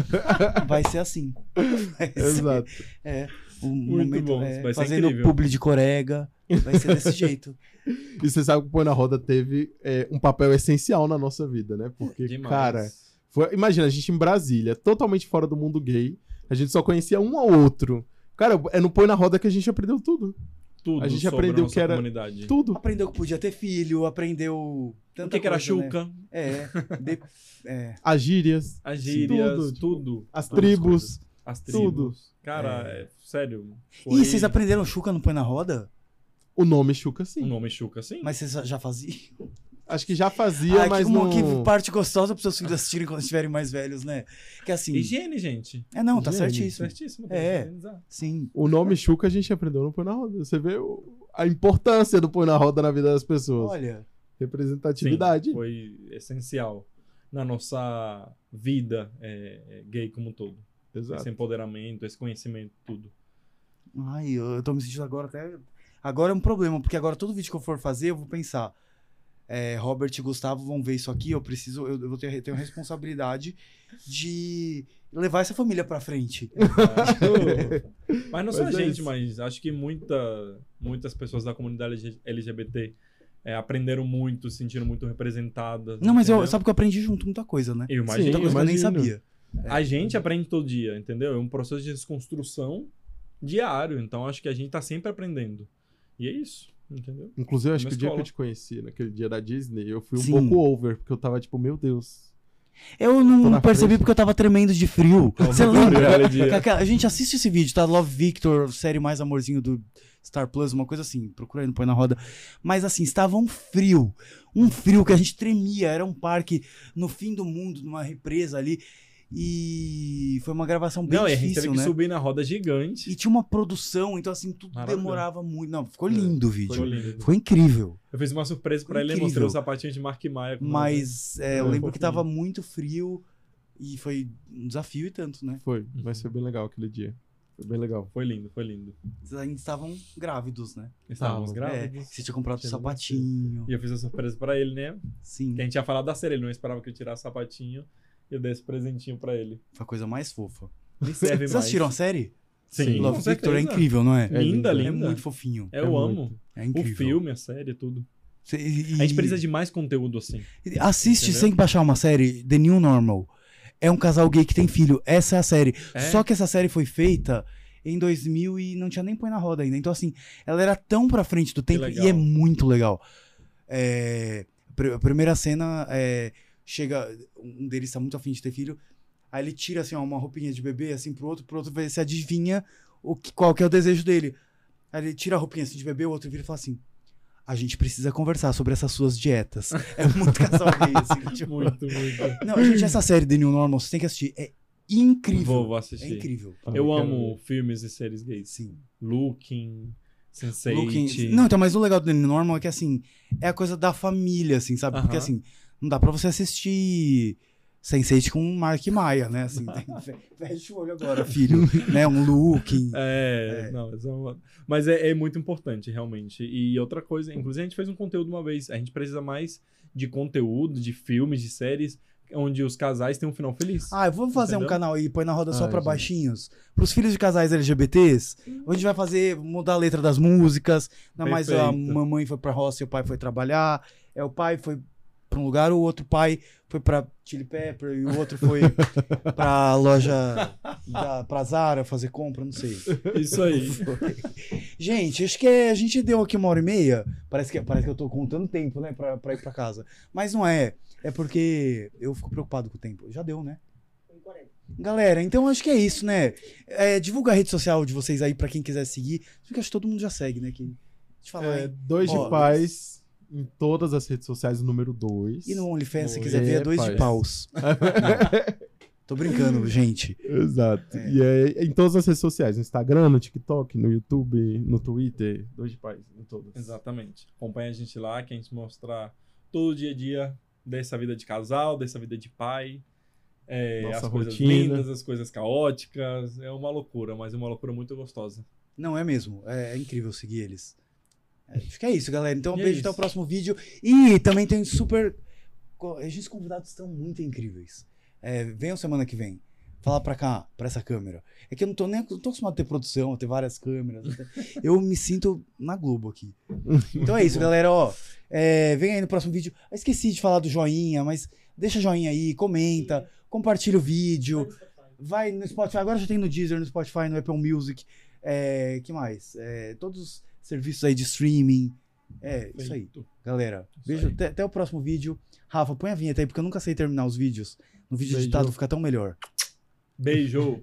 Speaker 1: Vai ser assim. Vai ser-
Speaker 3: Exato.
Speaker 1: É, o
Speaker 2: Muito
Speaker 1: momento
Speaker 2: bom,
Speaker 1: é,
Speaker 2: vai ser
Speaker 1: fazendo
Speaker 2: incrível.
Speaker 1: publi de corega, vai ser
Speaker 2: <laughs>
Speaker 1: desse jeito.
Speaker 3: E você sabe que o Põe na Roda teve é, um papel essencial na nossa vida, né? Porque,
Speaker 2: Demais.
Speaker 3: cara, foi- imagina, a gente em Brasília, totalmente fora do mundo gay, a gente só conhecia um ao outro. Cara, é no Põe na Roda que a gente aprendeu tudo.
Speaker 2: Tudo
Speaker 3: a gente
Speaker 2: sobre
Speaker 3: aprendeu
Speaker 2: nossa
Speaker 3: que era
Speaker 2: comunidade.
Speaker 3: Tudo.
Speaker 1: Aprendeu que podia ter filho, aprendeu tanta
Speaker 2: O que, que era
Speaker 1: coisa, né?
Speaker 2: chuca,
Speaker 1: É,
Speaker 2: <laughs>
Speaker 1: de- é,
Speaker 3: As gírias,
Speaker 2: as gírias,
Speaker 3: Tudo,
Speaker 2: tudo.
Speaker 3: tipo, as
Speaker 2: Todas as coisas.
Speaker 3: tribos.
Speaker 2: As tribos.
Speaker 3: Tudo.
Speaker 2: Cara, é, sério.
Speaker 1: Ih, vocês aprenderam Chuca no Põe na Roda?
Speaker 3: O nome Xuca,
Speaker 2: O
Speaker 3: sim.
Speaker 2: um nome assim? chuca, sim.
Speaker 1: Mas vocês já faziam?
Speaker 3: Acho que já fazia,
Speaker 1: Ai,
Speaker 3: mas
Speaker 1: que, bom,
Speaker 3: não...
Speaker 1: que parte gostosa para seus filhos assistirem quando estiverem mais velhos, né? Que assim...
Speaker 2: Higiene, gente.
Speaker 1: É, não, tá
Speaker 3: higiene,
Speaker 1: certíssimo.
Speaker 2: Certíssimo.
Speaker 1: É.
Speaker 2: tem que organizar.
Speaker 1: Sim.
Speaker 3: O nome Xuca a gente aprendeu no Põe na Roda. Você vê o- a importância do Põe na Roda na vida das pessoas.
Speaker 1: Olha,
Speaker 3: Representatividade.
Speaker 2: Sim, foi essencial na nossa vida é, é, gay como um todo.
Speaker 3: Exato.
Speaker 2: Esse empoderamento, esse conhecimento, tudo.
Speaker 1: ai, eu eu tô me sentindo agora até... Agora é um problema, porque agora todo vídeo que eu for fazer, eu vou pensar... é, Robert e Gustavo vão ver isso aqui, eu preciso... Eu, eu vou ter, tenho a responsabilidade de levar essa família pra frente.
Speaker 3: <laughs>
Speaker 2: mas não só a
Speaker 3: Mas é
Speaker 2: gente,
Speaker 3: isso.
Speaker 2: mas acho que muita, muitas pessoas da comunidade LGBT é, aprenderam muito, se sentiram muito representadas.
Speaker 1: Não, mas eu,
Speaker 2: entendeu?
Speaker 1: sabe que eu aprendi junto muita coisa, né?
Speaker 2: Eu
Speaker 3: Sim,
Speaker 2: imagino.
Speaker 1: muita coisa que eu nem
Speaker 3: imagino.
Speaker 1: sabia.
Speaker 2: A gente aprende todo dia, entendeu? É um processo de desconstrução diário. Então acho que a gente tá sempre aprendendo. E é isso, entendeu?
Speaker 3: Inclusive, eu acho
Speaker 2: Na
Speaker 3: que o dia que eu
Speaker 2: escola.
Speaker 3: te conheci, naquele dia da Disney, eu fui um
Speaker 1: Sim.
Speaker 3: pouco over, porque eu tava tipo, meu Deus.
Speaker 1: Eu
Speaker 3: Tô na
Speaker 1: não percebi
Speaker 3: frente.
Speaker 1: porque eu tava tremendo de frio. Você
Speaker 2: Calma,
Speaker 1: lembra?
Speaker 2: Gabriela, de-
Speaker 1: Que aquela- gente, assiste esse vídeo, tá? Love Victor, série mais amorzinho do Star Plus, uma coisa assim. Procura aí, não põe na roda. Mas assim, estava um frio. Um frio que a gente tremia. Era um parque no fim do mundo, numa represa ali. E foi uma gravação bem
Speaker 2: Não, e a gente
Speaker 1: difícil,
Speaker 2: teve que
Speaker 1: né?
Speaker 2: subir na roda gigante.
Speaker 1: E tinha uma produção, então assim, tudo
Speaker 2: Maravilhoso.
Speaker 1: demorava muito. Não, ficou lindo o vídeo.
Speaker 2: Foi lindo.
Speaker 1: Ficou incrível.
Speaker 2: Eu fiz uma surpresa pra ele,
Speaker 1: Incrível.
Speaker 2: mostrei o sapatinho de Mark Maia. com o
Speaker 1: Mas é,
Speaker 3: É,
Speaker 1: eu lembro que
Speaker 3: fofinho.
Speaker 1: tava muito frio e foi um desafio e tanto, né?
Speaker 3: Foi,
Speaker 2: Uhum.
Speaker 3: mas foi bem legal aquele dia. Foi bem legal.
Speaker 2: nome. Foi lindo, foi lindo.
Speaker 1: Vocês ainda estavam grávidos, né?
Speaker 2: Estávamos
Speaker 3: Tava,
Speaker 1: É,
Speaker 2: grávidos.
Speaker 1: você tinha comprado o
Speaker 3: Tinha
Speaker 1: sapatinho.
Speaker 2: E eu fiz a surpresa pra ele, né?
Speaker 1: Sim,
Speaker 2: Que a gente ia falar da série, ele não esperava que eu tirasse o sapatinho. E eu dei esse presentinho pra ele.
Speaker 1: foi a coisa mais fofa. <laughs>
Speaker 2: Me serve
Speaker 1: Vocês
Speaker 2: mais.
Speaker 1: assistiram a série?
Speaker 2: Sim,
Speaker 3: Sim.
Speaker 2: com
Speaker 1: Love Victor é
Speaker 2: certeza.
Speaker 1: incrível, não é?
Speaker 3: É
Speaker 2: Linda,
Speaker 3: linda.
Speaker 1: É
Speaker 2: linda.
Speaker 1: muito fofinho.
Speaker 2: Eu
Speaker 3: É
Speaker 2: amo.
Speaker 1: É
Speaker 2: O
Speaker 1: incrível.
Speaker 2: filme, a série, tudo.
Speaker 1: Cê- e-
Speaker 2: A gente precisa de mais conteúdo assim.
Speaker 1: e- Assiste
Speaker 2: entendeu?
Speaker 1: sem baixar uma série, The New Normal. É um casal gay que tem filho. Essa é a série.
Speaker 2: É.
Speaker 1: Só que essa série foi feita em 2000 e não tinha nem põe na roda ainda. Então, assim, ela era tão pra frente do tempo
Speaker 2: legal.
Speaker 1: e é muito legal. É, pr- a primeira cena é, chega, um deles tá muito afim de ter filho, aí ele tira, assim, ó, uma roupinha de bebê, assim, pro outro, pro outro ver se adivinha o que, qual que é o desejo dele. Aí ele tira a roupinha, assim, de bebê, o outro vira e fala assim, a gente precisa conversar sobre essas suas
Speaker 2: <laughs>
Speaker 1: dietas. É muito casal gay, assim, tipo...
Speaker 2: Muito,
Speaker 1: <laughs>
Speaker 2: muito.
Speaker 1: Não, gente, essa série The New Normal, você tem que assistir, é incrível.
Speaker 2: Vou, vou
Speaker 1: É
Speaker 2: assistir.
Speaker 1: incrível.
Speaker 2: eu
Speaker 3: quero
Speaker 2: amo filmes e séries gays.
Speaker 1: Sim.
Speaker 2: Looking, Sense8.
Speaker 1: Looking- Não, então, mas o legal do Danny Normal é que, assim, é a coisa da família, assim, sabe? Porque,
Speaker 2: Aham.
Speaker 1: assim, não dá pra você assistir Sense8 com Mark Maia, né? Assim, <laughs> tem- fe- fecha o olho agora, filho. né? Um Looking.
Speaker 2: É, não, mas é uma- mas é, é muito importante, realmente. E outra coisa, inclusive a gente fez um conteúdo uma vez, a gente precisa mais de conteúdo, de filmes, de séries, onde os casais têm um final feliz.
Speaker 1: Ah, vamos fazer um
Speaker 2: Entendeu? Ah,
Speaker 1: canal aí, põe na roda só
Speaker 3: Ai,
Speaker 1: pra
Speaker 3: gente.
Speaker 1: baixinhos. Pros filhos de casais LGBTs, onde a gente vai fazer, mudar a letra das músicas. Ainda mais a
Speaker 2: Perfeito.
Speaker 1: mamãe foi pra roça e o pai foi trabalhar. É, o pai foi pra um lugar, o outro pai foi pra Chili Pepper e o outro
Speaker 2: <laughs>
Speaker 1: foi pra loja, da, pra Zara fazer compra, não sei. <laughs>
Speaker 2: Isso aí.
Speaker 1: Gente, acho que é- a gente deu aqui uma hora e meia. Parece que, parece que eu tô contando tempo, né? Pra, pra ir pra casa. Mas não é. É porque eu fico preocupado com o tempo. Já deu, né?
Speaker 4: Em 40.
Speaker 1: Galera, então acho que é isso, né? É, divulga a rede social de vocês aí pra quem quiser seguir. Acho que acho que todo mundo já segue, né? Que, deixa eu falar,
Speaker 3: É,
Speaker 1: hein?
Speaker 3: dois
Speaker 1: Ó,
Speaker 3: de paz em todas as redes sociais, o número 2.
Speaker 1: E no
Speaker 3: <laughs>
Speaker 1: OnlyFans, se
Speaker 3: Boa.
Speaker 1: quiser ver, é dois de
Speaker 3: Epa.
Speaker 1: paus. Tô <laughs> brincando, gente.
Speaker 3: Exato.
Speaker 1: É.
Speaker 3: E é em todas as redes sociais: no Instagram, no TikTok, no YouTube, no Twitter. Dois de paz, em todas.
Speaker 2: Exatamente. Acompanha a gente lá, que a gente mostra todo o dia a dia dessa vida de casal, dessa vida de pai. É,
Speaker 3: Nossa
Speaker 2: as coisas
Speaker 3: rotina.
Speaker 2: lindas, as coisas caóticas. É uma loucura, mas é uma loucura muito gostosa.
Speaker 1: Não, é mesmo. É, é incrível seguir eles. É, acho que é isso, galera. Então, um
Speaker 2: E é
Speaker 1: beijo
Speaker 2: isso.
Speaker 1: até o próximo vídeo. E também tem super. co- A gente, os convidados estão muito incríveis. É, venham semana que vem. Fala pra cá, pra essa câmera. É que eu não tô nem não tô acostumado a ter produção, a ter várias câmeras.
Speaker 2: <laughs>
Speaker 1: Eu me sinto na Globo aqui. Então é isso,
Speaker 2: <laughs>
Speaker 1: galera. Ó, é, vem aí no próximo vídeo. Eu esqueci de falar do joinha, mas deixa joinha aí, comenta, compartilha o vídeo. Vai no Spotify, agora já tem no Deezer, no Spotify, no Apple Music. É, que mais? É, todos os serviços aí de streaming. É, isso aí,
Speaker 2: Feito.
Speaker 1: galera.
Speaker 2: Isso
Speaker 1: Beijo,
Speaker 2: aí.
Speaker 1: até, até o próximo vídeo. Rafa, põe a vinheta aí, porque eu nunca sei terminar os vídeos. No vídeo
Speaker 3: Beijo.
Speaker 1: editado fica tão melhor.
Speaker 2: Beijo!